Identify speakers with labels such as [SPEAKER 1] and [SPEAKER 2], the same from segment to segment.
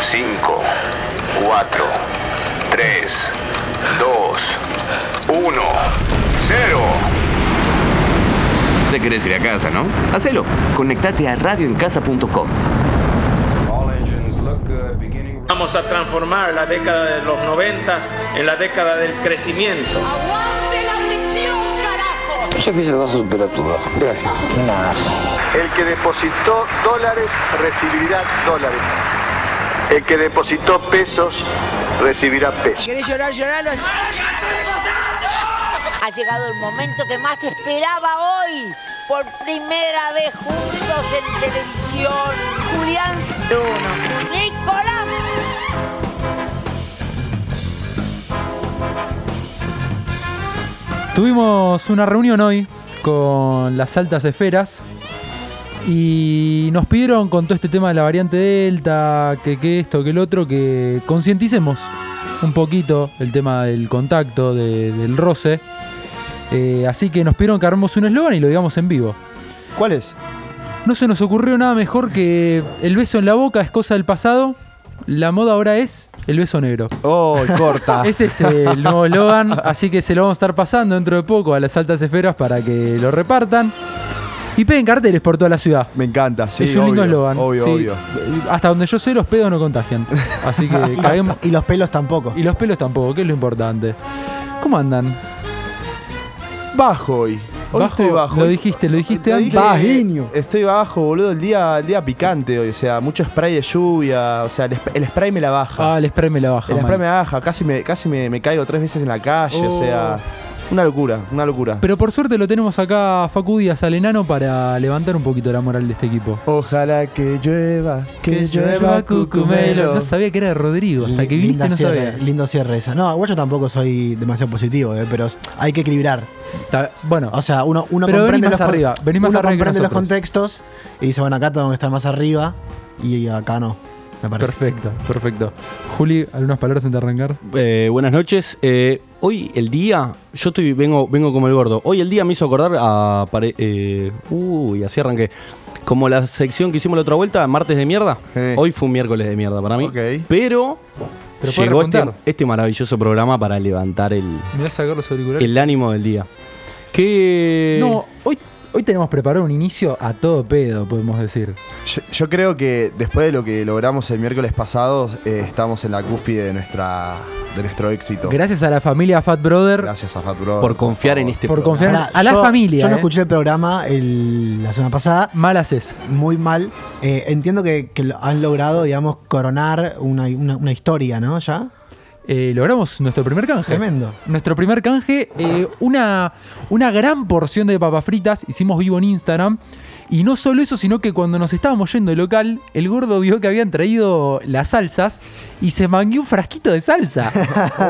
[SPEAKER 1] 5, 4, 3, 2, 1, 0.
[SPEAKER 2] Te querés ir a casa, ¿no? Hacelo. Conectate a radioencasa.com.
[SPEAKER 3] Vamos a transformar la década de los noventas en la década del crecimiento.
[SPEAKER 4] ¡Aguante la ficción, carajo!
[SPEAKER 5] Yo pienso que vas a superar tu baja. Gracias. Nada.
[SPEAKER 6] El que depositó dólares recibirá dólares. El que depositó pesos recibirá pesos.
[SPEAKER 7] ¿Querés llorar, lloralo?
[SPEAKER 8] Ha llegado el momento que más esperaba hoy. Por primera vez juntos en televisión. Julián Bruno. Nicolás.
[SPEAKER 9] Tuvimos una reunión hoy con las altas esferas y nos pidieron con todo este tema de la variante Delta, que, que esto, que el otro, que concienticemos un poquito el tema del contacto, de- del roce. Eh, así que nos pidieron que armemos un eslogan y lo digamos en vivo.
[SPEAKER 10] ¿Cuál es?
[SPEAKER 9] No se nos ocurrió nada mejor que el beso en la boca es cosa del pasado, la moda ahora es el beso negro.
[SPEAKER 10] Oh, corta.
[SPEAKER 9] Ese es el nuevo Logan, así que se lo vamos a estar pasando dentro de poco a las altas esferas para que lo repartan. Y peguen carteles por toda la ciudad.
[SPEAKER 10] Me encanta, sí.
[SPEAKER 9] es un lindo
[SPEAKER 10] obvio,
[SPEAKER 9] eslogan.
[SPEAKER 10] Obvio,
[SPEAKER 9] sí.
[SPEAKER 10] obvio.
[SPEAKER 9] Hasta donde yo sé, los pedos no contagian. Así que caguemos.
[SPEAKER 11] Y los pelos tampoco.
[SPEAKER 9] Y los pelos tampoco, que es lo importante. ¿Cómo andan?
[SPEAKER 10] Bajo hoy. Hoy
[SPEAKER 9] Bajo,
[SPEAKER 10] estoy bajo.
[SPEAKER 9] lo dijiste, lo dijiste
[SPEAKER 10] Lo
[SPEAKER 9] antes.
[SPEAKER 10] dije,
[SPEAKER 11] Bajiño.
[SPEAKER 10] Estoy bajo, boludo. El día, el día picante hoy. O sea, mucho spray de lluvia. O sea, el, sp- el spray me la baja.
[SPEAKER 9] Ah, el spray me la baja.
[SPEAKER 10] el
[SPEAKER 9] man.
[SPEAKER 10] spray me la baja. Casi me, casi me, me caigo tres veces en la calle. O
[SPEAKER 9] Oh.
[SPEAKER 10] sea, una locura, una locura.
[SPEAKER 9] Pero por suerte lo tenemos acá a Facu Díaz al enano para levantar un poquito la moral de este equipo.
[SPEAKER 10] Ojalá que llueva,
[SPEAKER 9] No sabía que era de Rodrigo, hasta que viniste
[SPEAKER 11] Linda
[SPEAKER 9] no
[SPEAKER 11] cierre,
[SPEAKER 9] sabía.
[SPEAKER 11] Lindo cierre esa. No, igual yo tampoco soy demasiado positivo, eh, pero hay que equilibrar.
[SPEAKER 9] Está- bueno,
[SPEAKER 11] O sea, uno, uno
[SPEAKER 9] Pero venís
[SPEAKER 11] comprende,
[SPEAKER 9] más
[SPEAKER 11] los, con-
[SPEAKER 9] arriba, venís más
[SPEAKER 11] uno
[SPEAKER 9] arriba que
[SPEAKER 11] comprende los
[SPEAKER 9] nosotros.
[SPEAKER 11] contextos y dice, bueno, acá tengo que estar más arriba y acá no, me parece.
[SPEAKER 9] perfecto, perfecto. Juli, algunas palabras antes de arrancar.
[SPEAKER 12] Eh, buenas noches. Eh, hoy el día, yo estoy vengo vengo como el gordo. Hoy el día me hizo acordar a pare- eh, uy, así arranqué. Como la sección que hicimos la otra vuelta, martes de mierda.
[SPEAKER 10] Eh.
[SPEAKER 12] Hoy fue un miércoles de mierda para mí.
[SPEAKER 10] Ok.
[SPEAKER 12] Pero,
[SPEAKER 9] Pero puede
[SPEAKER 12] llegó este,
[SPEAKER 9] remontar.
[SPEAKER 12] este maravilloso programa para levantar el,
[SPEAKER 9] Me voy a sacar los auriculares. Eh.
[SPEAKER 12] el ánimo del día. Que
[SPEAKER 9] No, hoy, hoy tenemos preparado un inicio a todo pedo, podemos decir.
[SPEAKER 10] Yo, yo creo que después de lo que logramos el miércoles pasado, eh, estamos en la cúspide de, nuestra, de nuestro éxito.
[SPEAKER 9] Gracias a la familia Fat Brother
[SPEAKER 10] Gracias a Fat Brother,
[SPEAKER 12] por confiar en este
[SPEAKER 9] por
[SPEAKER 12] programa.
[SPEAKER 9] confiar en-
[SPEAKER 11] Pará,
[SPEAKER 9] a la
[SPEAKER 11] yo-
[SPEAKER 9] familia.
[SPEAKER 11] Yo no
[SPEAKER 9] eh.
[SPEAKER 11] escuché el programa el- la semana pasada,
[SPEAKER 9] Malas es.
[SPEAKER 11] muy mal. Eh, entiendo que, que lo han logrado, digamos, coronar una, una- una historia, ¿no? Ya.
[SPEAKER 9] Eh, logramos nuestro primer canje.
[SPEAKER 11] Tremendo.
[SPEAKER 9] Nuestro primer canje, eh, una, una gran porción de papas fritas, hicimos vivo en Instagram. Y no solo eso, sino que cuando nos estábamos yendo del local, el gordo vio que habían traído las salsas y se mangué un frasquito de salsa.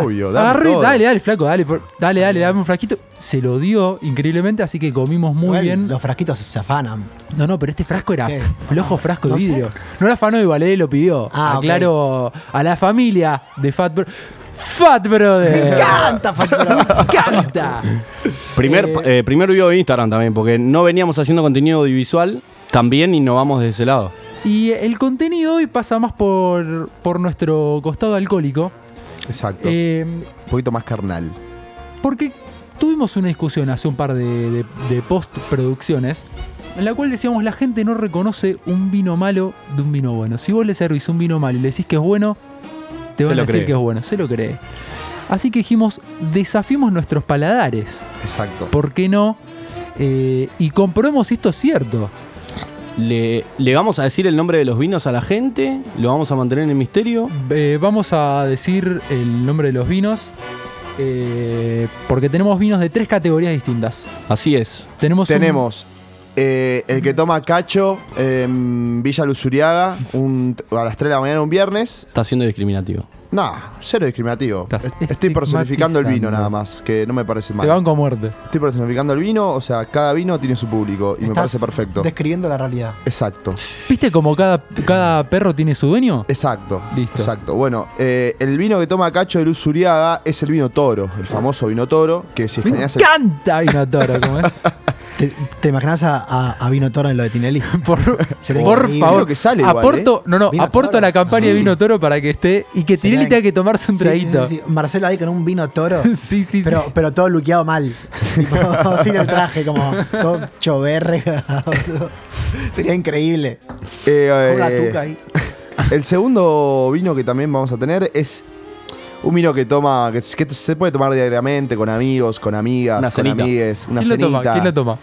[SPEAKER 10] Obvio, dame
[SPEAKER 9] este Agarré,
[SPEAKER 10] todo.
[SPEAKER 9] dale, dale, flaco, dale, por- dale, dale, dame un frasquito. Se lo dio increíblemente, así que comimos muy
[SPEAKER 11] Igual
[SPEAKER 9] bien.
[SPEAKER 11] Los frasquitos se afanan.
[SPEAKER 9] No, no, pero este frasco era
[SPEAKER 11] ¿Qué?
[SPEAKER 9] flojo frasco de
[SPEAKER 11] No sé.
[SPEAKER 9] vidrio. No la afanó igual, él lo pidió.
[SPEAKER 11] Ah, ok.
[SPEAKER 9] Aclaro a la familia de Fat Brother. ¡Fat Brother!
[SPEAKER 11] ¡Canta, factura!
[SPEAKER 9] ¡Canta!
[SPEAKER 12] Primer,
[SPEAKER 9] Eh,
[SPEAKER 12] eh, primer video de Instagram también, porque no veníamos haciendo contenido audiovisual, también innovamos de ese lado.
[SPEAKER 9] Y el contenido hoy pasa más por, por nuestro costado alcohólico.
[SPEAKER 10] Exacto.
[SPEAKER 9] eh,
[SPEAKER 10] un poquito más carnal.
[SPEAKER 9] porque tuvimos una discusión hace un par de, de- de postproducciones en la cual decíamos la gente no reconoce un vino malo de un vino bueno. Si vos le servís un vino malo y le decís que es bueno,
[SPEAKER 12] Se
[SPEAKER 9] te van a
[SPEAKER 12] lo
[SPEAKER 9] decir
[SPEAKER 12] cree.
[SPEAKER 9] que es bueno, se lo cree. Así que dijimos, desafiemos nuestros paladares,
[SPEAKER 10] Exacto.
[SPEAKER 9] ¿por qué no? Eh, y comprobemos si esto es cierto.
[SPEAKER 12] Le, le vamos a decir el nombre de los vinos a la gente, lo vamos a mantener en el misterio.
[SPEAKER 9] Eh, vamos a decir el nombre de los vinos. eh, porque tenemos vinos de tres categorías distintas.
[SPEAKER 12] Así es.
[SPEAKER 9] Tenemos, un-
[SPEAKER 10] Tenemos eh, el que toma cacho en Villa Luzuriaga un- a las 3 de la mañana un viernes.
[SPEAKER 12] Está siendo discriminativo.
[SPEAKER 10] No, cero discriminativo.
[SPEAKER 9] Estás
[SPEAKER 10] Est- Estoy personificando el vino
[SPEAKER 9] estigmatizando.
[SPEAKER 10] nada más, que no me parece
[SPEAKER 9] te
[SPEAKER 10] mal.
[SPEAKER 9] banco a muerte.
[SPEAKER 10] Estoy personificando el vino, o sea, cada vino tiene su público y me
[SPEAKER 11] Estás
[SPEAKER 10] parece perfecto.
[SPEAKER 11] Describiendo la realidad.
[SPEAKER 10] Exacto.
[SPEAKER 9] ¿Viste como cada, cada perro tiene su dueño?
[SPEAKER 10] Exacto.
[SPEAKER 9] Listo.
[SPEAKER 10] Exacto. Bueno, eh, el vino que toma Cacho de Luz Uriaga es el vino toro, el famoso vino toro, que si
[SPEAKER 9] Me
[SPEAKER 10] escaneas el,
[SPEAKER 9] encanta Vino Toro, ¿cómo es?
[SPEAKER 11] ¿Te, te imaginas a, a, a Vino Toro en lo de Tinelli?
[SPEAKER 9] por
[SPEAKER 11] Sería
[SPEAKER 9] Por
[SPEAKER 11] increíble.
[SPEAKER 9] favor, aporto, no, no, aporto a la campaña de Vino Toro para que esté y que Tirelli tenga que tomarse un
[SPEAKER 11] Sí,
[SPEAKER 9] traguito.
[SPEAKER 11] sí, sí. Marcelo ahí con un vino toro.
[SPEAKER 9] sí, sí,
[SPEAKER 11] pero, Pero todo luqueado mal. Tipo, sin el traje, como todo choverre. Sería increíble.
[SPEAKER 10] Eh,
[SPEAKER 11] Una
[SPEAKER 10] eh,
[SPEAKER 11] tuca ahí.
[SPEAKER 10] El segundo vino que también vamos a tener es un vino que toma que, s- que se puede tomar diariamente con amigos, con amigas,
[SPEAKER 12] Una
[SPEAKER 10] con
[SPEAKER 12] cenita.
[SPEAKER 10] amigues, una
[SPEAKER 9] ¿Quién lo toma?
[SPEAKER 10] cenita.
[SPEAKER 9] ¿Quién lo toma?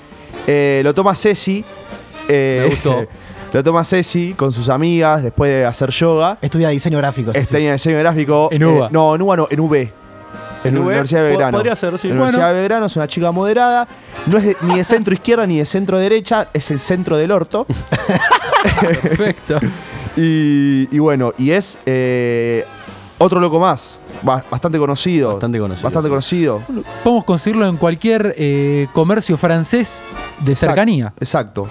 [SPEAKER 10] Eh, lo toma Ceci. eh,
[SPEAKER 12] Me gustó.
[SPEAKER 10] Lo toma Ceci con sus amigas después de hacer yoga.
[SPEAKER 11] Estudia diseño gráfico. sí, sí.
[SPEAKER 10] Estudia diseño gráfico. Eh,
[SPEAKER 9] En UBA.
[SPEAKER 10] no, en UBA no, en UB. En, la
[SPEAKER 12] UB,
[SPEAKER 10] Universidad de
[SPEAKER 12] po-
[SPEAKER 10] Belgrano.
[SPEAKER 12] podría ser, sí.
[SPEAKER 10] En la Universidad
[SPEAKER 9] Bueno.
[SPEAKER 10] de Belgrano es una chica moderada. No es de- ni de centro izquierda ni de centro derecha. Es el centro del orto.
[SPEAKER 9] Perfecto.
[SPEAKER 10] Y, y bueno, y es eh, otro loco más, ba- bastante conocido.
[SPEAKER 12] Bastante conocido,
[SPEAKER 10] Bastante
[SPEAKER 12] sí.
[SPEAKER 10] conocido.
[SPEAKER 9] Podemos conseguirlo en cualquier eh, comercio francés de
[SPEAKER 10] Exacto,
[SPEAKER 9] cercanía.
[SPEAKER 10] Exacto.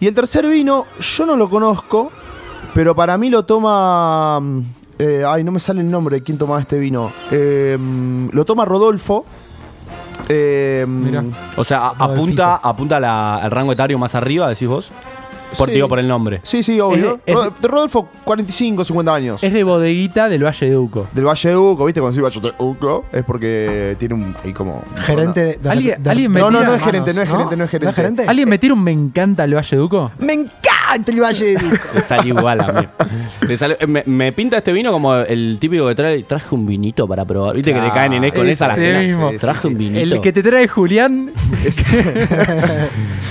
[SPEAKER 10] Y el tercer vino, yo no lo conozco, pero para mí lo toma... mm, eh, ay, no me sale el nombre de quién tomaba este vino. Eh, mm, lo toma Rodolfo. Eh, mm,
[SPEAKER 9] Mirá.
[SPEAKER 12] O sea, a- apunta, apunta la- al rango etario más arriba, decís vos. Por,
[SPEAKER 10] Sí.
[SPEAKER 12] digo, por el nombre.
[SPEAKER 10] Sí, sí, obvio.
[SPEAKER 9] Es de-
[SPEAKER 10] Rod- Rodolfo, 45, 50 años.
[SPEAKER 9] Es de bodeguita del Valle de Uco.
[SPEAKER 10] Del Valle de Uco, ¿viste? Cuando se iba a Uco, es porque tiene un... ahí como...
[SPEAKER 11] Gerente de, de-
[SPEAKER 9] Alguien-
[SPEAKER 11] de-
[SPEAKER 9] alguien me
[SPEAKER 11] de-
[SPEAKER 10] No, no,
[SPEAKER 9] tira
[SPEAKER 10] no
[SPEAKER 9] las
[SPEAKER 10] es gerente, no es gerente, no es gerente.
[SPEAKER 9] ¿Alguien me tira un me encanta el Valle de Uco?
[SPEAKER 11] Me encanta el Valle de Uco.
[SPEAKER 12] Le sale igual a mí. Le sale- me, me pinta este vino como el típico que trae. Traje un vinito para probar. Viste que te
[SPEAKER 10] Claro.
[SPEAKER 12] caen en es con esa a la
[SPEAKER 9] Ah, Ese
[SPEAKER 12] cena.
[SPEAKER 9] mismo.
[SPEAKER 12] Traje un vinito.
[SPEAKER 9] El que te trae Julián, estudia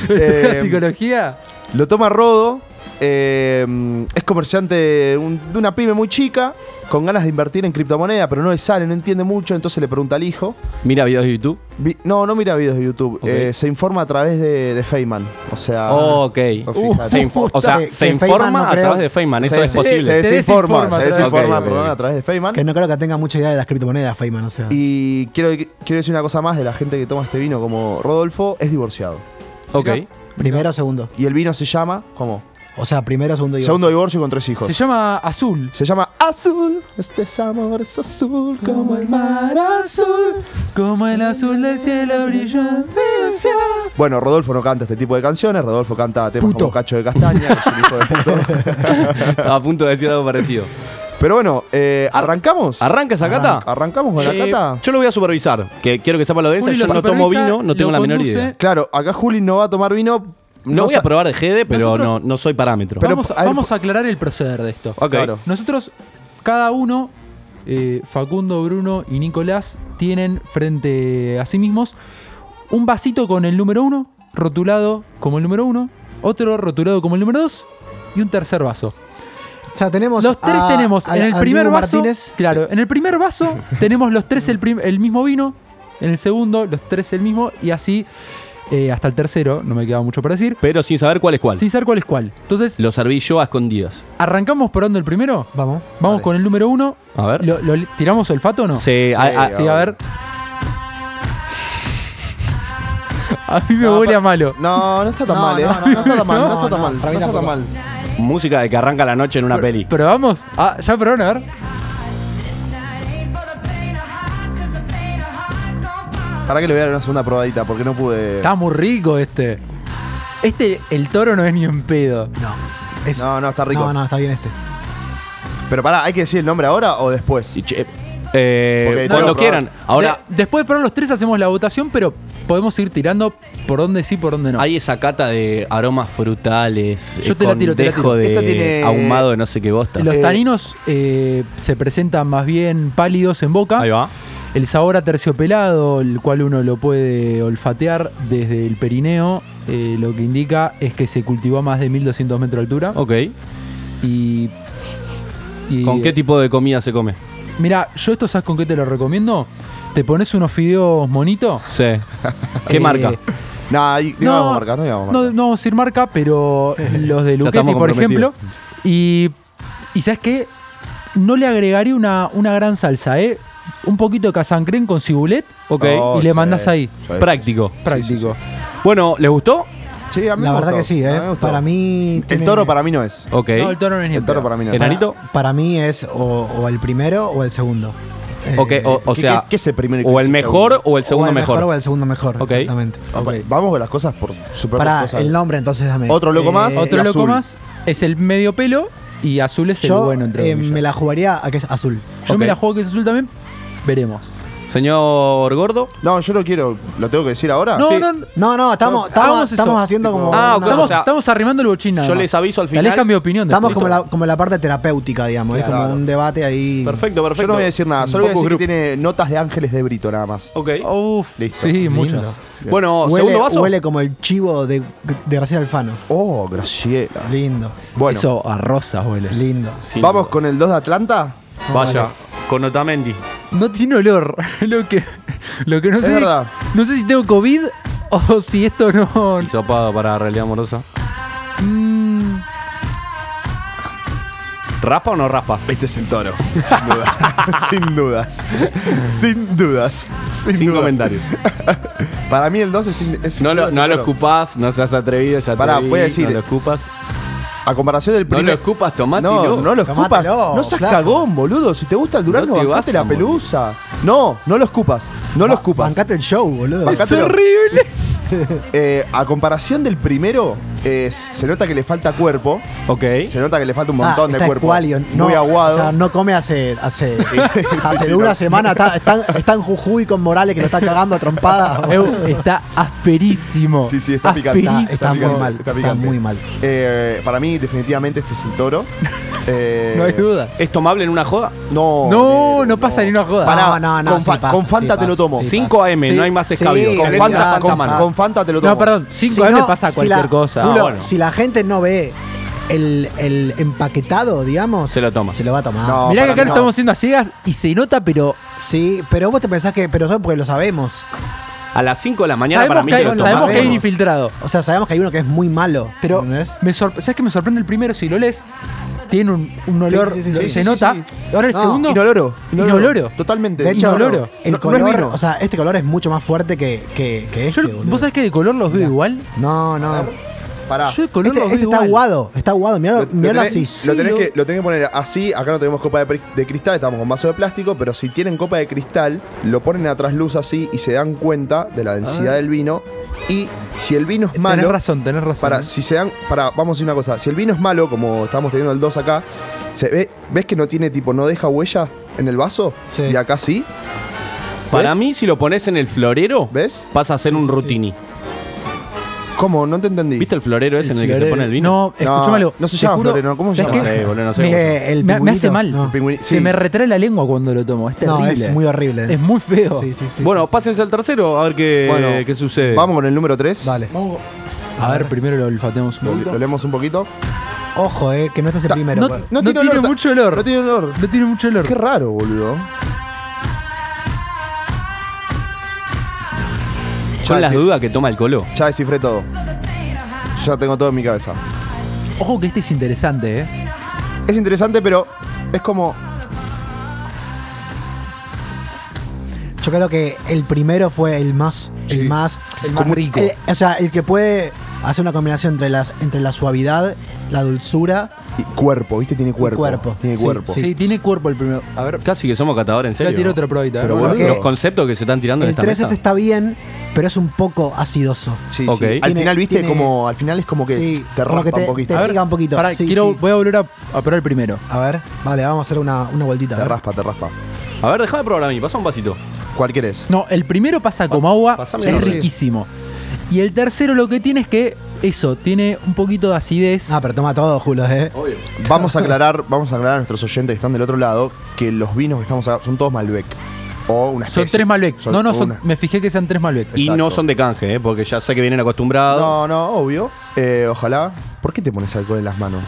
[SPEAKER 10] Eh,
[SPEAKER 9] psicología.
[SPEAKER 10] Lo toma Rodo. eh, es comerciante de, un- de una pyme muy chica, con ganas de invertir en criptomoneda, pero no le sale, no entiende mucho, entonces le pregunta al hijo.
[SPEAKER 12] Mira videos de YouTube.
[SPEAKER 10] Vi- no, no mira videos de YouTube,
[SPEAKER 12] Ok. Oh,
[SPEAKER 10] eh, se informa a través de, de Feynman. O sea,
[SPEAKER 12] ok. Uh,
[SPEAKER 10] o Ah, fíjate.
[SPEAKER 12] se info- o sea,
[SPEAKER 11] Que-
[SPEAKER 12] se
[SPEAKER 11] que
[SPEAKER 12] informa
[SPEAKER 11] Feynman no
[SPEAKER 12] a
[SPEAKER 11] creo.
[SPEAKER 12] través de Feynman. Eso
[SPEAKER 10] se,
[SPEAKER 12] es
[SPEAKER 10] se-
[SPEAKER 12] posible.
[SPEAKER 10] se
[SPEAKER 9] Se
[SPEAKER 10] desinforma,
[SPEAKER 9] desinforma
[SPEAKER 10] se
[SPEAKER 9] a través-
[SPEAKER 10] desinforma,
[SPEAKER 12] Ok, ok,
[SPEAKER 10] perdón,
[SPEAKER 12] ok.
[SPEAKER 10] a través de Feynman.
[SPEAKER 11] Que no creo que tenga mucha idea de las criptomonedas, Feynman. O sea,
[SPEAKER 10] Y quiero, quiero decir una cosa más de la gente que toma este vino, como Rodolfo es divorciado.
[SPEAKER 12] Ok.
[SPEAKER 11] primero o segundo.
[SPEAKER 10] Y el vino se llama, ¿cómo?
[SPEAKER 11] O sea, primero o segundo. digo.
[SPEAKER 10] Segundo divorcio con tres hijos.
[SPEAKER 9] Se llama Azul.
[SPEAKER 10] Se llama Azul, este amor es azul como el mar azul.
[SPEAKER 9] Como el azul del cielo brillante.
[SPEAKER 10] Bueno, Rodolfo no canta este tipo de canciones, Rodolfo canta temas
[SPEAKER 11] Puto.
[SPEAKER 10] como Cacho de Castaña, que es un hijo de puto.
[SPEAKER 12] Estaba a punto de decir algo parecido.
[SPEAKER 10] Pero bueno, eh, ¿arrancamos?
[SPEAKER 12] ¿Arranca esa cata?
[SPEAKER 10] ¿Arrancamos con la
[SPEAKER 12] Eh,
[SPEAKER 10] cata?
[SPEAKER 12] Yo lo voy a supervisar. Que quiero que sepa lo de esa.
[SPEAKER 9] Juli
[SPEAKER 12] Yo
[SPEAKER 9] lo
[SPEAKER 12] no tomo
[SPEAKER 9] supervisa,
[SPEAKER 12] vino, no
[SPEAKER 9] lo
[SPEAKER 12] tengo la menor
[SPEAKER 9] conduce.
[SPEAKER 12] idea.
[SPEAKER 10] Claro, acá Juli no va a tomar vino.
[SPEAKER 12] No voy
[SPEAKER 10] sa-
[SPEAKER 12] a probar de Gede, pero
[SPEAKER 9] Nosotros-
[SPEAKER 12] no, no soy parámetro.
[SPEAKER 10] Pero-
[SPEAKER 9] vamos,
[SPEAKER 10] a ver,
[SPEAKER 9] vamos a aclarar el proceder de esto.
[SPEAKER 12] Ok.
[SPEAKER 10] Claro.
[SPEAKER 9] Nosotros, cada uno, eh, Facundo, Bruno y Nicolás, tienen frente a sí mismos un vasito con el número uno, rotulado como el número uno, otro rotulado como el número dos y un tercer vaso.
[SPEAKER 11] O sea, tenemos.
[SPEAKER 9] Los tres
[SPEAKER 11] a-
[SPEAKER 9] tenemos
[SPEAKER 11] a-
[SPEAKER 9] en el
[SPEAKER 11] a
[SPEAKER 9] primer
[SPEAKER 11] Diego
[SPEAKER 9] vaso.
[SPEAKER 11] Martínez.
[SPEAKER 9] Claro, en el primer vaso tenemos los tres el, prim- el mismo vino, en el segundo los tres el mismo y así eh, hasta el tercero, no me queda mucho para decir,
[SPEAKER 12] Pero sin saber cuál es cuál.
[SPEAKER 9] sin saber cuál es cuál. Entonces,
[SPEAKER 12] Lo serví yo a escondidas.
[SPEAKER 9] arrancamos probando el primero.
[SPEAKER 11] Vamos.
[SPEAKER 9] Vamos con el número uno.
[SPEAKER 12] A ver.
[SPEAKER 9] Lo- lo- ¿Tiramos olfato o no? Ah,
[SPEAKER 12] Sí, a- a-
[SPEAKER 9] Sí, a ver. A mí me
[SPEAKER 10] No,
[SPEAKER 9] huele
[SPEAKER 10] pa-
[SPEAKER 9] a malo.
[SPEAKER 10] No, no está tan
[SPEAKER 11] No,
[SPEAKER 10] mal, eh.
[SPEAKER 11] no, no, no.
[SPEAKER 10] está tan mal, no,
[SPEAKER 11] No,
[SPEAKER 10] está tan
[SPEAKER 11] no,
[SPEAKER 10] mal. No
[SPEAKER 11] para mí
[SPEAKER 10] está tan
[SPEAKER 11] tampoco.
[SPEAKER 10] mal.
[SPEAKER 12] música de que arranca la noche en una peli.
[SPEAKER 9] ¿Probamos? Ah, ya probaron, a ver.
[SPEAKER 10] Para que le voy a dar una segunda probadita, porque no pude.
[SPEAKER 9] Está muy rico este. Este, el toro no es ni en pedo.
[SPEAKER 11] No. Es-
[SPEAKER 10] No, no, está rico.
[SPEAKER 11] No, no, está bien este.
[SPEAKER 10] Pero pará, ¿hay que decir el nombre ahora o después?
[SPEAKER 12] Sí, che. Eh,
[SPEAKER 10] Porque tengo
[SPEAKER 12] cuando
[SPEAKER 10] que probar.
[SPEAKER 12] quieran. Ahora,
[SPEAKER 9] De- después de probar los tres hacemos la votación, pero podemos ir tirando por dónde sí, por dónde no.
[SPEAKER 12] hay esa cata de aromas frutales.
[SPEAKER 9] Yo
[SPEAKER 12] eh,
[SPEAKER 9] te la
[SPEAKER 12] con
[SPEAKER 9] tiro, te la
[SPEAKER 12] dejo
[SPEAKER 9] tiro.
[SPEAKER 12] de
[SPEAKER 10] Esta tiene-
[SPEAKER 12] ahumado de no sé qué bosta.
[SPEAKER 9] los
[SPEAKER 10] eh,
[SPEAKER 9] taninos eh, se presentan más bien pálidos en boca.
[SPEAKER 12] Ahí va.
[SPEAKER 9] El sabor a terciopelado, el cual uno lo puede olfatear desde el perineo, eh, lo que indica es que se cultivó a más de 1200 metros de altura.
[SPEAKER 12] Ok.
[SPEAKER 9] Y, y-
[SPEAKER 12] ¿Con qué tipo de comida se come?
[SPEAKER 9] Mira, yo esto sabes con qué te lo recomiendo. Te pones unos fideos monitos.
[SPEAKER 12] Sí. ¿Qué
[SPEAKER 9] Eh,
[SPEAKER 12] marca?
[SPEAKER 10] Nah, ahí- no, vamos a marcar, no íbamos a
[SPEAKER 9] no,
[SPEAKER 10] marcar.
[SPEAKER 9] no vamos a decir marca, pero los de
[SPEAKER 12] Ya
[SPEAKER 9] Luchetti,
[SPEAKER 12] estamos
[SPEAKER 9] por
[SPEAKER 12] comprometidos.
[SPEAKER 9] ejemplo. Y, y ¿sabes qué? No le agregaría una, una gran salsa, ¿eh? Un poquito de casancrén con cibulet
[SPEAKER 12] Ok.
[SPEAKER 10] Oh,
[SPEAKER 9] y le
[SPEAKER 10] sí,
[SPEAKER 9] mandas ahí.
[SPEAKER 10] sí.
[SPEAKER 12] Práctico.
[SPEAKER 9] Práctico.
[SPEAKER 12] Bueno, ¿les gustó?
[SPEAKER 10] Sí, a mí
[SPEAKER 11] La
[SPEAKER 10] me
[SPEAKER 11] verdad
[SPEAKER 10] gustó,
[SPEAKER 11] que sí,
[SPEAKER 10] a mí
[SPEAKER 11] ¿eh?
[SPEAKER 10] me gustó.
[SPEAKER 11] para mí.
[SPEAKER 10] El
[SPEAKER 11] tiene-
[SPEAKER 10] toro para mí no es.
[SPEAKER 12] Ok.
[SPEAKER 9] No, el toro no es ni en
[SPEAKER 10] El toro
[SPEAKER 9] pedo.
[SPEAKER 10] para mí no es.
[SPEAKER 12] ¿Enanito?
[SPEAKER 11] Para mí es o, o el primero o el segundo. Eh,
[SPEAKER 12] Ok, Eh, o, o
[SPEAKER 10] ¿Qué-
[SPEAKER 12] sea.
[SPEAKER 10] qué- qué es el primero y
[SPEAKER 12] O
[SPEAKER 10] qué
[SPEAKER 12] el
[SPEAKER 10] es el
[SPEAKER 12] mejor
[SPEAKER 10] segundo?
[SPEAKER 12] o el segundo
[SPEAKER 11] o el
[SPEAKER 12] mejor.
[SPEAKER 11] mejor o el segundo mejor.
[SPEAKER 12] Ok.
[SPEAKER 11] Exactamente.
[SPEAKER 10] Ok, Vamos con las cosas por super
[SPEAKER 11] Para
[SPEAKER 10] cosas.
[SPEAKER 11] el nombre, entonces dame.
[SPEAKER 10] Otro loco
[SPEAKER 11] Eh,
[SPEAKER 10] más.
[SPEAKER 9] Otro
[SPEAKER 10] y
[SPEAKER 9] loco
[SPEAKER 10] azul.
[SPEAKER 9] más es el medio pelo y azul es el
[SPEAKER 11] Yo
[SPEAKER 9] bueno, entre
[SPEAKER 11] eh,
[SPEAKER 9] comillas.
[SPEAKER 11] me la jugaría a que es azul.
[SPEAKER 9] Yo me
[SPEAKER 12] Ok.
[SPEAKER 9] la juego que es azul también. Veremos.
[SPEAKER 12] Señor Gordo.
[SPEAKER 10] No, yo no quiero. ¿Lo tengo que decir ahora?
[SPEAKER 9] No,
[SPEAKER 12] Ah, Sí.
[SPEAKER 9] no,
[SPEAKER 11] No, no, estamos,
[SPEAKER 9] Hagamos
[SPEAKER 11] estamos,
[SPEAKER 9] eso.
[SPEAKER 11] estamos haciendo como.
[SPEAKER 12] Ah, ok,
[SPEAKER 11] una-
[SPEAKER 9] estamos,
[SPEAKER 12] o sea,
[SPEAKER 9] estamos arrimando el bochín nada
[SPEAKER 12] yo
[SPEAKER 9] más.
[SPEAKER 12] les aviso al
[SPEAKER 9] Tal vez
[SPEAKER 12] final.
[SPEAKER 9] cambio de opinión. después.
[SPEAKER 11] Estamos como la, como la parte terapéutica, digamos. Es como un debate ahí.
[SPEAKER 12] Perfecto, perfecto.
[SPEAKER 10] Yo no voy a decir nada, solo voy a
[SPEAKER 12] Focus
[SPEAKER 10] decir que
[SPEAKER 12] group.
[SPEAKER 10] tiene notas de ángeles de Brito nada más.
[SPEAKER 12] Ok.
[SPEAKER 9] Uf,
[SPEAKER 10] Listo.
[SPEAKER 9] sí, muchas.
[SPEAKER 10] Oh.
[SPEAKER 12] Bueno,
[SPEAKER 11] Huele,
[SPEAKER 12] segundo vaso.
[SPEAKER 11] huele como el chivo de, de Graciela Alfano.
[SPEAKER 10] Oh, Graciela.
[SPEAKER 11] Lindo,
[SPEAKER 10] Bueno,
[SPEAKER 9] Eso a rosas huele.
[SPEAKER 11] lindo.
[SPEAKER 12] Sí.
[SPEAKER 10] vamos con el 2 de Atlanta.
[SPEAKER 12] Vaya, con Otamendi.
[SPEAKER 9] No tiene olor. Lo que, lo que no
[SPEAKER 10] Es
[SPEAKER 9] sé.
[SPEAKER 10] verdad.
[SPEAKER 9] No sé si tengo COVID o si esto no.
[SPEAKER 12] Hisopado para realidad amorosa.
[SPEAKER 9] Mm,
[SPEAKER 12] ¿Raspa o no raspa?
[SPEAKER 10] Este es el toro. Sin dudas. sin dudas. Sin dudas. Sin,
[SPEAKER 12] Sin
[SPEAKER 10] dudas.
[SPEAKER 12] comentarios.
[SPEAKER 10] Para mí el 2 es, sin- es sin
[SPEAKER 12] No lo,
[SPEAKER 10] dudas
[SPEAKER 12] no
[SPEAKER 10] el
[SPEAKER 12] lo
[SPEAKER 10] toro.
[SPEAKER 12] escupás, no seas atrevido, ya te
[SPEAKER 10] Pará,
[SPEAKER 12] vi,
[SPEAKER 10] voy a decir-
[SPEAKER 12] No lo escupas.
[SPEAKER 10] A comparación del
[SPEAKER 12] No
[SPEAKER 10] primer.
[SPEAKER 12] lo escupas, tomátelo.
[SPEAKER 10] No, no lo escupas.
[SPEAKER 11] Tomátelo,
[SPEAKER 10] No seas
[SPEAKER 11] flaco.
[SPEAKER 10] cagón, boludo. Si te gusta el durazno,
[SPEAKER 12] No te
[SPEAKER 10] bancate
[SPEAKER 12] vas a
[SPEAKER 10] la
[SPEAKER 12] morir.
[SPEAKER 10] pelusa. No, no lo escupas. No lo
[SPEAKER 11] Ba-
[SPEAKER 10] escupas.
[SPEAKER 11] Bancate el show, boludo.
[SPEAKER 10] Bancate-
[SPEAKER 9] es horrible.
[SPEAKER 10] Eh, a comparación del primero, eh, se nota que le falta cuerpo.
[SPEAKER 12] Ok.
[SPEAKER 10] Se nota que le falta un
[SPEAKER 11] Ah,
[SPEAKER 10] montón de
[SPEAKER 11] está
[SPEAKER 10] cuerpo.
[SPEAKER 11] escuálido. No,
[SPEAKER 10] muy aguado.
[SPEAKER 11] O sea, no come hace, hace, hace
[SPEAKER 10] sí,
[SPEAKER 11] de una
[SPEAKER 10] no.
[SPEAKER 11] semana. Está, está- está en Jujuy con Morales que lo está cagando a trompadas.
[SPEAKER 9] Eu, está asperísimo.
[SPEAKER 10] Sí, sí, está picante.
[SPEAKER 11] Está,
[SPEAKER 9] Asperísimo.
[SPEAKER 11] está muy
[SPEAKER 10] picante,
[SPEAKER 11] mal.
[SPEAKER 10] está
[SPEAKER 11] Está,
[SPEAKER 10] picante.
[SPEAKER 11] muy mal.
[SPEAKER 10] Eh, para mí, definitivamente, este es el toro. Eh,
[SPEAKER 9] no hay dudas.
[SPEAKER 12] ¿Es tomable en una joda?
[SPEAKER 10] No,
[SPEAKER 9] No, no pasa ni una joda.
[SPEAKER 10] Pará,
[SPEAKER 11] No, no, no,
[SPEAKER 10] con,
[SPEAKER 11] sí
[SPEAKER 10] fa-
[SPEAKER 11] pasa,
[SPEAKER 10] con Fanta
[SPEAKER 11] sí
[SPEAKER 10] te lo
[SPEAKER 11] pasa,
[SPEAKER 10] tomo.
[SPEAKER 11] sí.
[SPEAKER 12] 5 AM,
[SPEAKER 9] Sí.
[SPEAKER 12] no hay más escabio.
[SPEAKER 11] Sí,
[SPEAKER 10] Con,
[SPEAKER 11] Tenés
[SPEAKER 10] Fanta,
[SPEAKER 11] la
[SPEAKER 10] con,
[SPEAKER 11] Fanta.
[SPEAKER 10] con Fanta te lo tomo.
[SPEAKER 9] no, perdón. 5
[SPEAKER 11] Si
[SPEAKER 9] M
[SPEAKER 11] no-
[SPEAKER 9] pasa
[SPEAKER 11] si
[SPEAKER 9] cualquier
[SPEAKER 11] la-
[SPEAKER 9] cosa.
[SPEAKER 11] Julo,
[SPEAKER 9] Ah, bueno.
[SPEAKER 11] Si la gente no ve el, el empaquetado, digamos,
[SPEAKER 12] Se lo toma.
[SPEAKER 11] se lo va a tomar.
[SPEAKER 10] No.
[SPEAKER 9] Mirá que
[SPEAKER 10] para
[SPEAKER 9] acá
[SPEAKER 10] mí
[SPEAKER 9] lo
[SPEAKER 10] no.
[SPEAKER 9] estamos haciendo a ciegas y se nota, pero
[SPEAKER 11] Sí, pero vos te pensás que. Pero eso porque lo sabemos.
[SPEAKER 12] A las 5 de la mañana para
[SPEAKER 9] sabemos,
[SPEAKER 12] mí
[SPEAKER 9] que hay,
[SPEAKER 12] te lo
[SPEAKER 11] no
[SPEAKER 12] tomas.
[SPEAKER 9] sabemos que hay un
[SPEAKER 11] Sabemos.
[SPEAKER 9] infiltrado.
[SPEAKER 11] O sea, sabemos que hay uno que es muy malo.
[SPEAKER 9] Pero
[SPEAKER 11] ¿entendés?
[SPEAKER 9] me sorpre- ¿sabes qué me sorprende el primero? Si lo lees, tiene un, un
[SPEAKER 11] Sí,
[SPEAKER 9] olor,
[SPEAKER 11] sí, sí,
[SPEAKER 9] lo-
[SPEAKER 11] sí,
[SPEAKER 9] se
[SPEAKER 11] sí,
[SPEAKER 9] nota. Ahora el
[SPEAKER 11] No,
[SPEAKER 9] segundo.
[SPEAKER 10] Inoloro.
[SPEAKER 9] Inoloro.
[SPEAKER 10] Totalmente.
[SPEAKER 11] De hecho,
[SPEAKER 9] Inoloro.
[SPEAKER 10] No-
[SPEAKER 11] el
[SPEAKER 10] no es
[SPEAKER 11] color.
[SPEAKER 10] vino.
[SPEAKER 11] O sea, este color es mucho más fuerte que, que, que
[SPEAKER 9] Yo-
[SPEAKER 11] este. boludo.
[SPEAKER 9] ¿Vos sabés que de color los veo igual?
[SPEAKER 11] No, no.
[SPEAKER 10] Pará.
[SPEAKER 9] Yo de color
[SPEAKER 11] Este,
[SPEAKER 9] los veo
[SPEAKER 11] este está
[SPEAKER 9] igual.
[SPEAKER 11] aguado. Está aguado. Mirá,
[SPEAKER 10] Lo- lo
[SPEAKER 11] mirá
[SPEAKER 10] tenés-
[SPEAKER 11] así.
[SPEAKER 10] Lo
[SPEAKER 9] Sí,
[SPEAKER 10] tenés,
[SPEAKER 9] lo-
[SPEAKER 10] que, lo tenés que poner así. Acá no tenemos copa de, pri- de cristal, estamos con vaso de plástico. Pero si tienen copa de cristal, lo ponen a trasluz así y se dan cuenta de la densidad del vino. Y si el vino es malo.
[SPEAKER 9] Ah. Tenés razón, tenés razón.
[SPEAKER 10] Para,
[SPEAKER 9] ¿eh?
[SPEAKER 10] si se dan. Para, vamos a decir una cosa. Si el vino es malo, como estamos teniendo el 2 acá, se ve, ¿ves que no tiene tipo, no deja huella en el vaso?
[SPEAKER 11] Sí.
[SPEAKER 10] Y acá sí.
[SPEAKER 12] Para
[SPEAKER 10] ¿Ves?
[SPEAKER 12] mí, si lo pones en el florero,
[SPEAKER 10] ¿Ves?
[SPEAKER 12] pasa a ser un rutini.
[SPEAKER 10] ¿Cómo? No te entendí.
[SPEAKER 12] ¿Viste el florero ese en el que
[SPEAKER 9] Florero.
[SPEAKER 12] se pone el vino?
[SPEAKER 9] No, escúchame algo.
[SPEAKER 10] no se
[SPEAKER 9] te
[SPEAKER 10] llama
[SPEAKER 9] juro-
[SPEAKER 10] florero, ¿cómo se
[SPEAKER 9] ¿sabes
[SPEAKER 10] llama?
[SPEAKER 9] qué?
[SPEAKER 12] sé, boludo, no sé.
[SPEAKER 11] Me-
[SPEAKER 12] cómo se-
[SPEAKER 11] Eh,
[SPEAKER 9] me,
[SPEAKER 11] el
[SPEAKER 9] me hace
[SPEAKER 11] pingüinito,
[SPEAKER 9] mal.
[SPEAKER 11] no.
[SPEAKER 10] Pingüini- sí.
[SPEAKER 9] Se me retrae la lengua cuando lo tomo. Es
[SPEAKER 11] No,
[SPEAKER 9] terrible.
[SPEAKER 11] es muy horrible.
[SPEAKER 9] Es muy feo.
[SPEAKER 11] Sí, sí, sí.
[SPEAKER 12] bueno, pásense al tercero a ver qué,
[SPEAKER 10] Bueno,
[SPEAKER 12] qué sucede.
[SPEAKER 10] Vamos con el número 3.
[SPEAKER 11] Dale.
[SPEAKER 9] Vamos- A ver, primero lo olfateamos un
[SPEAKER 10] Lo,
[SPEAKER 9] poquito.
[SPEAKER 10] lo leemos un poquito.
[SPEAKER 11] Ojo, eh, que no estás el primero.
[SPEAKER 9] No,
[SPEAKER 11] pa-
[SPEAKER 9] no
[SPEAKER 10] tiene
[SPEAKER 9] tiene,
[SPEAKER 10] olor, ta-
[SPEAKER 9] mucho olor.
[SPEAKER 10] No tiene olor.
[SPEAKER 9] No tiene mucho olor.
[SPEAKER 10] Qué raro, boludo.
[SPEAKER 12] Son las
[SPEAKER 10] sí.
[SPEAKER 12] dudas que toma el colo.
[SPEAKER 10] Ya descifré todo. Ya tengo todo en mi cabeza.
[SPEAKER 9] Ojo que este es interesante, ¿eh?
[SPEAKER 10] Es interesante, pero es como.
[SPEAKER 11] Yo creo que el primero fue el más. El más.
[SPEAKER 9] El más rico.
[SPEAKER 11] el- o sea, el que puede hacer una combinación entre, las, entre la suavidad, la dulzura.
[SPEAKER 10] y cuerpo, ¿viste? Tiene cuerpo.
[SPEAKER 11] cuerpo.
[SPEAKER 10] Tiene
[SPEAKER 11] Sí,
[SPEAKER 10] cuerpo.
[SPEAKER 9] Sí. tiene cuerpo el primero. A ver,
[SPEAKER 12] Casi que somos catadores, en
[SPEAKER 9] ya
[SPEAKER 12] serio.
[SPEAKER 9] tiro otra probadita. ¿eh?
[SPEAKER 10] Pero
[SPEAKER 11] Bueno,
[SPEAKER 10] boludo.
[SPEAKER 11] que-
[SPEAKER 12] Concepto que se están tirando en
[SPEAKER 11] El
[SPEAKER 12] esta
[SPEAKER 11] 3
[SPEAKER 12] mesa.
[SPEAKER 11] este está bien, pero es un poco acidoso.
[SPEAKER 10] Sí, sí.
[SPEAKER 12] Ok.
[SPEAKER 10] Al
[SPEAKER 11] Tiene-
[SPEAKER 10] final, ¿viste?
[SPEAKER 11] tiene-
[SPEAKER 10] Como, al final es como que
[SPEAKER 11] Sí,
[SPEAKER 10] te
[SPEAKER 11] como
[SPEAKER 10] raspa
[SPEAKER 11] que te-
[SPEAKER 10] un poquito.
[SPEAKER 11] te-
[SPEAKER 9] a ver,
[SPEAKER 11] pica un poquito.
[SPEAKER 9] pará,
[SPEAKER 11] Sí,
[SPEAKER 9] quiero,
[SPEAKER 11] sí.
[SPEAKER 9] voy a volver a, a probar el primero.
[SPEAKER 11] A ver, vale, vamos a hacer una, una vueltita. a
[SPEAKER 10] Te
[SPEAKER 11] ver.
[SPEAKER 10] raspa, te raspa.
[SPEAKER 12] A ver, déjame probar a mí, pasa un vasito.
[SPEAKER 10] ¿Cuál querés?
[SPEAKER 9] No, el primero pasa como agua,
[SPEAKER 12] pasame
[SPEAKER 9] es
[SPEAKER 12] el orden.
[SPEAKER 9] riquísimo. Y el tercero lo que tiene es que, eso, tiene un poquito de acidez.
[SPEAKER 11] Ah, pero toma todo, Julos, eh.
[SPEAKER 10] Vamos a aclarar, vamos a aclarar a nuestros oyentes que están del otro lado que los vinos que estamos acá son todos Malbec. O una
[SPEAKER 9] son
[SPEAKER 10] especie.
[SPEAKER 9] tres Malbec.
[SPEAKER 10] Son
[SPEAKER 9] no, no, son,
[SPEAKER 10] una-
[SPEAKER 9] me fijé que sean tres Malbec.
[SPEAKER 12] Y
[SPEAKER 10] Exacto.
[SPEAKER 12] no son de canje, ¿eh? porque ya sé que vienen acostumbrados.
[SPEAKER 10] No, no, obvio. Eh, ojalá. ¿Por qué te pones alcohol en las manos?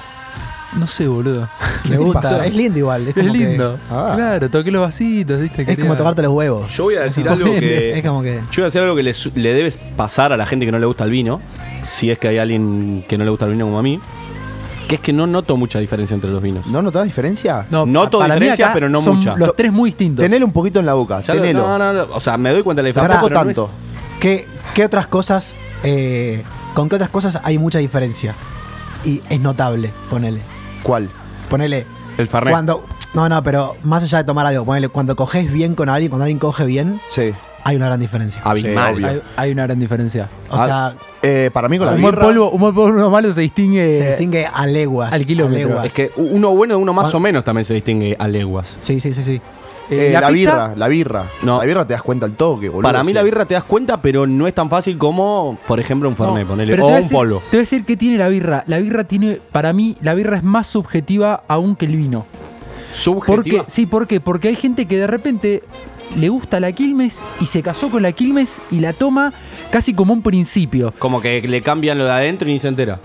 [SPEAKER 9] No sé, boludo.
[SPEAKER 11] Me
[SPEAKER 10] te
[SPEAKER 11] gusta.
[SPEAKER 10] pasa?
[SPEAKER 11] Es lindo igual. Es,
[SPEAKER 9] Es
[SPEAKER 11] como que-
[SPEAKER 9] lindo.
[SPEAKER 10] Ah.
[SPEAKER 9] Claro, toqué los vasitos, ¿viste?
[SPEAKER 11] es como tocarte los huevos.
[SPEAKER 12] Yo voy a decir algo que.
[SPEAKER 11] Es como que-
[SPEAKER 12] Yo voy a decir algo que le, su- le debes pasar a la gente que no le gusta el vino. Si es que hay alguien que no le gusta el vino como a mí. Que es que no noto mucha diferencia entre los vinos.
[SPEAKER 10] ¿No notas diferencia?
[SPEAKER 9] No,
[SPEAKER 12] Noto
[SPEAKER 9] para mí
[SPEAKER 12] diferencia,
[SPEAKER 9] acá
[SPEAKER 12] pero no
[SPEAKER 9] son
[SPEAKER 12] mucha.
[SPEAKER 9] Los tres muy distintos.
[SPEAKER 10] Tenelo un poquito en la boca.
[SPEAKER 12] Ya lo-
[SPEAKER 10] tenelo.
[SPEAKER 12] no, no, no, O sea, me doy cuenta de la diferencia.
[SPEAKER 11] Tampoco
[SPEAKER 12] pero no
[SPEAKER 10] tanto.
[SPEAKER 12] es-
[SPEAKER 11] ¿Qué, qué otras cosas. eh, ¿Con qué otras cosas hay mucha diferencia? Y es notable, ponele.
[SPEAKER 10] ¿Cuál?
[SPEAKER 11] Ponele.
[SPEAKER 12] el Fernet.
[SPEAKER 11] Cuando. No, no, pero más allá de tomar algo, ponele, cuando coges bien con alguien, cuando alguien coge bien, hay una gran diferencia.
[SPEAKER 9] Sí, obvio. hay, hay una gran diferencia.
[SPEAKER 11] O sea,
[SPEAKER 10] Ah, eh, para mí
[SPEAKER 9] humor polvo, humor polvo malo se distingue.
[SPEAKER 11] se distingue a leguas.
[SPEAKER 9] Eh, al kilómetro.
[SPEAKER 11] a leguas.
[SPEAKER 12] Es que u- uno bueno de uno más
[SPEAKER 11] Ah.
[SPEAKER 12] o menos también se distingue a leguas.
[SPEAKER 11] Sí, sí, sí, sí.
[SPEAKER 10] Eh,
[SPEAKER 12] Eh,
[SPEAKER 10] la,
[SPEAKER 12] ¿la pizza?
[SPEAKER 10] birra, la birra. La birra te das cuenta al toque, boludo.
[SPEAKER 12] Para mí la
[SPEAKER 10] Sí.
[SPEAKER 12] birra te das cuenta, pero no es tan fácil como, por ejemplo, un Fernet,
[SPEAKER 9] No,
[SPEAKER 12] ponele,
[SPEAKER 9] pero te
[SPEAKER 12] o
[SPEAKER 9] voy a
[SPEAKER 12] un
[SPEAKER 9] decir-
[SPEAKER 12] polvo.
[SPEAKER 9] Te voy a decir que tiene la birra. La birra tiene, para mí, la birra es más subjetiva aún que el vino.
[SPEAKER 12] ¿Subjetiva?
[SPEAKER 9] Porque, sí, ¿por qué? Porque hay gente que de repente le gusta la Quilmes y se casó con la Quilmes y la toma casi como un principio.
[SPEAKER 12] Como que le cambian lo de adentro y ni se entera.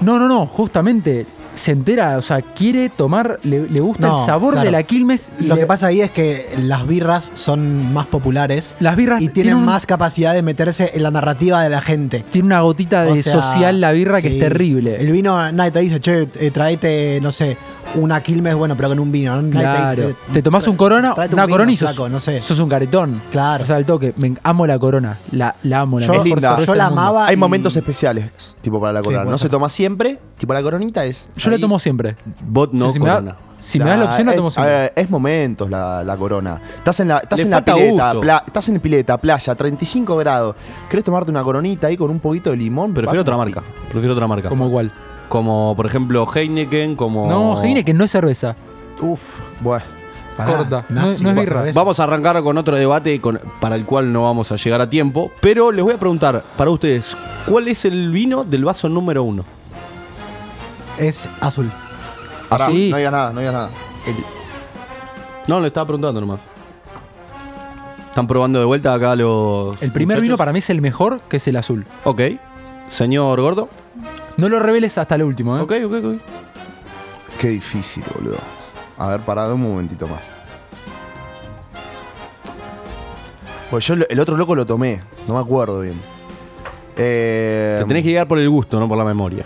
[SPEAKER 9] No, no, no, justamente se entera, o sea, quiere tomar, le, le gusta
[SPEAKER 11] No,
[SPEAKER 9] el sabor
[SPEAKER 11] claro.
[SPEAKER 9] de la Quilmes y eh,
[SPEAKER 11] Lo
[SPEAKER 9] le-
[SPEAKER 11] que pasa ahí es que las birras son más populares.
[SPEAKER 9] Las birras
[SPEAKER 11] y tienen
[SPEAKER 9] tienen un-
[SPEAKER 11] más capacidad de meterse en la narrativa de la gente.
[SPEAKER 9] tiene una gotita de
[SPEAKER 11] O sea,
[SPEAKER 9] social la birra que
[SPEAKER 11] sí.
[SPEAKER 9] es terrible.
[SPEAKER 11] El vino, nadie te dice, che, eh, traete, no sé, una Quilmes, bueno, pero con un vino. ¿no? Nadie
[SPEAKER 9] Claro.
[SPEAKER 11] dice,
[SPEAKER 9] Te tomás un corona,
[SPEAKER 11] tráete un
[SPEAKER 9] una
[SPEAKER 11] vino,
[SPEAKER 9] corona y sos,
[SPEAKER 11] flaco, no sé.
[SPEAKER 9] sos un caretón.
[SPEAKER 11] Claro.
[SPEAKER 9] O sea, al toque. Me en- amo la corona. La, la amo. La
[SPEAKER 11] Yo-
[SPEAKER 9] mejor
[SPEAKER 11] es linda.
[SPEAKER 9] cerveza
[SPEAKER 11] Yo la
[SPEAKER 9] del mundo.
[SPEAKER 11] amaba.
[SPEAKER 10] Hay
[SPEAKER 11] y-
[SPEAKER 10] momentos especiales, tipo para la
[SPEAKER 11] Sí,
[SPEAKER 10] corona.
[SPEAKER 11] puede
[SPEAKER 10] no
[SPEAKER 11] ser.
[SPEAKER 10] se toma siempre, tipo la coronita es.
[SPEAKER 9] Yo la tomo siempre.
[SPEAKER 12] Bot no
[SPEAKER 9] Sí, si me da-
[SPEAKER 12] corona.
[SPEAKER 9] si me das la opción, la
[SPEAKER 10] es-
[SPEAKER 9] tomo
[SPEAKER 10] A
[SPEAKER 9] siempre.
[SPEAKER 10] ver, es momentos la, la corona. Estás en la, estás
[SPEAKER 12] Le
[SPEAKER 10] en la
[SPEAKER 12] falta
[SPEAKER 10] pileta,
[SPEAKER 12] gusto.
[SPEAKER 10] pla- estás en la pileta, playa, 35 grados. ¿Querés tomarte una coronita ahí con un poquito de limón?
[SPEAKER 12] Prefiero otra
[SPEAKER 10] Vamos.
[SPEAKER 12] marca. Prefiero otra marca.
[SPEAKER 9] Como igual.
[SPEAKER 12] Como, por ejemplo, Heineken, como.
[SPEAKER 9] No, Heineken que no es cerveza.
[SPEAKER 10] Uf, bueno.
[SPEAKER 11] Pará,
[SPEAKER 9] Corta. No-
[SPEAKER 11] nazi,
[SPEAKER 9] no es
[SPEAKER 11] la
[SPEAKER 9] birra.
[SPEAKER 11] cerveza.
[SPEAKER 12] Vamos a arrancar con otro debate con- para el cual no vamos a llegar a tiempo. Pero les voy a preguntar para ustedes: ¿cuál es el vino del vaso número uno?
[SPEAKER 11] Es azul.
[SPEAKER 10] Pará,
[SPEAKER 9] Sí.
[SPEAKER 10] No digas nada, no digas nada.
[SPEAKER 12] No, le estaba preguntando nomás. Están probando de vuelta acá los.
[SPEAKER 9] El primer vino
[SPEAKER 12] muchachos.
[SPEAKER 9] para mí es el mejor, que es el azul.
[SPEAKER 12] Ok. Señor Gordo.
[SPEAKER 9] No lo reveles hasta el último, ¿eh?
[SPEAKER 12] Ok, ok, ok.
[SPEAKER 10] Qué difícil, boludo. A ver, parado un momentito más. Pues yo lo- el otro loco lo tomé, no me acuerdo bien. Eh,
[SPEAKER 12] Te tenés que llegar por el gusto, no por la memoria.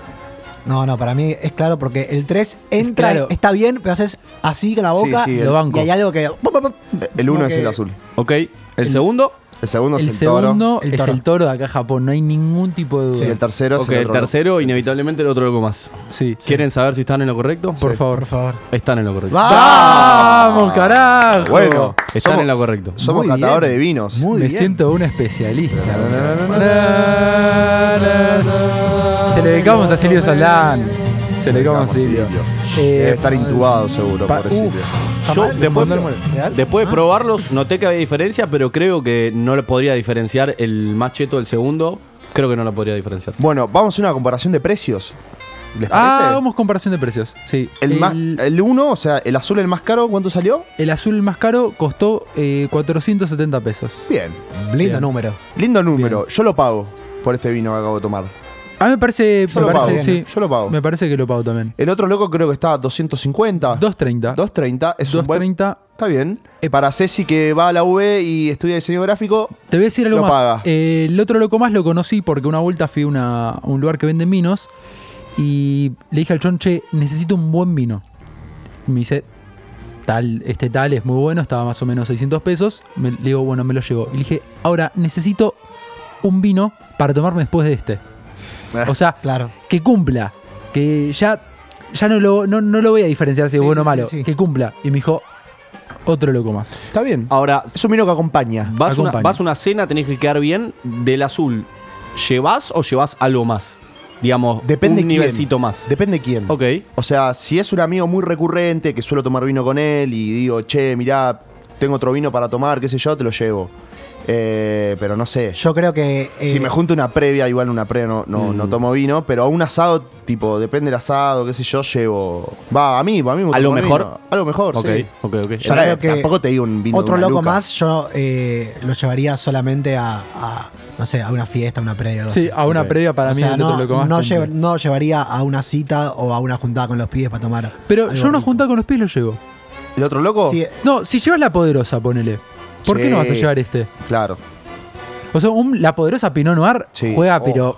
[SPEAKER 11] No, no, para mí es claro porque el 3 entra,
[SPEAKER 9] Claro.
[SPEAKER 11] está bien, pero haces así con la boca
[SPEAKER 10] sí,
[SPEAKER 11] y,
[SPEAKER 10] el-
[SPEAKER 9] Lo banco.
[SPEAKER 11] hay algo que. pop, pop, pop.
[SPEAKER 10] el uno
[SPEAKER 11] Como
[SPEAKER 10] es
[SPEAKER 11] que-
[SPEAKER 10] el azul.
[SPEAKER 12] Ok. El, segundo.
[SPEAKER 10] El segundo
[SPEAKER 9] El
[SPEAKER 10] es el toro.
[SPEAKER 9] segundo
[SPEAKER 11] El
[SPEAKER 9] es
[SPEAKER 11] toro.
[SPEAKER 9] el toro de acá Japón. No hay ningún tipo de
[SPEAKER 10] Sí, el
[SPEAKER 9] duda.
[SPEAKER 10] tercero es
[SPEAKER 12] Ok, el
[SPEAKER 10] otro loco.
[SPEAKER 12] tercero, inevitablemente el otro loco más.
[SPEAKER 9] Sí.
[SPEAKER 12] ¿Quieren saber si están en lo correcto?
[SPEAKER 9] Por favor.
[SPEAKER 11] Por favor.
[SPEAKER 12] Están en lo correcto.
[SPEAKER 9] ¡Vamos, carajo!
[SPEAKER 10] Bueno,
[SPEAKER 12] Están
[SPEAKER 10] somos,
[SPEAKER 12] en lo correcto.
[SPEAKER 10] somos
[SPEAKER 11] Muy bien.
[SPEAKER 10] catadores de vinos.
[SPEAKER 11] Muy
[SPEAKER 9] Me
[SPEAKER 11] bien.
[SPEAKER 9] siento un especialista. Se lo dedicamos a Silvio Soldán. Se lo dedicamos a Silvio.
[SPEAKER 10] Debe
[SPEAKER 9] Eh,
[SPEAKER 10] estar intubado seguro,
[SPEAKER 9] pa-
[SPEAKER 10] pobrecito.
[SPEAKER 9] uf.
[SPEAKER 11] ¿Está
[SPEAKER 12] Yo
[SPEAKER 11] mal?
[SPEAKER 12] después,
[SPEAKER 11] ¿Real?
[SPEAKER 12] después de
[SPEAKER 11] Ah.
[SPEAKER 12] probarlos noté que había diferencia, pero creo que no le podría diferenciar el más cheto del segundo. Creo que no lo podría diferenciar.
[SPEAKER 10] Bueno, vamos a una comparación de precios. ¿Les parece?
[SPEAKER 9] Ah, hagamos comparación de precios. Sí.
[SPEAKER 10] el, más,
[SPEAKER 9] el,
[SPEAKER 10] el uno, o sea, el azul el más caro, ¿cuánto salió?
[SPEAKER 9] el azul más caro costó eh, 470 pesos.
[SPEAKER 10] Bien.
[SPEAKER 11] Lindo
[SPEAKER 9] Bien.
[SPEAKER 11] número.
[SPEAKER 10] Lindo número. Yo lo pago por este vino que acabo de tomar.
[SPEAKER 9] A mí me parece.
[SPEAKER 10] Yo
[SPEAKER 9] me
[SPEAKER 10] lo
[SPEAKER 9] parece
[SPEAKER 10] pago,
[SPEAKER 9] sí.
[SPEAKER 10] yo lo pago.
[SPEAKER 9] Me parece que lo pago también.
[SPEAKER 10] El otro loco creo que está a 250.
[SPEAKER 9] 230.
[SPEAKER 10] 230. Ah. Es un buen-
[SPEAKER 9] 230.
[SPEAKER 10] Está bien.
[SPEAKER 9] Eh,
[SPEAKER 10] Para Ceci que va a la V y estudia diseño gráfico.
[SPEAKER 9] Te voy a decir algo
[SPEAKER 10] Lo
[SPEAKER 9] más.
[SPEAKER 10] paga.
[SPEAKER 9] Eh, el otro loco más lo conocí porque una vuelta fui a, una- a un lugar que venden vinos y le dije al chonche, necesito un buen vino. Y me dice, tal, este tal es muy bueno, estaba más o menos 600 pesos. Me- le digo, bueno, me lo llevo. Y le dije, ahora necesito un vino para tomarme después de este.
[SPEAKER 11] Ah.
[SPEAKER 9] O sea,
[SPEAKER 11] Claro.
[SPEAKER 9] que cumpla. Que ya, ya no, lo, no, no lo voy a diferenciar si
[SPEAKER 11] Sí,
[SPEAKER 9] es bueno o
[SPEAKER 11] sí,
[SPEAKER 9] malo.
[SPEAKER 11] sí, sí.
[SPEAKER 9] Que cumpla. Y me dijo, otro loco más.
[SPEAKER 10] Está bien.
[SPEAKER 12] Ahora,
[SPEAKER 10] Es un vino que acompaña.
[SPEAKER 12] vas a una,
[SPEAKER 9] Acompaña.
[SPEAKER 12] vas a una cena, tenés que quedar bien. Del azul, ¿llevas o llevas algo más? Digamos,
[SPEAKER 10] Depende
[SPEAKER 12] un
[SPEAKER 10] quién.
[SPEAKER 12] nivelcito más.
[SPEAKER 10] Depende quién.
[SPEAKER 12] ok.
[SPEAKER 10] O sea, si es un amigo muy recurrente que suelo tomar vino con él y digo, che, mirá, tengo otro vino para tomar, qué sé yo, te lo llevo. Eh, pero no sé.
[SPEAKER 11] Yo creo que. eh,
[SPEAKER 10] si me junto una previa, igual una previa no, no, no tomo vino, pero a un asado, tipo, depende del asado, qué sé yo, llevo. Va, a mí, a mí me gusta
[SPEAKER 12] ¿Algo
[SPEAKER 10] tomar
[SPEAKER 12] mejor?
[SPEAKER 10] vino. Algo mejor,
[SPEAKER 12] Ok,
[SPEAKER 10] sí.
[SPEAKER 12] ok, ok.
[SPEAKER 10] Yo
[SPEAKER 11] creo
[SPEAKER 10] ahora,
[SPEAKER 11] que
[SPEAKER 10] eh, tampoco te digo un vino. de
[SPEAKER 11] Otro
[SPEAKER 10] una
[SPEAKER 11] loco
[SPEAKER 10] luca.
[SPEAKER 11] más, yo eh, lo llevaría solamente a, a, No sé, a una fiesta, a una previa. algo
[SPEAKER 9] Sí,
[SPEAKER 11] así.
[SPEAKER 9] a una
[SPEAKER 12] ok.
[SPEAKER 9] previa para
[SPEAKER 11] O
[SPEAKER 9] mí
[SPEAKER 11] sea,
[SPEAKER 9] el otro
[SPEAKER 11] no,
[SPEAKER 9] loco más.
[SPEAKER 11] no,
[SPEAKER 9] cumple.
[SPEAKER 11] lle- no llevaría a una cita o a una juntada con los pibes para tomar.
[SPEAKER 9] Pero
[SPEAKER 11] algo
[SPEAKER 9] yo una
[SPEAKER 11] rico.
[SPEAKER 9] junta con los pies lo llevo.
[SPEAKER 10] ¿El otro loco?
[SPEAKER 11] Sí,
[SPEAKER 9] No, si llevas la poderosa, ponele. ¿Por qué
[SPEAKER 10] Sí.
[SPEAKER 9] no vas a llevar este?
[SPEAKER 10] Claro.
[SPEAKER 9] O sea, un- la poderosa Pinot Noir
[SPEAKER 10] Sí.
[SPEAKER 9] juega,
[SPEAKER 10] Oh.
[SPEAKER 9] pero.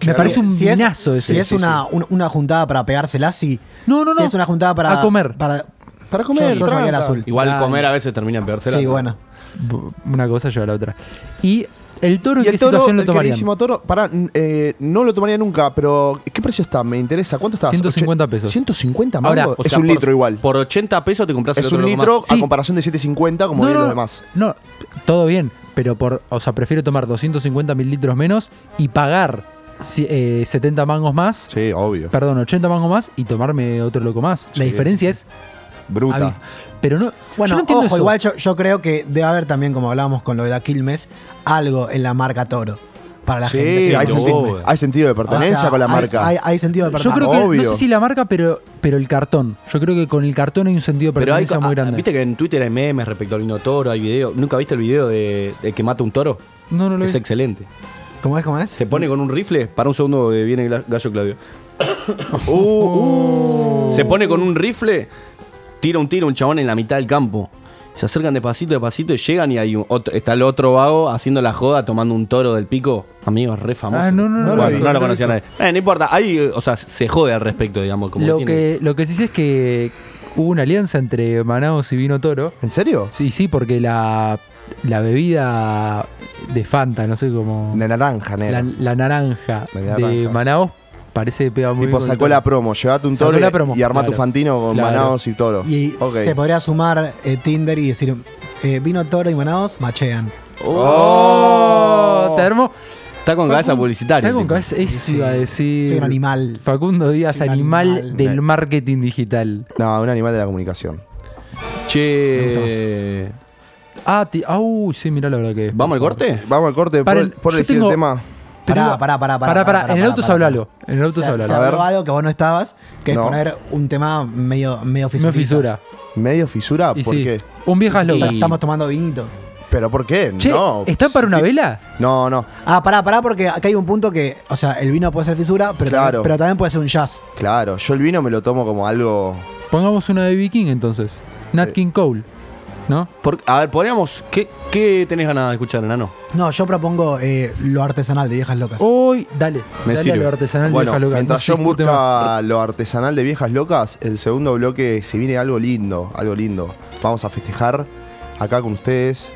[SPEAKER 9] Me
[SPEAKER 11] Sí,
[SPEAKER 9] parece un
[SPEAKER 11] si es-
[SPEAKER 9] minazo ese.
[SPEAKER 11] Si es
[SPEAKER 9] Sí,
[SPEAKER 11] una, un- una juntada para pegársela, sí.
[SPEAKER 9] No, no,
[SPEAKER 11] Si
[SPEAKER 9] no.
[SPEAKER 11] es una juntada para.
[SPEAKER 9] A comer.
[SPEAKER 11] Para,
[SPEAKER 10] Para
[SPEAKER 11] yo,
[SPEAKER 10] comer,
[SPEAKER 11] yo llevaría el
[SPEAKER 10] tranca.
[SPEAKER 11] azul.
[SPEAKER 12] Igual
[SPEAKER 9] Dale.
[SPEAKER 12] comer a veces termina en pegársela.
[SPEAKER 11] Sí, bueno.
[SPEAKER 9] sí. Una cosa lleva a la otra. Y El toro en
[SPEAKER 10] y el
[SPEAKER 9] qué
[SPEAKER 10] toro,
[SPEAKER 9] situación lo
[SPEAKER 10] el
[SPEAKER 9] tomarían?
[SPEAKER 10] queridísimo toro, pará, n- eh, no lo tomaría nunca, pero ¿qué precio está? Me interesa. ¿Cuánto está?
[SPEAKER 9] 150
[SPEAKER 10] Oche-
[SPEAKER 9] pesos.
[SPEAKER 10] 150
[SPEAKER 9] Ahora,
[SPEAKER 10] mango?
[SPEAKER 9] o
[SPEAKER 10] es
[SPEAKER 9] sea,
[SPEAKER 10] un
[SPEAKER 9] por-
[SPEAKER 10] litro igual.
[SPEAKER 12] Por 80 pesos te compras el
[SPEAKER 10] Es
[SPEAKER 12] otro
[SPEAKER 10] un
[SPEAKER 12] loco
[SPEAKER 10] litro
[SPEAKER 12] más.
[SPEAKER 10] a
[SPEAKER 9] Sí.
[SPEAKER 10] comparación de 750 como bien los demás.
[SPEAKER 9] No, todo bien, pero por, o sea, prefiero tomar 250 mililitros menos y pagar si- eh, 70 mangos más,
[SPEAKER 10] Sí, obvio.
[SPEAKER 9] perdón, 80 mangos más y tomarme otro loco más. La
[SPEAKER 10] Sí,
[SPEAKER 9] diferencia es
[SPEAKER 10] Bruta.
[SPEAKER 9] abismal. Pero no, yo
[SPEAKER 11] Bueno,
[SPEAKER 9] no entiendo
[SPEAKER 11] ojo,
[SPEAKER 9] eso.
[SPEAKER 11] igual yo, yo creo que debe haber también, como hablábamos con lo de la Quilmes, algo en la marca Toro. Para la
[SPEAKER 10] Sí,
[SPEAKER 11] gente. que
[SPEAKER 10] hay,
[SPEAKER 11] lo
[SPEAKER 10] senti-
[SPEAKER 11] consume.
[SPEAKER 10] hay sentido de pertenencia
[SPEAKER 11] O sea,
[SPEAKER 10] con la
[SPEAKER 11] hay-
[SPEAKER 10] marca.
[SPEAKER 11] Hay, hay sentido
[SPEAKER 9] yo
[SPEAKER 11] de pertenencia.
[SPEAKER 9] creo que,
[SPEAKER 10] Obvio.
[SPEAKER 9] no sé si la marca, pero, pero el cartón. Yo creo que con el cartón hay un sentido de
[SPEAKER 12] Pero hay,
[SPEAKER 9] pertenencia
[SPEAKER 12] ah,
[SPEAKER 9] muy grande.
[SPEAKER 12] viste que en Twitter hay memes respecto al vino toro, hay video. ¿Nunca viste el video de, de que mata un toro?
[SPEAKER 9] No, no lo
[SPEAKER 12] Es
[SPEAKER 9] vi.
[SPEAKER 12] excelente.
[SPEAKER 11] ¿Cómo es? ¿Cómo es?
[SPEAKER 12] Se pone con un rifle, para un segundo que viene Gla- Gallo Claudio. Uh. Se pone con un rifle, tira un tiro a un chabón en la mitad del campo. Se acercan despacito, despacito y llegan y hay un otro- está el otro vago haciendo la joda tomando un toro del pico. Amigo, es re famoso.
[SPEAKER 9] Ah, no, no, no lo
[SPEAKER 12] Bueno,
[SPEAKER 9] vi,
[SPEAKER 12] no
[SPEAKER 9] no
[SPEAKER 12] lo
[SPEAKER 9] lo
[SPEAKER 12] conocía
[SPEAKER 9] vi.
[SPEAKER 12] nadie. Eh, no importa, ahí, eh, o sea, se jode al respecto, digamos. Como
[SPEAKER 9] Lo
[SPEAKER 12] tiene-
[SPEAKER 9] que, lo que sí sé es que hubo una alianza entre Manaus y Vino Toro.
[SPEAKER 10] ¿En serio?
[SPEAKER 9] Sí, sí, porque la, la bebida de Fanta, no sé cómo.
[SPEAKER 10] De naranja,
[SPEAKER 9] La,
[SPEAKER 10] nena.
[SPEAKER 9] la naranja
[SPEAKER 10] La
[SPEAKER 9] de
[SPEAKER 10] naranja.
[SPEAKER 9] Manaos parece que pega muy
[SPEAKER 10] Tipo,
[SPEAKER 9] bien. con
[SPEAKER 10] sacó
[SPEAKER 9] el
[SPEAKER 10] la
[SPEAKER 9] toro.
[SPEAKER 10] promo. Llevate un
[SPEAKER 9] Sacó
[SPEAKER 10] toro
[SPEAKER 9] la
[SPEAKER 10] y-
[SPEAKER 9] promo,
[SPEAKER 10] y armá tu
[SPEAKER 9] claro.
[SPEAKER 10] fantino con
[SPEAKER 9] Claro.
[SPEAKER 10] manados y toro.
[SPEAKER 11] Y
[SPEAKER 10] Ok.
[SPEAKER 11] se podría sumar eh, Tinder y decir, eh, vino Toro y Manados, machean.
[SPEAKER 9] ¡Oh! Te armó.
[SPEAKER 12] Está con cabeza publicitaria.
[SPEAKER 9] Está con
[SPEAKER 12] tipo.
[SPEAKER 9] cabeza. Eso
[SPEAKER 11] Sí,
[SPEAKER 9] iba a decir.
[SPEAKER 11] soy un animal.
[SPEAKER 9] Facundo Díaz,
[SPEAKER 11] Soy un
[SPEAKER 9] animal,
[SPEAKER 11] animal.
[SPEAKER 9] del marketing digital.
[SPEAKER 10] No, un animal de la comunicación.
[SPEAKER 12] Che.
[SPEAKER 9] Ah, ti- ah, uy, sí, mirá la verdad que es.
[SPEAKER 12] ¿Vamos al corte?
[SPEAKER 10] Vamos al corte
[SPEAKER 9] Paren,
[SPEAKER 10] por, por
[SPEAKER 9] yo
[SPEAKER 10] elegir
[SPEAKER 9] tengo-
[SPEAKER 10] el tema.
[SPEAKER 9] Pero
[SPEAKER 11] Pará,
[SPEAKER 9] iba-
[SPEAKER 11] pará, pará, pará,
[SPEAKER 9] Pará,
[SPEAKER 11] pará,
[SPEAKER 9] En el
[SPEAKER 11] pará,
[SPEAKER 9] auto se
[SPEAKER 11] pará.
[SPEAKER 9] habló. En el auto se
[SPEAKER 11] Se,
[SPEAKER 9] habló.
[SPEAKER 11] se
[SPEAKER 10] A ver.
[SPEAKER 11] habló algo que vos no estabas, que
[SPEAKER 10] No.
[SPEAKER 11] es poner un tema medio, medio
[SPEAKER 9] No
[SPEAKER 11] fisurita.
[SPEAKER 9] fisura.
[SPEAKER 10] ¿Medio
[SPEAKER 11] Ah,
[SPEAKER 10] fisura?
[SPEAKER 9] Y
[SPEAKER 10] ¿Por
[SPEAKER 9] sí.
[SPEAKER 10] qué?
[SPEAKER 9] Un viejas
[SPEAKER 11] Ta-
[SPEAKER 9] locas.
[SPEAKER 11] Estamos tomando vinito.
[SPEAKER 10] ¿Pero por qué?
[SPEAKER 9] Che,
[SPEAKER 10] no.
[SPEAKER 9] ¿están para una
[SPEAKER 10] Sí.
[SPEAKER 9] vela?
[SPEAKER 10] No, no.
[SPEAKER 11] Ah, pará, pará, porque acá hay un punto que, o sea, el vino puede ser fisura, pero,
[SPEAKER 10] Claro.
[SPEAKER 11] también, pero también puede ser un jazz.
[SPEAKER 10] Claro, yo el vino me lo tomo como algo.
[SPEAKER 9] Pongamos una de Viking entonces.
[SPEAKER 10] Eh.
[SPEAKER 9] Nat King Cole. ¿No?
[SPEAKER 12] Por- a ver, podríamos. ¿Qué, qué tenés ganas de escuchar, enano?
[SPEAKER 11] No, yo propongo eh, lo artesanal de viejas locas.
[SPEAKER 9] Hoy, dale.
[SPEAKER 12] Me
[SPEAKER 9] dale
[SPEAKER 12] sirve.
[SPEAKER 9] a lo artesanal de
[SPEAKER 10] Bueno,
[SPEAKER 9] viejas locas.
[SPEAKER 10] mientras
[SPEAKER 9] No
[SPEAKER 10] yo
[SPEAKER 9] se discute más.
[SPEAKER 10] busca lo artesanal de viejas locas, el segundo bloque se viene algo lindo, algo lindo. Vamos a festejar acá con ustedes.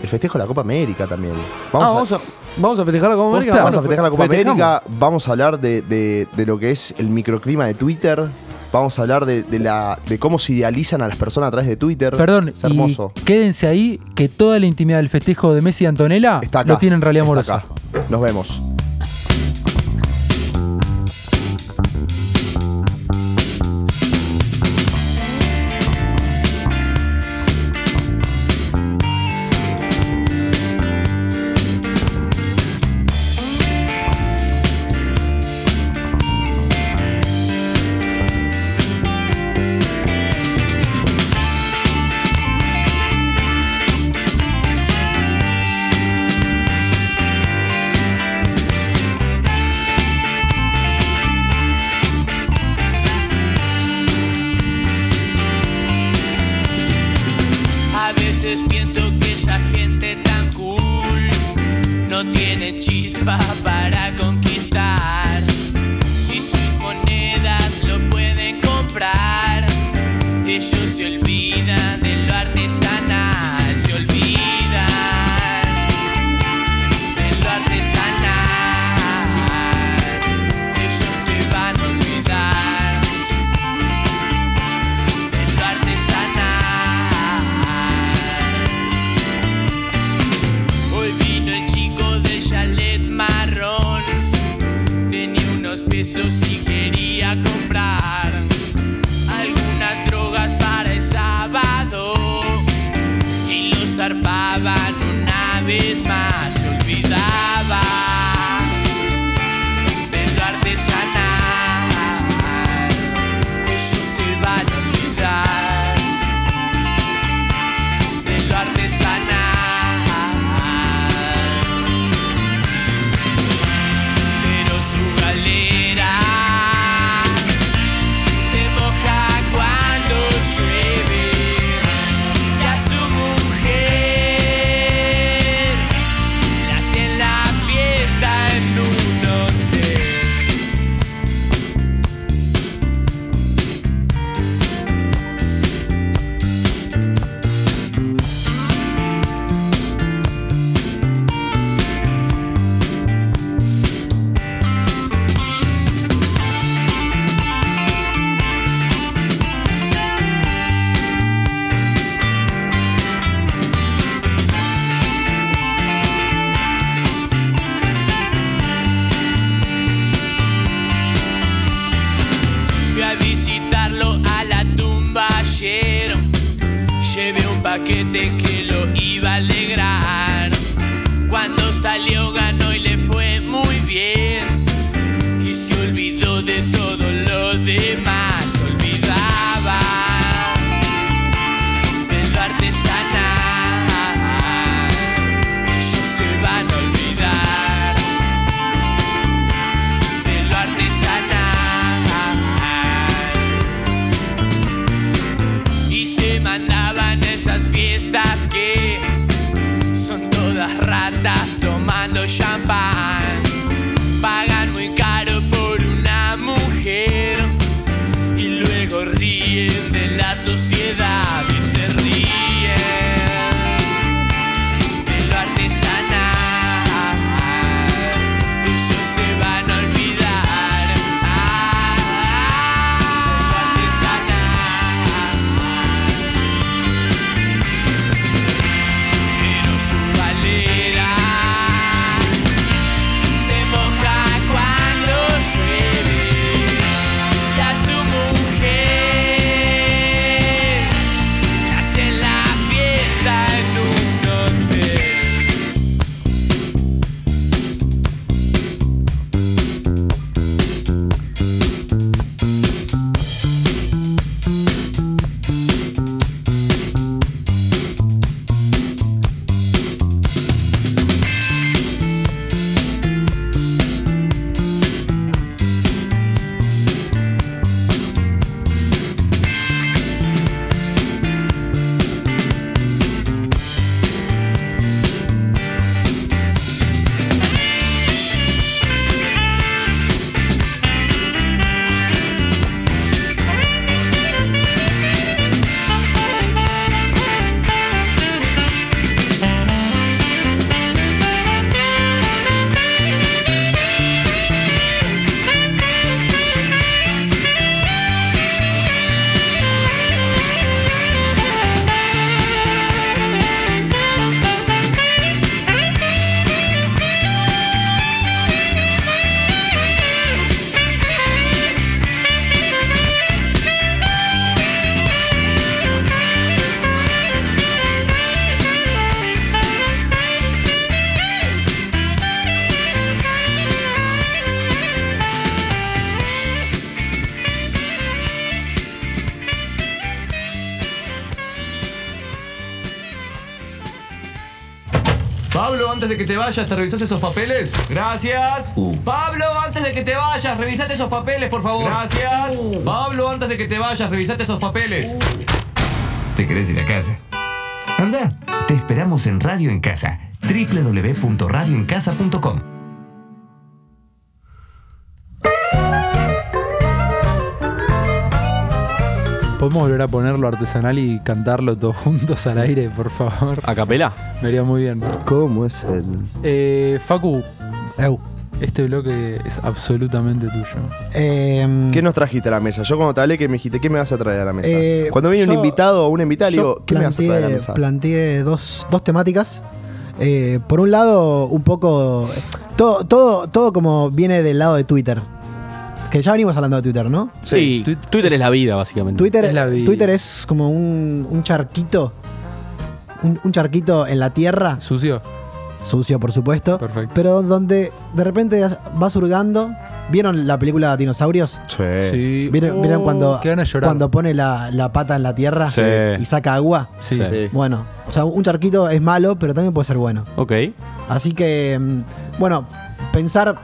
[SPEAKER 10] El festejo de la Copa América también.
[SPEAKER 12] ah, vamos, a, vamos a festejar la Copa América.
[SPEAKER 9] Posta.
[SPEAKER 10] Vamos
[SPEAKER 12] Bueno,
[SPEAKER 10] a festejar la Copa
[SPEAKER 12] festejamos.
[SPEAKER 10] América, vamos a hablar de, de- de lo que es el microclima de Twitter, vamos a hablar de, de la, de cómo se idealizan a las personas a través de Twitter.
[SPEAKER 9] Perdón,
[SPEAKER 10] es
[SPEAKER 9] y
[SPEAKER 10] hermoso.
[SPEAKER 9] quédense ahí que toda la intimidad del festejo de Messi y Antonella
[SPEAKER 10] Está acá.
[SPEAKER 9] lo tienen en realidad
[SPEAKER 10] está
[SPEAKER 9] amorosa.
[SPEAKER 10] acá. Nos vemos.
[SPEAKER 7] A veces pienso que esa gente tan cool no tiene chispa para conquistar. Si sus monedas lo pueden comprar, ellos se olvidan de lo artesanal, se olvidan de lo artesanal. Ellos se van a olvidar de lo artesanal. Hoy vino el chico de chalet marrón, tenía unos pesos y quería comprar algunas drogas para esa solicitarlo a la tumba ayer. Llevé un paquete que lo iba a alegrar. Cuando salió ganó y le fue muy bien. Y se olvidó de todo lo demás. Se Olvidaba de lo artesanal. Ellos se van a olvidar de lo artesanal y se mandaban esas fiestas que son todas ratas tomando champán pagan muy caro por una mujer y luego ríen de la sociedad y se ríen de lo artesanal ellos se van a olvidar ah, lo artesanal. Pero su valera se moja cuando llueve y a su mujer le hace la fiesta en un hotel.
[SPEAKER 13] Pablo, antes de que te vayas, ¿te revisás esos papeles? Uh. Gracias. Pablo, antes de que te vayas, revisate esos papeles, por favor. Uh. Gracias. Pablo, antes de que te vayas, revisate esos papeles.
[SPEAKER 2] ¿Te querés ir a casa? Anda, te esperamos en Radio en Casa, www.radioencasa.com.
[SPEAKER 9] ¿Podemos volver a ponerlo artesanal y cantarlo todos juntos al aire, por favor?
[SPEAKER 12] A capela.
[SPEAKER 9] Me iría muy bien.
[SPEAKER 10] ¿Cómo es el...?
[SPEAKER 9] Eh, Facu, este bloque es absolutamente tuyo.
[SPEAKER 11] Em,
[SPEAKER 10] ¿Qué nos trajiste a la mesa? Yo cuando te hablé que me dijiste, ¿qué me vas a traer a la mesa?
[SPEAKER 11] Eh,
[SPEAKER 10] cuando viene un
[SPEAKER 11] yo-
[SPEAKER 10] invitado o una invitada, le
[SPEAKER 11] yo
[SPEAKER 10] digo, ¿qué me vas a traer a la
[SPEAKER 11] planteé-
[SPEAKER 10] mesa?
[SPEAKER 11] Planteé dos, dos temáticas. Eh, por un lado, un poco. Todo, todo, todo como viene del lado de Twitter. Que ya venimos hablando de Twitter, ¿no?
[SPEAKER 12] Sí, Twitter es la vida, básicamente.
[SPEAKER 11] Twitter es, Twitter es como un, un charquito. Un, un charquito en la tierra.
[SPEAKER 9] Sucio.
[SPEAKER 11] Sucio, por supuesto. Perfecto. Pero donde de repente va surgando. ¿Vieron la película Dinosaurios?
[SPEAKER 9] Sí.
[SPEAKER 11] ¿Vieron,
[SPEAKER 9] Oh,
[SPEAKER 11] vieron cuando,
[SPEAKER 9] que van a llorar.
[SPEAKER 11] cuando pone la, la pata en la tierra
[SPEAKER 12] Sí.
[SPEAKER 11] y saca agua?
[SPEAKER 12] Sí. Sí.
[SPEAKER 11] Bueno, o sea, un charquito es malo, pero también puede ser bueno.
[SPEAKER 12] Ok.
[SPEAKER 11] Así que, mm, bueno, pensar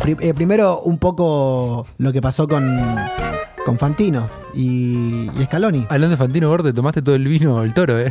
[SPEAKER 11] pri- eh, primero un poco lo que pasó con, con Fantino y, y Scaloni.
[SPEAKER 9] Hablando de Fantino Gordo, te tomaste todo el vino del toro, ¿eh?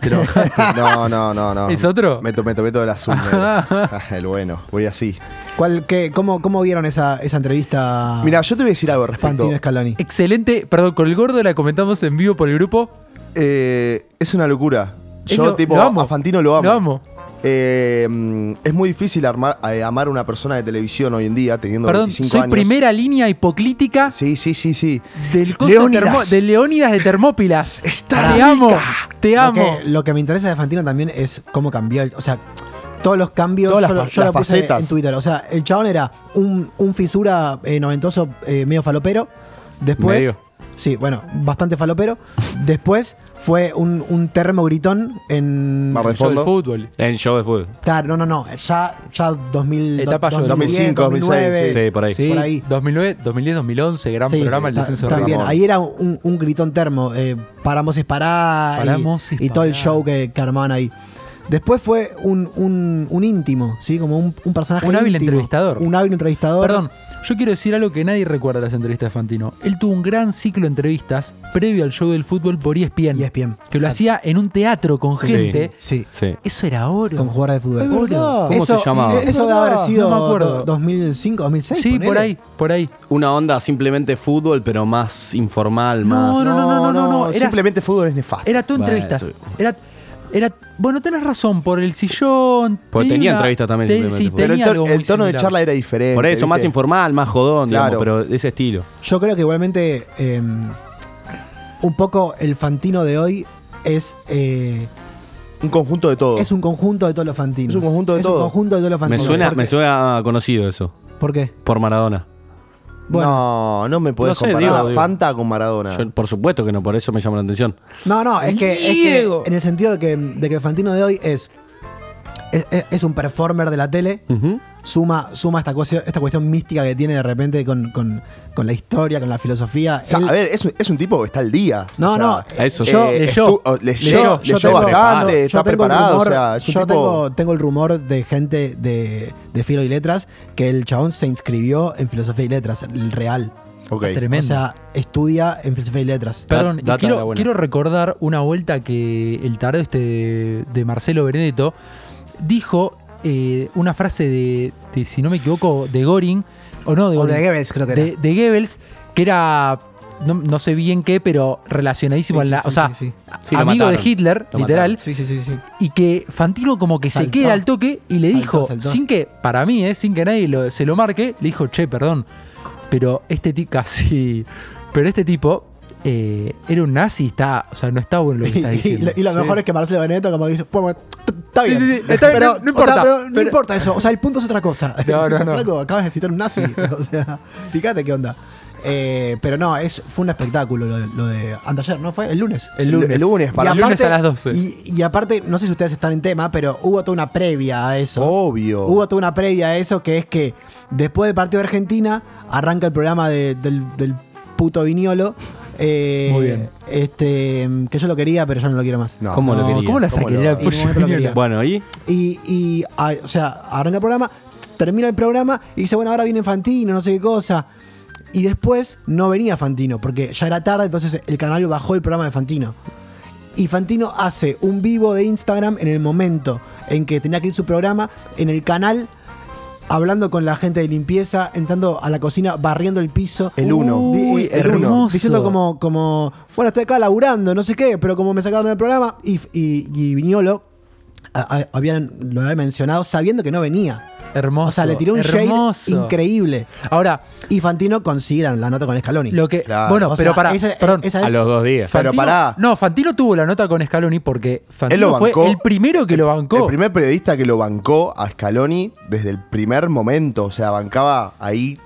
[SPEAKER 9] Te lo bajaste.
[SPEAKER 10] No, no, no, no.
[SPEAKER 9] ¿Es otro?
[SPEAKER 10] Me tomé, tomé todo el azul. negro. Ah, el bueno, voy así.
[SPEAKER 11] ¿Cuál, qué, cómo, ¿Cómo vieron esa, esa entrevista?
[SPEAKER 10] Mira, yo te voy a decir algo al respecto.
[SPEAKER 11] Fantino Scaloni.
[SPEAKER 9] Excelente. Perdón, con el gordo la comentamos en vivo por el grupo.
[SPEAKER 10] Eh, es una locura.
[SPEAKER 9] Es
[SPEAKER 10] Yo,
[SPEAKER 9] lo-
[SPEAKER 10] tipo,
[SPEAKER 9] lo amo.
[SPEAKER 10] a Fantino lo amo.
[SPEAKER 9] Lo amo.
[SPEAKER 10] Eh, mm, es muy difícil armar, eh, amar a una persona de televisión hoy en día, teniendo
[SPEAKER 9] Perdón,
[SPEAKER 10] 25
[SPEAKER 9] soy
[SPEAKER 10] años.
[SPEAKER 9] primera línea hipoclítica.
[SPEAKER 10] Sí, sí, sí, sí.
[SPEAKER 9] Del coso
[SPEAKER 10] Leónidas.
[SPEAKER 9] De, Termo- de Leónidas de Termópilas.
[SPEAKER 10] Está
[SPEAKER 9] te
[SPEAKER 10] rica.
[SPEAKER 9] amo, te
[SPEAKER 11] Lo
[SPEAKER 9] amo.
[SPEAKER 11] que- lo que me interesa de Fantino también es cómo cambió. el- o sea, todos los cambios.
[SPEAKER 10] Todas
[SPEAKER 11] yo
[SPEAKER 10] las fa-
[SPEAKER 11] lo- yo lo
[SPEAKER 10] las
[SPEAKER 11] puse
[SPEAKER 10] facetas.
[SPEAKER 11] en Twitter. O sea, el chabón era un, un fisura eh, noventoso eh, medio falopero. Después.
[SPEAKER 12] Medio.
[SPEAKER 11] Sí, bueno, bastante falopero. Después fue un, un termo gritón en.
[SPEAKER 12] Mar de
[SPEAKER 11] Show de
[SPEAKER 12] fondo.
[SPEAKER 11] fútbol.
[SPEAKER 12] En show de fútbol.
[SPEAKER 11] Claro, no, no, no. Ya, ya 2000,
[SPEAKER 9] Etapa yo.
[SPEAKER 11] 2010, 2009.
[SPEAKER 12] Sí, por ahí.
[SPEAKER 9] Sí, 2009, 2010, 2011, gran
[SPEAKER 11] Sí,
[SPEAKER 9] programa El
[SPEAKER 11] ta-
[SPEAKER 9] Descenso de
[SPEAKER 11] También, ahí era un, un gritón termo. eh, paramos es pará. y-
[SPEAKER 9] Paramos
[SPEAKER 11] y,
[SPEAKER 9] es
[SPEAKER 11] todo el show que, que armaban ahí. Después fue un, un- un íntimo, ¿sí? Como un, un personaje.
[SPEAKER 9] Un hábil
[SPEAKER 11] íntimo,
[SPEAKER 9] entrevistador.
[SPEAKER 11] Un hábil entrevistador.
[SPEAKER 9] Perdón, yo quiero decir algo que nadie recuerda de las entrevistas de Fantino. Él tuvo un gran ciclo de entrevistas previo al show del fútbol por E ESPN.
[SPEAKER 11] E
[SPEAKER 9] Que lo hacía en un teatro con
[SPEAKER 11] Sí,
[SPEAKER 9] gente.
[SPEAKER 11] Sí.
[SPEAKER 12] sí.
[SPEAKER 9] Eso era oro. Con
[SPEAKER 11] jugadores de fútbol. Eh,
[SPEAKER 12] ¿Cómo se llamaba?
[SPEAKER 11] Eso debe haber sido
[SPEAKER 9] No me acuerdo.
[SPEAKER 11] do- 2005, 2006. ponele.
[SPEAKER 9] por ahí.
[SPEAKER 12] Una onda simplemente fútbol, pero más informal, más.
[SPEAKER 9] No, no, no, no, no, no, no, eras-
[SPEAKER 10] Simplemente fútbol es nefasto.
[SPEAKER 9] Era tu entrevistas.
[SPEAKER 12] Bueno,
[SPEAKER 9] Era. Era, bueno, tenés razón, por el sillón.
[SPEAKER 12] Porque tenía
[SPEAKER 9] una-
[SPEAKER 12] entrevistas también,
[SPEAKER 9] te-
[SPEAKER 12] simplemente.
[SPEAKER 9] sí,
[SPEAKER 12] Pero el
[SPEAKER 9] tenía
[SPEAKER 12] to-
[SPEAKER 9] algo
[SPEAKER 12] el
[SPEAKER 9] muy
[SPEAKER 12] tono de
[SPEAKER 9] similar.
[SPEAKER 12] charla era
[SPEAKER 10] diferente.
[SPEAKER 12] Por eso, más informal, más jodón, digamos,
[SPEAKER 10] Claro.
[SPEAKER 12] pero de ese estilo.
[SPEAKER 11] Yo creo que igualmente eh, un poco el Fantino de hoy es... eh,
[SPEAKER 10] un conjunto de todo.
[SPEAKER 11] Es un conjunto de todos los Fantinos.
[SPEAKER 10] Es un conjunto de
[SPEAKER 11] Es
[SPEAKER 10] todo.
[SPEAKER 11] un conjunto de todos los
[SPEAKER 12] Me
[SPEAKER 11] Fantinos.
[SPEAKER 12] suena,
[SPEAKER 11] ¿Por
[SPEAKER 12] me
[SPEAKER 11] qué?
[SPEAKER 12] suena conocido eso.
[SPEAKER 11] ¿Por qué?
[SPEAKER 12] Por Maradona.
[SPEAKER 10] no, no me podés
[SPEAKER 12] No sé,
[SPEAKER 10] comparar
[SPEAKER 12] digo,
[SPEAKER 10] a
[SPEAKER 12] digo.
[SPEAKER 10] Fanta con Maradona.
[SPEAKER 12] Yo, por supuesto que no, por eso me llama la atención.
[SPEAKER 11] No, no, es que, es que en el sentido de que, de que el Fantino de hoy es, es, es un performer de la tele, suma, suma esta, cuestión, esta cuestión mística que tiene de repente con, con- con la historia, con la filosofía.
[SPEAKER 10] O sea,
[SPEAKER 11] Él-
[SPEAKER 10] a ver, es un, es un tipo que está al día.
[SPEAKER 11] No,
[SPEAKER 10] O sea,
[SPEAKER 11] no, eso sí.
[SPEAKER 10] eh,
[SPEAKER 11] Yo-
[SPEAKER 10] estu- o-
[SPEAKER 11] oh, leyó.
[SPEAKER 10] leyó,
[SPEAKER 11] Leyó.
[SPEAKER 10] leyó
[SPEAKER 11] Yo tengo-
[SPEAKER 10] bastante,
[SPEAKER 11] yo
[SPEAKER 10] está
[SPEAKER 11] tengo el
[SPEAKER 10] preparado.
[SPEAKER 11] rumor-
[SPEAKER 10] o sea, es un
[SPEAKER 11] yo
[SPEAKER 10] tipo-
[SPEAKER 11] tengo, tengo el rumor de gente de, de Filo y Letras que el chabón se inscribió en Filosofía y Letras, el real.
[SPEAKER 10] Ok.
[SPEAKER 9] Tremendo.
[SPEAKER 11] O sea, estudia en Filosofía y Letras.
[SPEAKER 9] Perdón, y quiero, quiero recordar una vuelta que el tarado este de, de Marcelo Benedetto dijo eh, una frase de, de, si no me equivoco, de Goring, o no, de,
[SPEAKER 11] O
[SPEAKER 9] Göring,
[SPEAKER 11] de Goebbels, creo que
[SPEAKER 9] de,
[SPEAKER 11] era.
[SPEAKER 9] de Goebbels, que era, no, no sé bien qué, pero relacionadísimo,
[SPEAKER 11] Sí,
[SPEAKER 9] en la,
[SPEAKER 11] sí,
[SPEAKER 9] o
[SPEAKER 11] sí,
[SPEAKER 9] sea,
[SPEAKER 11] sí, sí.
[SPEAKER 12] Sí, lo
[SPEAKER 9] amigo de
[SPEAKER 12] mataron.
[SPEAKER 9] Hitler,
[SPEAKER 12] Lo
[SPEAKER 9] literal,
[SPEAKER 11] Sí, sí, sí, sí.
[SPEAKER 9] y que Fantino como que se
[SPEAKER 11] Saltó.
[SPEAKER 9] queda al toque y le
[SPEAKER 11] Saltó,
[SPEAKER 9] dijo,
[SPEAKER 11] saltó.
[SPEAKER 9] sin que, para mí, eh, sin que nadie lo- se lo marque, le dijo, che, perdón, pero este tipo, casi, pero este tipo eh, era un nazi, está, o sea, no está bueno lo que está
[SPEAKER 11] Y- Y,
[SPEAKER 9] diciendo.
[SPEAKER 11] lo- y lo mejor es que Marcelo Benedetto como que dice, bueno, t- está
[SPEAKER 9] Sí,
[SPEAKER 11] bien.
[SPEAKER 9] sí, sí, está bien, no- no
[SPEAKER 11] o
[SPEAKER 9] importa,
[SPEAKER 11] sea, pero no
[SPEAKER 9] pero-
[SPEAKER 11] importa eso. O sea, el punto es otra cosa.
[SPEAKER 9] No, no, no.
[SPEAKER 11] Flaco, acabas de citar un nazi. o sea, fíjate qué onda. Eh, pero no, es, fue un espectáculo lo de, lo de anteayer, ¿no? Fue el lunes.
[SPEAKER 9] El lunes.
[SPEAKER 11] Y
[SPEAKER 9] El lunes, para- el lunes a las 12.
[SPEAKER 11] Y, y aparte, no sé si ustedes están en tema, pero hubo toda una previa a eso.
[SPEAKER 10] Obvio.
[SPEAKER 11] Hubo toda una previa a eso que es que después del partido de Argentina arranca el programa de- del, del puto Viñolo. Eh,
[SPEAKER 9] Muy bien.
[SPEAKER 11] Este, que yo lo quería, pero ya no lo quiero más.
[SPEAKER 12] ¿Cómo lo quería?
[SPEAKER 11] En un momento lo quería.
[SPEAKER 12] Bueno, ¿y?
[SPEAKER 11] Y, y, ah, o sea, arranca el programa, termina el programa y dice, bueno, ahora viene Fantino, no sé qué cosa. Y después no venía Fantino, porque ya era tarde, entonces el canal bajó el programa de Fantino. Y Fantino hace un vivo de Instagram en el momento en que tenía que ir su programa, en el canal, hablando con la gente de limpieza, entrando a la cocina, barriendo el piso.
[SPEAKER 10] El uno.
[SPEAKER 11] Di-
[SPEAKER 10] Uy,
[SPEAKER 11] el uno.
[SPEAKER 10] hermoso.
[SPEAKER 11] Diciendo como, como, bueno, estoy acá laburando, no sé qué, pero como me sacaron del programa, y, y, y Viñolo a- a- habían, lo había mencionado sabiendo que no venía.
[SPEAKER 9] Hermoso.
[SPEAKER 11] O sea, le tiró un
[SPEAKER 9] hermoso.
[SPEAKER 11] shade increíble.
[SPEAKER 9] Ahora,
[SPEAKER 11] y Fantino consigue la- la nota con Scaloni.
[SPEAKER 9] Lo que, Bueno,
[SPEAKER 11] O
[SPEAKER 9] pero
[SPEAKER 11] sea,
[SPEAKER 9] para,
[SPEAKER 11] esa-
[SPEAKER 9] perdón.
[SPEAKER 11] esa es-
[SPEAKER 9] Fantino- No, Fantino tuvo la nota con Scaloni porque
[SPEAKER 10] Él lo
[SPEAKER 9] Fantino fue
[SPEAKER 10] bancó.
[SPEAKER 9] el primero que lo bancó.
[SPEAKER 10] El primer periodista que lo bancó a Scaloni desde el primer momento. O sea, bancaba ahí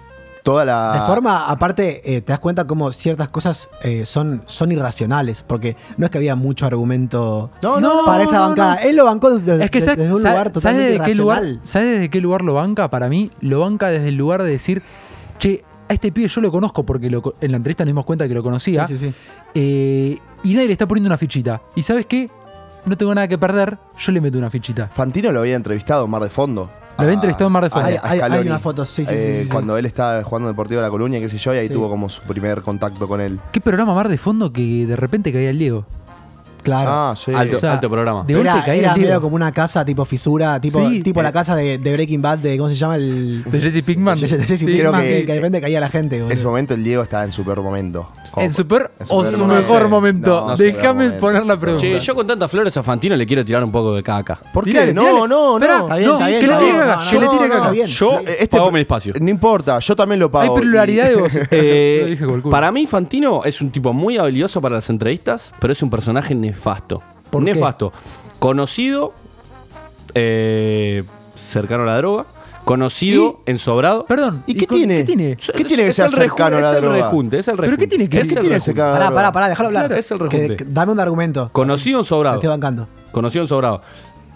[SPEAKER 10] toda la.
[SPEAKER 11] De forma, aparte, eh, te das cuenta cómo ciertas cosas eh, son, son irracionales, porque no es que había mucho argumento
[SPEAKER 9] no,
[SPEAKER 11] para esa
[SPEAKER 9] no, no,
[SPEAKER 11] bancada.
[SPEAKER 9] no.
[SPEAKER 11] Él lo bancó desde,
[SPEAKER 9] Es que
[SPEAKER 11] desde
[SPEAKER 9] sabes,
[SPEAKER 11] un
[SPEAKER 9] sa-
[SPEAKER 11] lugar
[SPEAKER 9] ¿sabes
[SPEAKER 11] totalmente
[SPEAKER 9] desde qué lugar,
[SPEAKER 11] irracional.
[SPEAKER 9] ¿sabes desde qué lugar lo banca? Para mí, lo banca desde el lugar de decir, che, a este pibe yo lo conozco porque lo co- en la entrevista nos dimos cuenta que lo conocía.
[SPEAKER 11] Sí, sí, sí.
[SPEAKER 9] Eh, y nadie le está poniendo una fichita. ¿Y sabes qué? No tengo nada que perder, yo le meto una fichita.
[SPEAKER 10] Fantino lo había entrevistado en Mar de Fondo.
[SPEAKER 9] Lo había entrevistado en Mar de
[SPEAKER 10] a-
[SPEAKER 9] Fondo.
[SPEAKER 10] a
[SPEAKER 9] Hay- hay-
[SPEAKER 10] Scaloni. eh,
[SPEAKER 9] hay unas fotos, sí, sí, sí, sí, sí.
[SPEAKER 10] Cuando él estaba jugando en Deportivo de La Coruña, qué sé yo, y ahí
[SPEAKER 9] Sí.
[SPEAKER 10] tuvo como su primer contacto con él.
[SPEAKER 9] ¿Qué programa mar de fondo que de repente caía el Diego?
[SPEAKER 11] Claro.
[SPEAKER 10] Ah, sí.
[SPEAKER 12] Alto- alto programa.
[SPEAKER 9] De golpe
[SPEAKER 11] era
[SPEAKER 9] caía
[SPEAKER 11] era
[SPEAKER 9] el Diego.
[SPEAKER 11] medio como una casa tipo fisura, tipo,
[SPEAKER 9] Sí.
[SPEAKER 11] tipo la casa de, de Breaking Bad, de ¿cómo se llama? El,
[SPEAKER 9] De Jesse Pinkman.
[SPEAKER 11] de Jesse
[SPEAKER 9] Sí,
[SPEAKER 11] Pinkman,
[SPEAKER 9] sí.
[SPEAKER 11] que, que de repente caía la gente.
[SPEAKER 10] En
[SPEAKER 11] boludo.
[SPEAKER 10] ese momento el Diego estaba en su peor momento. Como-
[SPEAKER 9] ¿En su peor
[SPEAKER 10] en
[SPEAKER 9] o su mejor momento?
[SPEAKER 10] No, no,
[SPEAKER 9] Déjame
[SPEAKER 10] su peor momento.
[SPEAKER 9] poner la pregunta.
[SPEAKER 12] Che, yo con tantas flores a Fantino le quiero tirar un poco de caca.
[SPEAKER 10] ¿Por qué?
[SPEAKER 9] Tirale,
[SPEAKER 10] no,
[SPEAKER 9] tirale.
[SPEAKER 10] no, no.
[SPEAKER 9] Pará, Está bien, no, está bien, que le está tire bien. caca, No, que le no, tire no, caca. está bien.
[SPEAKER 10] Yo
[SPEAKER 12] Yo
[SPEAKER 10] eh, este,
[SPEAKER 12] pago mi espacio.
[SPEAKER 10] No importa, yo también lo pago. Y-
[SPEAKER 12] Eh, para mí, Fantino es un tipo muy habilidoso para las entrevistas, pero es un personaje nefasto.
[SPEAKER 9] ¿Por qué?
[SPEAKER 12] nefasto. Conocido, eh, cercano a la droga, Conocido, ensobrado.
[SPEAKER 9] Perdón.
[SPEAKER 12] ¿Y, qué, tiene? qué tiene?
[SPEAKER 10] ¿Qué tiene que ser cercano a la
[SPEAKER 12] Es el
[SPEAKER 10] droga?
[SPEAKER 12] rejunte, es el
[SPEAKER 10] ¿Pero
[SPEAKER 12] rejunte.
[SPEAKER 10] qué tiene que-
[SPEAKER 12] Es
[SPEAKER 10] qué
[SPEAKER 12] el
[SPEAKER 10] tiene cercano a la
[SPEAKER 12] rejunte.
[SPEAKER 11] Pará, pará, pará, déjalo hablar.
[SPEAKER 12] Claro, es el
[SPEAKER 11] Que-
[SPEAKER 12] rejunte.
[SPEAKER 11] que- dame un argumento.
[SPEAKER 12] Conocido ensobrado.
[SPEAKER 11] Te estoy bancando.
[SPEAKER 12] Conocido ensobrado.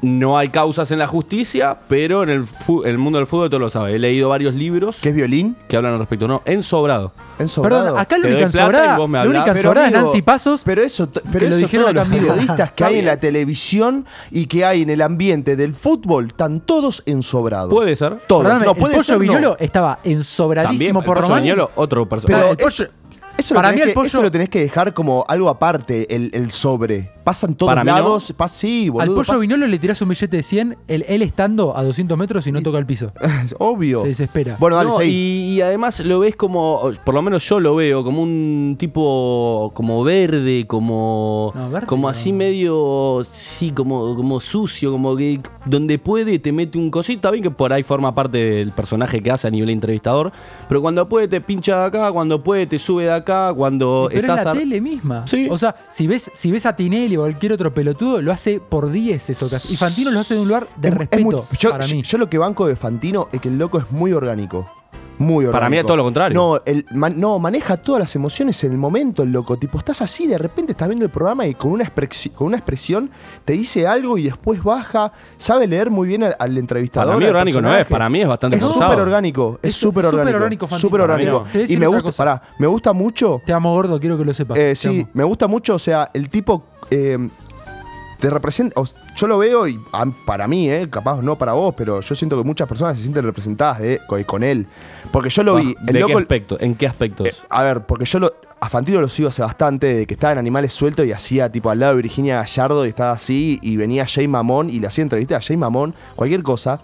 [SPEAKER 12] No hay causas en la justicia, pero en el, fu- el mundo del fútbol todo lo sabe. He leído varios libros.
[SPEAKER 10] ¿Qué es violín?
[SPEAKER 12] Que hablan al respecto. No, ensobrado.
[SPEAKER 10] Ensobrado.
[SPEAKER 9] Perdón, acá la
[SPEAKER 12] Te doy
[SPEAKER 9] única
[SPEAKER 12] plata
[SPEAKER 9] ensobrada-
[SPEAKER 12] y vos me
[SPEAKER 9] la única
[SPEAKER 12] hablás.
[SPEAKER 9] ensobrada Pero, es amigo, Nancy
[SPEAKER 10] Pasos. Pero eso, t- pero
[SPEAKER 9] lo
[SPEAKER 10] eso
[SPEAKER 9] dijeron
[SPEAKER 10] todos los
[SPEAKER 9] acá, amigo.
[SPEAKER 10] periodistas que hay en la televisión y que hay en el ambiente del fútbol están todos ensobrados.
[SPEAKER 12] Puede ser.
[SPEAKER 10] Todos.
[SPEAKER 9] Perdóname,
[SPEAKER 10] no,
[SPEAKER 9] el
[SPEAKER 10] puede
[SPEAKER 9] pollo
[SPEAKER 10] ser, no.
[SPEAKER 9] Viñolo estaba ensobradísimo
[SPEAKER 12] el
[SPEAKER 9] por
[SPEAKER 12] pollo
[SPEAKER 9] Román.
[SPEAKER 12] Viñolo, otro Ah, personaje.
[SPEAKER 10] Pero
[SPEAKER 9] ah, el pollo-
[SPEAKER 10] eso,
[SPEAKER 9] para
[SPEAKER 10] lo
[SPEAKER 9] mí
[SPEAKER 10] tenés
[SPEAKER 9] el
[SPEAKER 10] que,
[SPEAKER 9] pollo-
[SPEAKER 10] eso lo tenés que dejar como algo aparte, el, el sobre. Pasan todos
[SPEAKER 12] Para mí no.
[SPEAKER 10] lados. pas- sí, boludo.
[SPEAKER 9] Al pollo
[SPEAKER 10] pasa-
[SPEAKER 9] Viñolo le tirás un billete de 100, el- él estando a 200 metros y no toca el piso.
[SPEAKER 10] Obvio.
[SPEAKER 9] Se desespera.
[SPEAKER 12] No, y, y además lo ves como, por lo menos yo lo veo, como un tipo como verde, como, como así medio, sí, como, como sucio, como que donde puede te mete un cosito. Está bien que por ahí forma parte del personaje que hace a nivel entrevistador, pero cuando puede te pincha de acá, cuando puede te sube de acá, cuando
[SPEAKER 9] Pero
[SPEAKER 12] estás
[SPEAKER 9] es la
[SPEAKER 12] ar-
[SPEAKER 9] tele misma. O sea, si ves, si ves a Tinelli o cualquier otro pelotudo, lo hace por 10 eso casi. Y Fantino lo hace de un lugar de
[SPEAKER 10] Es- es
[SPEAKER 9] respeto
[SPEAKER 10] muy- yo,
[SPEAKER 9] para
[SPEAKER 10] yo-
[SPEAKER 9] mí.
[SPEAKER 10] yo lo que banco de Fantino es que el loco es muy orgánico. Muy orgánico.
[SPEAKER 12] Para mí es todo lo contrario.
[SPEAKER 10] No, el, man- no, maneja todas las emociones en el momento, el loco. Tipo, estás así, de repente estás viendo el programa y con una, expresi- con una expresión te dice algo y después baja. Sabe leer muy bien al, al entrevistador.
[SPEAKER 12] Para mí
[SPEAKER 10] al
[SPEAKER 12] orgánico no es,
[SPEAKER 10] personaje.
[SPEAKER 12] para mí es bastante
[SPEAKER 10] Es
[SPEAKER 12] forzado.
[SPEAKER 10] súper orgánico. Es
[SPEAKER 9] Es
[SPEAKER 10] súper
[SPEAKER 9] súper
[SPEAKER 10] orgánico.
[SPEAKER 9] orgánico, Fantino.
[SPEAKER 10] Súper
[SPEAKER 9] Para mí
[SPEAKER 10] orgánico.
[SPEAKER 9] no. Te voy a decir
[SPEAKER 10] Y me
[SPEAKER 9] otra
[SPEAKER 10] gusta,
[SPEAKER 9] cosa.
[SPEAKER 10] pará, me gusta mucho.
[SPEAKER 9] Te amo gordo, quiero que lo sepas.
[SPEAKER 10] Eh,
[SPEAKER 9] Te
[SPEAKER 10] sí,
[SPEAKER 9] amo.
[SPEAKER 10] me gusta mucho, o sea, el tipo eh, te representa, o s- yo lo veo y a- para mí, eh, capaz no para vos, pero yo siento que muchas personas se sienten representadas de- co- con él. Porque yo lo vi,
[SPEAKER 12] ¿De
[SPEAKER 10] el
[SPEAKER 12] qué
[SPEAKER 10] Eh, loco...
[SPEAKER 12] aspecto? ¿En qué aspectos?
[SPEAKER 10] A ver, porque yo lo, a Fantino lo sigo hace bastante, de que estaba en Animales Sueltos y hacía tipo al lado de Virginia Gallardo y estaba así y venía Jay Mamón y le hacía entrevista a Jay Mamón, cualquier cosa.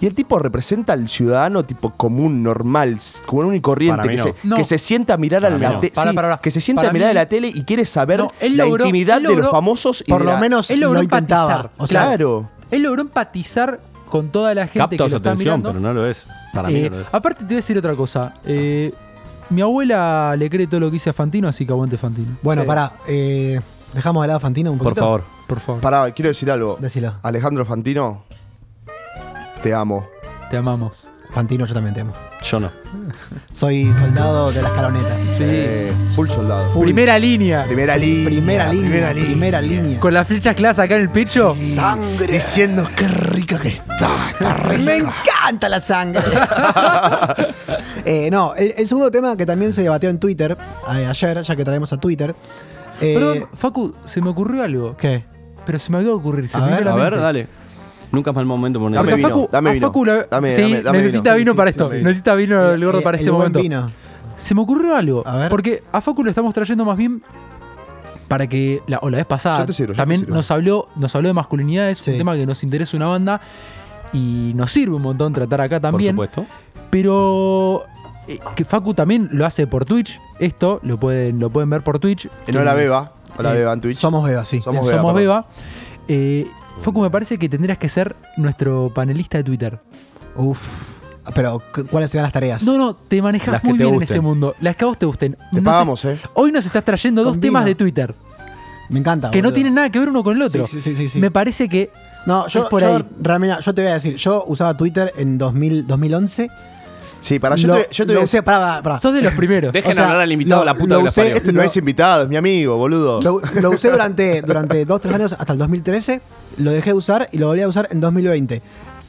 [SPEAKER 10] Y el tipo representa al ciudadano tipo común, normal, s- común y corriente,
[SPEAKER 12] Para mí
[SPEAKER 10] que,
[SPEAKER 12] no.
[SPEAKER 10] se,
[SPEAKER 9] No.
[SPEAKER 10] que se sienta a mirar a
[SPEAKER 9] mí
[SPEAKER 10] la
[SPEAKER 9] no.
[SPEAKER 10] tele.
[SPEAKER 9] Para, para, para.
[SPEAKER 10] Que se sienta
[SPEAKER 9] Para
[SPEAKER 10] a mirar
[SPEAKER 9] mí-
[SPEAKER 10] a la tele y quiere saber
[SPEAKER 9] No, él
[SPEAKER 10] la
[SPEAKER 9] logró-
[SPEAKER 10] intimidad
[SPEAKER 9] él
[SPEAKER 10] de
[SPEAKER 9] logró-
[SPEAKER 10] los famosos y
[SPEAKER 11] por
[SPEAKER 10] de
[SPEAKER 11] lo
[SPEAKER 10] la-
[SPEAKER 11] menos
[SPEAKER 9] él logró
[SPEAKER 11] lo intentaba.
[SPEAKER 9] empatizar.
[SPEAKER 11] O sea,
[SPEAKER 10] claro.
[SPEAKER 9] Él logró empatizar con toda la gente
[SPEAKER 12] Capta
[SPEAKER 9] que
[SPEAKER 12] su
[SPEAKER 9] lo está
[SPEAKER 12] atención,
[SPEAKER 9] mirando.
[SPEAKER 12] pero no lo es. Para mí
[SPEAKER 9] Eh,
[SPEAKER 12] no lo es.
[SPEAKER 9] aparte te voy a decir otra cosa. Eh, mi abuela le cree todo lo que hice a Fantino, así que aguante Fantino.
[SPEAKER 11] Bueno, pará. eh, dejamos de lado a Fantino un poquito.
[SPEAKER 9] Por favor.
[SPEAKER 10] Pará, quiero decir algo.
[SPEAKER 11] Decilo.
[SPEAKER 10] Alejandro Fantino, te amo.
[SPEAKER 9] Te amamos.
[SPEAKER 11] Fantino, yo también te amo.
[SPEAKER 12] Yo no.
[SPEAKER 11] Soy soldado de la escaloneta.
[SPEAKER 9] Sí.
[SPEAKER 10] Eh, full soldado.
[SPEAKER 11] Full.
[SPEAKER 9] Primera línea.
[SPEAKER 10] Primera línea.
[SPEAKER 11] Primera línea. Primera línea.
[SPEAKER 9] Con las flechas claras acá en el pecho. Ah,
[SPEAKER 11] Sangre. Diciendo qué rica que está. Me encanta la sangre. Eh, no, el, el segundo tema que también se debatió en Twitter eh, ayer, ya que traemos a Twitter. eh,
[SPEAKER 9] Perdón, Facu, se me ocurrió algo.
[SPEAKER 11] ¿Qué?
[SPEAKER 9] Pero se me olvidó ocurrir. se
[SPEAKER 11] A
[SPEAKER 9] me vino
[SPEAKER 11] ver,
[SPEAKER 9] la
[SPEAKER 12] A ver,
[SPEAKER 9] mente.
[SPEAKER 12] dale. Nunca es mal momento poner.
[SPEAKER 10] Dame
[SPEAKER 9] Porque a
[SPEAKER 10] vino,
[SPEAKER 9] Facu-
[SPEAKER 10] dame
[SPEAKER 9] a
[SPEAKER 10] vino.
[SPEAKER 9] Facu la-
[SPEAKER 10] Dame-
[SPEAKER 9] sí,
[SPEAKER 10] dame- dame
[SPEAKER 9] necesita
[SPEAKER 10] vino.
[SPEAKER 9] vino
[SPEAKER 10] Sí,
[SPEAKER 9] para
[SPEAKER 10] sí,
[SPEAKER 9] esto.
[SPEAKER 10] sí.
[SPEAKER 9] Necesita vino el gordo
[SPEAKER 11] Eh,
[SPEAKER 9] para este
[SPEAKER 11] el buen
[SPEAKER 9] momento.
[SPEAKER 11] vino.
[SPEAKER 9] Se me ocurrió algo.
[SPEAKER 11] A ver.
[SPEAKER 9] Porque a Facu lo estamos trayendo más bien para que. La, o la vez pasada
[SPEAKER 10] Yo te sirvo, yo
[SPEAKER 9] también
[SPEAKER 10] te sirvo.
[SPEAKER 9] nos habló, nos habló de masculinidades,
[SPEAKER 11] Sí.
[SPEAKER 9] un tema que nos interesa una banda. Y nos sirve un montón tratar acá
[SPEAKER 12] Por
[SPEAKER 9] también.
[SPEAKER 12] supuesto.
[SPEAKER 9] Pero. eh, Que Facu también lo hace por Twitch. Esto lo pueden, lo pueden ver por Twitch.
[SPEAKER 10] Eh, No la beba. No la
[SPEAKER 9] Eh,
[SPEAKER 10] beba en Twitch.
[SPEAKER 11] Somos Beba, sí.
[SPEAKER 10] Somos
[SPEAKER 9] en
[SPEAKER 10] Beba,
[SPEAKER 9] Somos
[SPEAKER 10] perdón.
[SPEAKER 9] Beba. Eh, Facu, me parece que tendrías que ser nuestro panelista de Twitter.
[SPEAKER 11] Uf. Pero, ¿cu- ¿cuáles serán las tareas?
[SPEAKER 9] No, no, te
[SPEAKER 12] Las
[SPEAKER 9] manejas
[SPEAKER 12] que
[SPEAKER 9] muy
[SPEAKER 12] te
[SPEAKER 9] bien en
[SPEAKER 12] gusten.
[SPEAKER 9] ese mundo. Las que a vos te gusten.
[SPEAKER 10] Te
[SPEAKER 9] Nos
[SPEAKER 10] pagamos,
[SPEAKER 9] es-
[SPEAKER 10] eh.
[SPEAKER 9] Hoy nos estás trayendo dos
[SPEAKER 11] Con
[SPEAKER 9] temas
[SPEAKER 11] vino.
[SPEAKER 9] de Twitter
[SPEAKER 11] Me encanta.
[SPEAKER 9] que no
[SPEAKER 11] Ah, boludo.
[SPEAKER 9] tienen nada que ver uno con el otro.
[SPEAKER 11] Sí, sí, sí, sí, sí.
[SPEAKER 9] Me parece que
[SPEAKER 11] No, yo,
[SPEAKER 9] Es por
[SPEAKER 11] yo,
[SPEAKER 9] ahí.
[SPEAKER 11] Ramiro, yo te voy a decir, yo usaba Twitter en 2000, 2011.
[SPEAKER 10] Sí, para yo
[SPEAKER 11] Lo-
[SPEAKER 10] te, yo te
[SPEAKER 11] lo
[SPEAKER 10] voy a
[SPEAKER 11] usé, pará, pará, pará.
[SPEAKER 9] sos de los primeros.
[SPEAKER 12] Dejen
[SPEAKER 11] O sea,
[SPEAKER 12] hablar al invitado,
[SPEAKER 11] lo-
[SPEAKER 12] la puta
[SPEAKER 11] lo
[SPEAKER 12] que la
[SPEAKER 11] usé-
[SPEAKER 12] parió.
[SPEAKER 10] Este no
[SPEAKER 11] Lo-
[SPEAKER 10] es invitado, es mi amigo, boludo.
[SPEAKER 11] Lo, lo usé durante, durante 2, 3 años hasta el 2013, lo dejé de usar y lo volví a usar en 2020.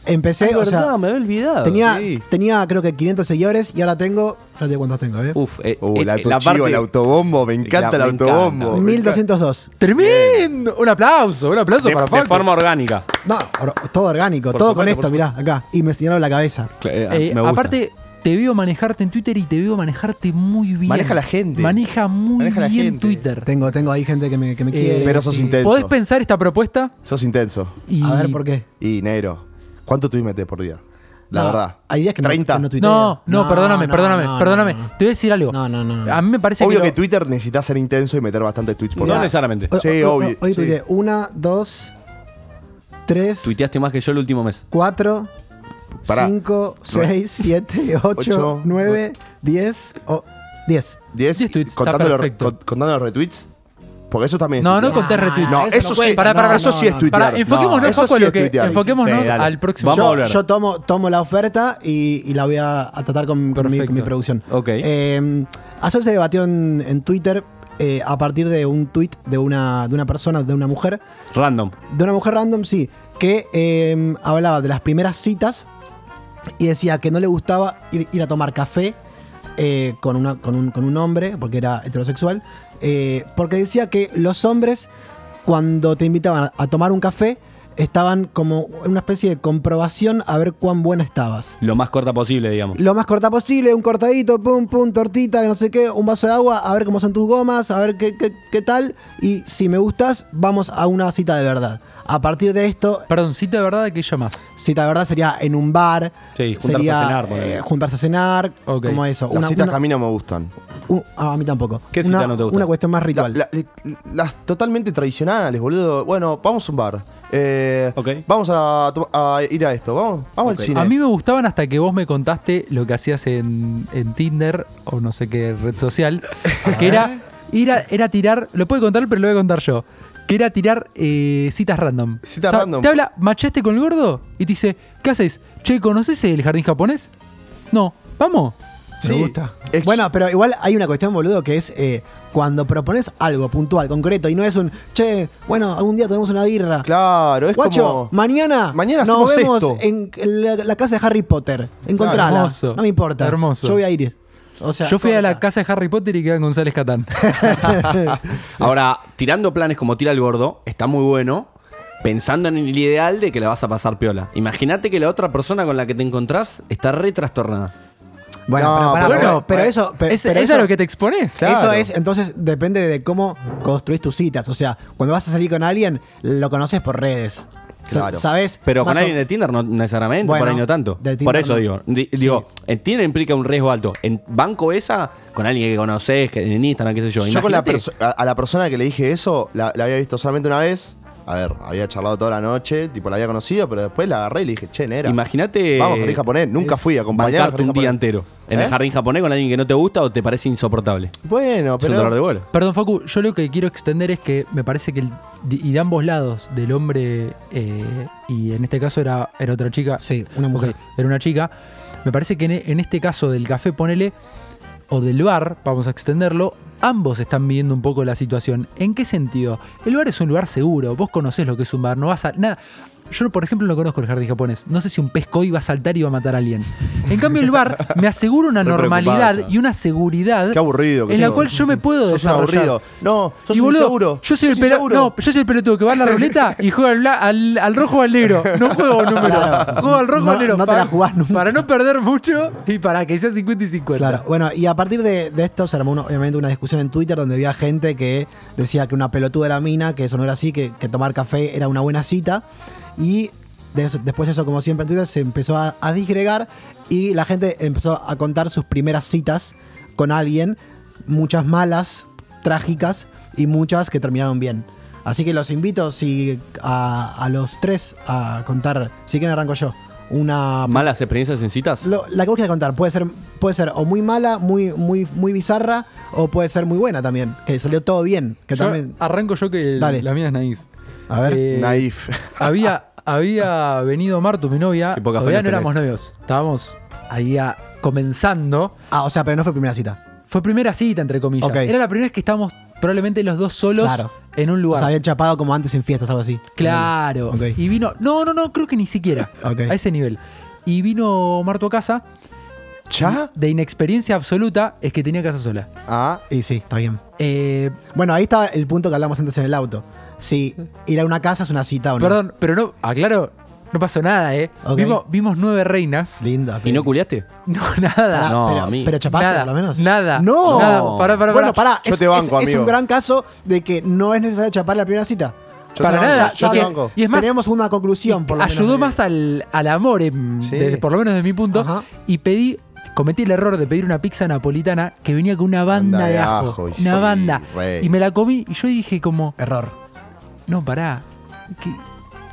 [SPEAKER 11] Empecé,
[SPEAKER 12] Es
[SPEAKER 11] o sea,
[SPEAKER 12] verdad, me había olvidado.
[SPEAKER 11] tenía,
[SPEAKER 12] Sí.
[SPEAKER 11] tenía creo que 500 seguidores y ahora tengo, ya te digo cuántos tengo, ¿eh?
[SPEAKER 12] Uf, eh,
[SPEAKER 10] Uh,
[SPEAKER 12] eh,
[SPEAKER 10] el
[SPEAKER 12] eh, la
[SPEAKER 10] autochivo,
[SPEAKER 12] parte-
[SPEAKER 10] el autobombo, me encanta
[SPEAKER 12] La-
[SPEAKER 10] el
[SPEAKER 12] me encanta.
[SPEAKER 10] autobombo. me encanta.
[SPEAKER 11] 1202.
[SPEAKER 9] ¡Tremendo! Un aplauso, un aplauso
[SPEAKER 12] de,
[SPEAKER 9] para
[SPEAKER 12] de
[SPEAKER 9] Facu.
[SPEAKER 12] forma orgánica.
[SPEAKER 11] No, or- todo orgánico,
[SPEAKER 12] Por
[SPEAKER 11] todo
[SPEAKER 12] supuesto,
[SPEAKER 11] con
[SPEAKER 12] por
[SPEAKER 11] esto, mirá, acá. Y me señaló la cabeza.
[SPEAKER 9] Eh, aparte, te veo manejarte en Twitter y te veo manejarte muy bien.
[SPEAKER 10] Maneja la gente.
[SPEAKER 9] Maneja muy
[SPEAKER 10] Maneja la
[SPEAKER 9] bien
[SPEAKER 10] gente.
[SPEAKER 9] Twitter.
[SPEAKER 11] Tengo, tengo ahí gente que me,
[SPEAKER 9] Eh,
[SPEAKER 11] que me quiere.
[SPEAKER 10] Pero sos
[SPEAKER 11] sí.
[SPEAKER 10] intenso.
[SPEAKER 9] ¿Podés pensar esta propuesta?
[SPEAKER 10] Sos intenso.
[SPEAKER 9] Y-
[SPEAKER 11] A ver por qué.
[SPEAKER 10] Y negro. ¿Cuánto tú metes por día? La
[SPEAKER 11] No,
[SPEAKER 10] verdad.
[SPEAKER 11] Hay días que no-
[SPEAKER 10] 30.
[SPEAKER 11] que no, tuiteo.
[SPEAKER 9] No, no, perdóname,
[SPEAKER 11] no,
[SPEAKER 9] perdóname,
[SPEAKER 11] no,
[SPEAKER 9] perdóname.
[SPEAKER 11] no, no.
[SPEAKER 9] Te voy a decir algo.
[SPEAKER 11] No, no, no, no.
[SPEAKER 9] A mí me parece
[SPEAKER 10] obvio
[SPEAKER 9] que.
[SPEAKER 10] que
[SPEAKER 9] lo-
[SPEAKER 10] Twitter necesitas ser intenso y meter bastantes tweets por
[SPEAKER 12] No
[SPEAKER 10] día.
[SPEAKER 12] necesariamente.
[SPEAKER 11] Hoy-
[SPEAKER 10] Sí,
[SPEAKER 11] hoy-
[SPEAKER 10] obvio,
[SPEAKER 11] Hoy, hoy
[SPEAKER 10] sí.
[SPEAKER 11] tuiteé una, dos, tres,
[SPEAKER 12] Tuiteaste más que yo el último mes.
[SPEAKER 11] cuatro,
[SPEAKER 10] Pará.
[SPEAKER 11] cinco, seis, siete, ocho,
[SPEAKER 10] Ocho,
[SPEAKER 11] nueve, diez, o diez.
[SPEAKER 10] 10.
[SPEAKER 9] Diez tweets, está
[SPEAKER 10] Contando, los,
[SPEAKER 9] perfecto.
[SPEAKER 10] con- contando los retweets. Porque eso también. es
[SPEAKER 9] No, no
[SPEAKER 10] tuitear.
[SPEAKER 9] contés retweets.
[SPEAKER 10] No,
[SPEAKER 9] Eso
[SPEAKER 10] eso,
[SPEAKER 9] no
[SPEAKER 10] sí,
[SPEAKER 9] cuenta.
[SPEAKER 10] pará, pará,
[SPEAKER 9] No,
[SPEAKER 10] eso
[SPEAKER 9] no,
[SPEAKER 10] sí es
[SPEAKER 9] no.
[SPEAKER 10] tuitear.
[SPEAKER 9] Pará, enfoquémonos,
[SPEAKER 10] eso
[SPEAKER 9] Facu, a
[SPEAKER 10] sí
[SPEAKER 9] lo
[SPEAKER 10] es
[SPEAKER 9] que-
[SPEAKER 10] tuitear.
[SPEAKER 9] enfoquémonos Sí, sí, sí, al dale. próximo. Vamos a
[SPEAKER 11] yo,
[SPEAKER 9] volver.
[SPEAKER 11] yo tomo, tomo la oferta y, y la voy a, a tratar con, con mi, con mi producción. Eh, ayer se debatió en, en Twitter eh, a partir de un tweet de una, de una persona, de una mujer,
[SPEAKER 12] Random.
[SPEAKER 11] de una mujer random, sí, que eh, hablaba de las primeras citas y decía que no le gustaba ir, ir a tomar café eh, con, una, con, un, con un hombre, porque era heterosexual, eh, porque decía que los hombres, cuando te invitaban a- a tomar un café, estaban como en una especie de comprobación a ver cuán buena estabas.
[SPEAKER 12] Lo más corta posible, digamos.
[SPEAKER 11] Lo más corta posible, un cortadito, pum, pum, tortita, no sé qué, un vaso de agua, a ver cómo son tus gomas, a ver qué, qué, qué tal. Y si me gustas, vamos a una cita de verdad. A partir de esto.
[SPEAKER 9] Perdón, cita de verdad, ¿qué llamás?
[SPEAKER 11] Cita de verdad sería en un bar.
[SPEAKER 12] Sí, juntarse
[SPEAKER 11] sería,
[SPEAKER 12] a cenar, ponele.
[SPEAKER 11] eh, juntarse a cenar, como eso.
[SPEAKER 10] Las citas que a mí no me gustan.
[SPEAKER 11] un- ah, a mí tampoco.
[SPEAKER 10] ¿Qué
[SPEAKER 11] una,
[SPEAKER 10] cita no te gusta?
[SPEAKER 11] Una cuestión más ritual.
[SPEAKER 10] La- la- las totalmente tradicionales, boludo. Bueno, vamos a un bar. Eh, Vamos a, to- a ir a esto. Vamos, vamos
[SPEAKER 9] Ok.
[SPEAKER 10] al cine.
[SPEAKER 9] A mí me gustaban hasta que vos me contaste lo que hacías en, en Tinder o no sé qué red social, que era, era, era tirar, lo puede contar, pero lo voy a contar yo, que era tirar eh, citas random.
[SPEAKER 10] Citas random.
[SPEAKER 9] Te habla, machaste con el gordo y te dice, ¿qué haces? Che, ¿conoces el jardín japonés? No, vamos.
[SPEAKER 11] Me gusta. Bueno, pero igual hay una cuestión, boludo, que es eh, cuando propones algo puntual, concreto, y no es un, che, bueno, algún día tenemos una birra.
[SPEAKER 10] Claro, es
[SPEAKER 11] Guacho,
[SPEAKER 10] como-
[SPEAKER 11] mañana,
[SPEAKER 10] Mañana
[SPEAKER 11] nos
[SPEAKER 10] hacemos
[SPEAKER 11] vemos
[SPEAKER 10] esto.
[SPEAKER 11] en la, la casa de Harry Potter. Encontrala.
[SPEAKER 9] Claro, hermoso,
[SPEAKER 11] no me importa.
[SPEAKER 9] hermoso.
[SPEAKER 11] Yo voy a ir. O sea,
[SPEAKER 9] Yo fui a la casa de Harry Potter y quedé con González Catán.
[SPEAKER 12] Ahora, tirando planes como tira el gordo, está muy bueno. Pensando en el ideal de que la vas a pasar piola. Imagínate que la otra persona con la que te encontrás está re trastornada.
[SPEAKER 11] Bueno, pero pará,
[SPEAKER 12] pero-
[SPEAKER 11] pero, pero
[SPEAKER 12] bueno,
[SPEAKER 11] eso. pe-
[SPEAKER 12] es-
[SPEAKER 11] pero
[SPEAKER 12] es a lo que te
[SPEAKER 9] expones.
[SPEAKER 11] Eso
[SPEAKER 12] Claro.
[SPEAKER 11] es, entonces depende de cómo construís tus citas. O sea, cuando vas a salir con alguien, lo conoces por redes. Sa- ¿Sabes?
[SPEAKER 12] Pero
[SPEAKER 11] Más
[SPEAKER 12] con
[SPEAKER 11] o-
[SPEAKER 12] alguien de Tinder no necesariamente,
[SPEAKER 11] Bueno,
[SPEAKER 12] por ahí no tanto.
[SPEAKER 11] de Tinder
[SPEAKER 12] Por eso
[SPEAKER 11] no.
[SPEAKER 12] digo. Di- digo, en Tinder implica un riesgo alto. En banco esa, con alguien que conoces, que en Instagram, qué sé yo.
[SPEAKER 10] Yo con la
[SPEAKER 12] imagínate.
[SPEAKER 10] perso- a, a la persona que le dije eso, la, la había visto solamente una vez. A ver, había charlado toda la noche, tipo la había conocido, pero después la agarré y le dije, che, nera.
[SPEAKER 12] Imagínate.
[SPEAKER 10] Vamos, jardín japonés. Nunca
[SPEAKER 12] es
[SPEAKER 10] fui a acompañar al
[SPEAKER 12] bancarte un
[SPEAKER 10] jardín
[SPEAKER 12] día
[SPEAKER 10] japonés.
[SPEAKER 12] entero. En
[SPEAKER 10] ¿Eh?
[SPEAKER 12] el jardín japonés con alguien que no te gusta o te parece insoportable.
[SPEAKER 10] Bueno,
[SPEAKER 12] Es un dolor de bola.
[SPEAKER 9] Perdón, Facu, yo lo que quiero extender es que me parece que el- de- y de ambos lados, del hombre eh, y en este caso era, era otra chica.
[SPEAKER 11] Sí, una mujer.
[SPEAKER 9] era una chica. Me parece que en, e- en este caso del café, ponele, o del bar, vamos a extenderlo, ambos están viviendo un poco la situación. ¿En qué sentido? El bar es un lugar seguro, vos conocés lo que es un bar, no vas a. Nada. Yo, por ejemplo, no conozco el jardín japonés. No sé si un pesco iba a saltar y va a matar a alguien. En cambio, el bar me asegura una
[SPEAKER 10] Re preocupado,
[SPEAKER 9] normalidad
[SPEAKER 10] chaval.
[SPEAKER 9] y una seguridad.
[SPEAKER 10] Qué aburrido que
[SPEAKER 9] En la
[SPEAKER 10] sos.
[SPEAKER 9] cual yo me puedo
[SPEAKER 10] Sos un
[SPEAKER 9] desarrollar.
[SPEAKER 10] aburrido. No, sos
[SPEAKER 9] Y,
[SPEAKER 10] un
[SPEAKER 9] boludo,
[SPEAKER 10] inseguro.
[SPEAKER 9] Yo soy, el
[SPEAKER 10] Sos
[SPEAKER 9] pelo-
[SPEAKER 10] inseguro.
[SPEAKER 9] no, yo soy el pelotudo que va a la ruleta y juega al, bla- al- al rojo o al negro. No juego a un número. Juego al rojo o al
[SPEAKER 11] No-
[SPEAKER 9] negro.
[SPEAKER 11] no te
[SPEAKER 9] para,
[SPEAKER 11] la jugás
[SPEAKER 9] Para no perder mucho y para que sea 50 y 50.
[SPEAKER 11] Claro, bueno, y a partir de, de esto se armó uno- obviamente una discusión en Twitter donde había gente que decía que una pelotuda era mina, que eso no era así, que, que tomar café era una buena cita. Y de eso- después eso, como siempre en Twitter, se empezó a, a disgregar y la gente empezó a contar sus primeras citas con alguien, muchas malas, trágicas y muchas que terminaron bien. Así que los invito si, a, a los tres a contar, si quieren arranco yo, una
[SPEAKER 12] ¿Malas experiencias en citas?
[SPEAKER 11] lo- la que vos quieras contar puede ser, puede ser o muy mala, muy, muy, muy bizarra, o puede ser muy buena también, que salió todo bien. Que
[SPEAKER 9] Yo eh,
[SPEAKER 11] también,
[SPEAKER 9] arranco yo que el-
[SPEAKER 11] Dale.
[SPEAKER 9] la mía es naif.
[SPEAKER 11] A ver.
[SPEAKER 10] Naif.
[SPEAKER 9] Había, había venido Martu, mi novia.
[SPEAKER 11] Qué poca fe
[SPEAKER 9] Todavía
[SPEAKER 11] nos
[SPEAKER 9] no éramos
[SPEAKER 11] tenés.
[SPEAKER 9] novios. Estábamos ahí a- comenzando.
[SPEAKER 11] Ah, o sea, pero no fue primera cita.
[SPEAKER 9] Fue primera cita, entre comillas.
[SPEAKER 11] Ok.
[SPEAKER 9] Era la primera vez que estábamos probablemente los dos solos
[SPEAKER 11] Claro.
[SPEAKER 9] en un
[SPEAKER 11] O
[SPEAKER 9] lugar.
[SPEAKER 11] sea, habían chapado como antes en fiestas, algo así.
[SPEAKER 9] Claro.
[SPEAKER 11] Ok.
[SPEAKER 9] Y vino. No, no, no, creo que ni siquiera.
[SPEAKER 11] Ok.
[SPEAKER 9] A ese nivel. Y vino Marto a casa.
[SPEAKER 10] ¿Ya?
[SPEAKER 9] De inexperiencia absoluta es que tenía casa sola.
[SPEAKER 10] Ah.
[SPEAKER 11] Y sí, está bien.
[SPEAKER 9] Eh,
[SPEAKER 11] Bueno, ahí está el punto que hablamos antes en el auto. Si ir a una casa es una cita o no.
[SPEAKER 9] Perdón, pero no, aclaro, no pasó nada, ¿eh?
[SPEAKER 11] Ok.
[SPEAKER 9] Vimos, vimos nueve reinas.
[SPEAKER 11] Linda.
[SPEAKER 12] ¿Y no culiaste?
[SPEAKER 9] No, nada.
[SPEAKER 11] Pará, pero, pero chapaste
[SPEAKER 9] nada,
[SPEAKER 11] por lo menos.
[SPEAKER 9] Nada.
[SPEAKER 11] No.
[SPEAKER 9] Nada. Pará, pará,
[SPEAKER 11] Bueno,
[SPEAKER 9] pará.
[SPEAKER 11] pará. es, es- es un gran caso de que no es necesario chapar la primera cita.
[SPEAKER 9] Yo Para te banco, nada,
[SPEAKER 11] Ya-
[SPEAKER 9] yo te
[SPEAKER 11] ya
[SPEAKER 9] banco. Y es más,
[SPEAKER 11] tenemos una conclusión, por lo menos.
[SPEAKER 9] Ayudó más al, al amor, em, desde- por lo menos desde mi punto. Y pedí, cometí el error de pedir una pizza napolitana que venía con una banda
[SPEAKER 10] Banda
[SPEAKER 9] de,
[SPEAKER 10] de
[SPEAKER 9] ajo.
[SPEAKER 10] ajo, y
[SPEAKER 9] una
[SPEAKER 10] sí,
[SPEAKER 9] banda.
[SPEAKER 10] rey.
[SPEAKER 9] Y me la comí y yo dije como,
[SPEAKER 11] Error.
[SPEAKER 9] no, pará. Qué,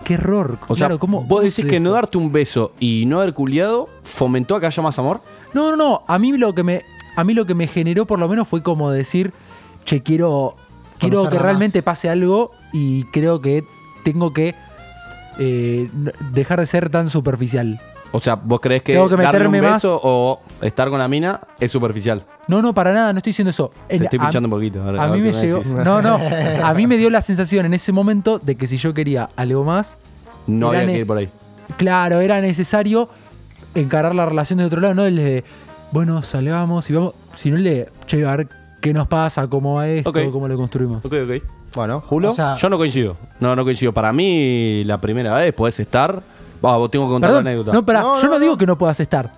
[SPEAKER 9] qué error.
[SPEAKER 12] O sea,
[SPEAKER 9] claro, ¿cómo?
[SPEAKER 12] vos
[SPEAKER 9] cómo
[SPEAKER 12] decís
[SPEAKER 9] se-
[SPEAKER 12] que no darte un beso y no haber culiado fomentó a que haya más amor.
[SPEAKER 9] No, no, no. A mí lo que me, a mí lo que me generó por lo menos fue como decir, che, quiero quiero que
[SPEAKER 11] Conocerla
[SPEAKER 9] realmente pase algo y creo que tengo que eh, n- dejar de ser tan superficial.
[SPEAKER 12] O sea, ¿vos crees que,
[SPEAKER 9] Tengo que
[SPEAKER 12] darle un
[SPEAKER 9] meterme más.
[SPEAKER 12] beso o estar con la mina es superficial?
[SPEAKER 9] No, no, para nada, no estoy diciendo eso. En-
[SPEAKER 12] Te estoy
[SPEAKER 9] a-
[SPEAKER 12] pinchando un poquito. ahora-
[SPEAKER 9] A
[SPEAKER 12] ahora
[SPEAKER 9] mí
[SPEAKER 12] que
[SPEAKER 9] me
[SPEAKER 12] me
[SPEAKER 9] llegó.
[SPEAKER 12] decís.
[SPEAKER 9] No, no. A mí me dio la sensación en ese momento de que si yo quería algo más.
[SPEAKER 12] No
[SPEAKER 9] era
[SPEAKER 12] había
[SPEAKER 9] ne-
[SPEAKER 12] que ir por ahí.
[SPEAKER 9] Claro, era necesario encarar la relación desde otro lado, no el de, bueno, salgamos y vamos. Sino el de, che, a ver qué nos pasa, cómo va esto,
[SPEAKER 12] Ok.
[SPEAKER 9] cómo lo construimos.
[SPEAKER 12] Ok, ok.
[SPEAKER 10] Bueno, Julio.
[SPEAKER 9] Ah.
[SPEAKER 12] yo no coincido. No, no coincido. Para mí, la primera vez podés estar. Ah, vos tengo que contar
[SPEAKER 9] Perdón,
[SPEAKER 12] la anécdota.
[SPEAKER 9] no, pará, yo no, digo que no puedas estar.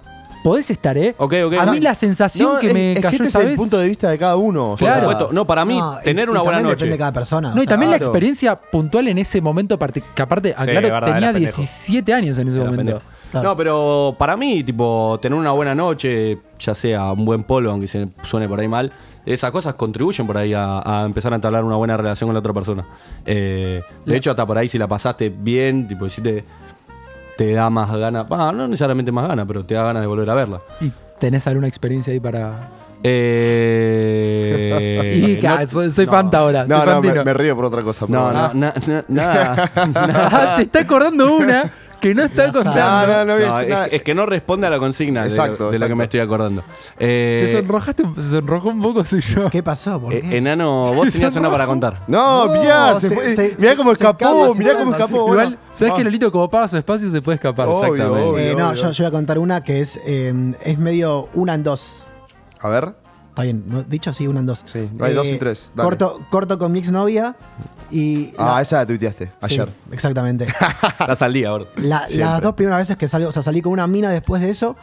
[SPEAKER 9] Podés estar, ¿eh? A mí la sensación
[SPEAKER 10] No,
[SPEAKER 9] que
[SPEAKER 10] es-
[SPEAKER 9] me
[SPEAKER 10] es que
[SPEAKER 9] cayó
[SPEAKER 10] este
[SPEAKER 9] esa
[SPEAKER 10] es el
[SPEAKER 9] vez-
[SPEAKER 10] punto de vista de cada uno.
[SPEAKER 12] Por supuesto. No, para mí, tener una buena noche.
[SPEAKER 11] persona.
[SPEAKER 9] No, y también la
[SPEAKER 12] Claro.
[SPEAKER 9] experiencia puntual en ese momento, parti- que aparte, aclaro,
[SPEAKER 12] verdad,
[SPEAKER 9] tenía
[SPEAKER 12] era pendejo.
[SPEAKER 9] 17 años en ese
[SPEAKER 12] Era
[SPEAKER 9] momento.
[SPEAKER 12] pendejo. No, pero para mí, tipo, tener una buena noche, ya sea un buen polo, aunque se suene por ahí mal, esas cosas contribuyen por ahí a, a empezar a entablar una buena relación con la otra persona. Eh, de hecho, hasta por ahí, si la pasaste bien, tipo, si te, te da más ganas, ah, no necesariamente más ganas, pero te da ganas de volver a verla.
[SPEAKER 9] ¿Y tenés alguna experiencia ahí para...?
[SPEAKER 12] Eh,
[SPEAKER 9] y, ca-
[SPEAKER 12] no-
[SPEAKER 9] soy, soy fanta ahora,
[SPEAKER 10] No,
[SPEAKER 9] soy
[SPEAKER 10] no,
[SPEAKER 9] fantino.
[SPEAKER 10] me, me río por otra cosa. pero
[SPEAKER 12] No,
[SPEAKER 10] bueno.
[SPEAKER 12] no, na- na- nada.
[SPEAKER 9] Ah, se está acordando una que no está contando.
[SPEAKER 10] no, no voy a decir
[SPEAKER 12] es-
[SPEAKER 10] nada.
[SPEAKER 12] es, que no responde a la consigna de lo- de,
[SPEAKER 10] Exacto,
[SPEAKER 12] lo,
[SPEAKER 10] exacto.
[SPEAKER 12] que me estoy acordando. Eh,
[SPEAKER 9] Te sonrojaste, un- se sonrojó un poco soy yo.
[SPEAKER 11] ¿Qué pasó? ¿Por
[SPEAKER 12] eh, enano, vos tenías una para contar.
[SPEAKER 10] No,
[SPEAKER 9] No,
[SPEAKER 10] mirá, se
[SPEAKER 9] se-
[SPEAKER 10] fue-
[SPEAKER 9] se-
[SPEAKER 10] mirá
[SPEAKER 9] se-
[SPEAKER 10] cómo
[SPEAKER 9] se
[SPEAKER 10] escapó,
[SPEAKER 11] escapa, se
[SPEAKER 10] mirá cómo
[SPEAKER 11] escapa,
[SPEAKER 10] escapó.
[SPEAKER 11] sí.
[SPEAKER 10] bueno.
[SPEAKER 9] Igual, ¿sabes
[SPEAKER 10] Ah.
[SPEAKER 9] que Lolito como paga su espacio se puede escapar?
[SPEAKER 10] Obvio,
[SPEAKER 12] Exactamente.
[SPEAKER 10] obvio,
[SPEAKER 11] Eh, no,
[SPEAKER 10] obvio.
[SPEAKER 11] Yo, yo voy a contar una que es, eh, es medio una en dos.
[SPEAKER 10] A ver.
[SPEAKER 11] Está bien, ¿no? dicho así, una en dos. Sí,
[SPEAKER 10] no hay dos sin tres, dale.
[SPEAKER 11] Corto, corto con mi exnovia y.
[SPEAKER 10] Ah,
[SPEAKER 11] la-
[SPEAKER 10] esa la tuiteaste
[SPEAKER 11] Sí,
[SPEAKER 10] ayer.
[SPEAKER 11] exactamente.
[SPEAKER 12] Estás al día ahora.
[SPEAKER 11] La-
[SPEAKER 10] Siempre.
[SPEAKER 11] las dos primeras veces que salí, o sea, salí con una mina después de eso,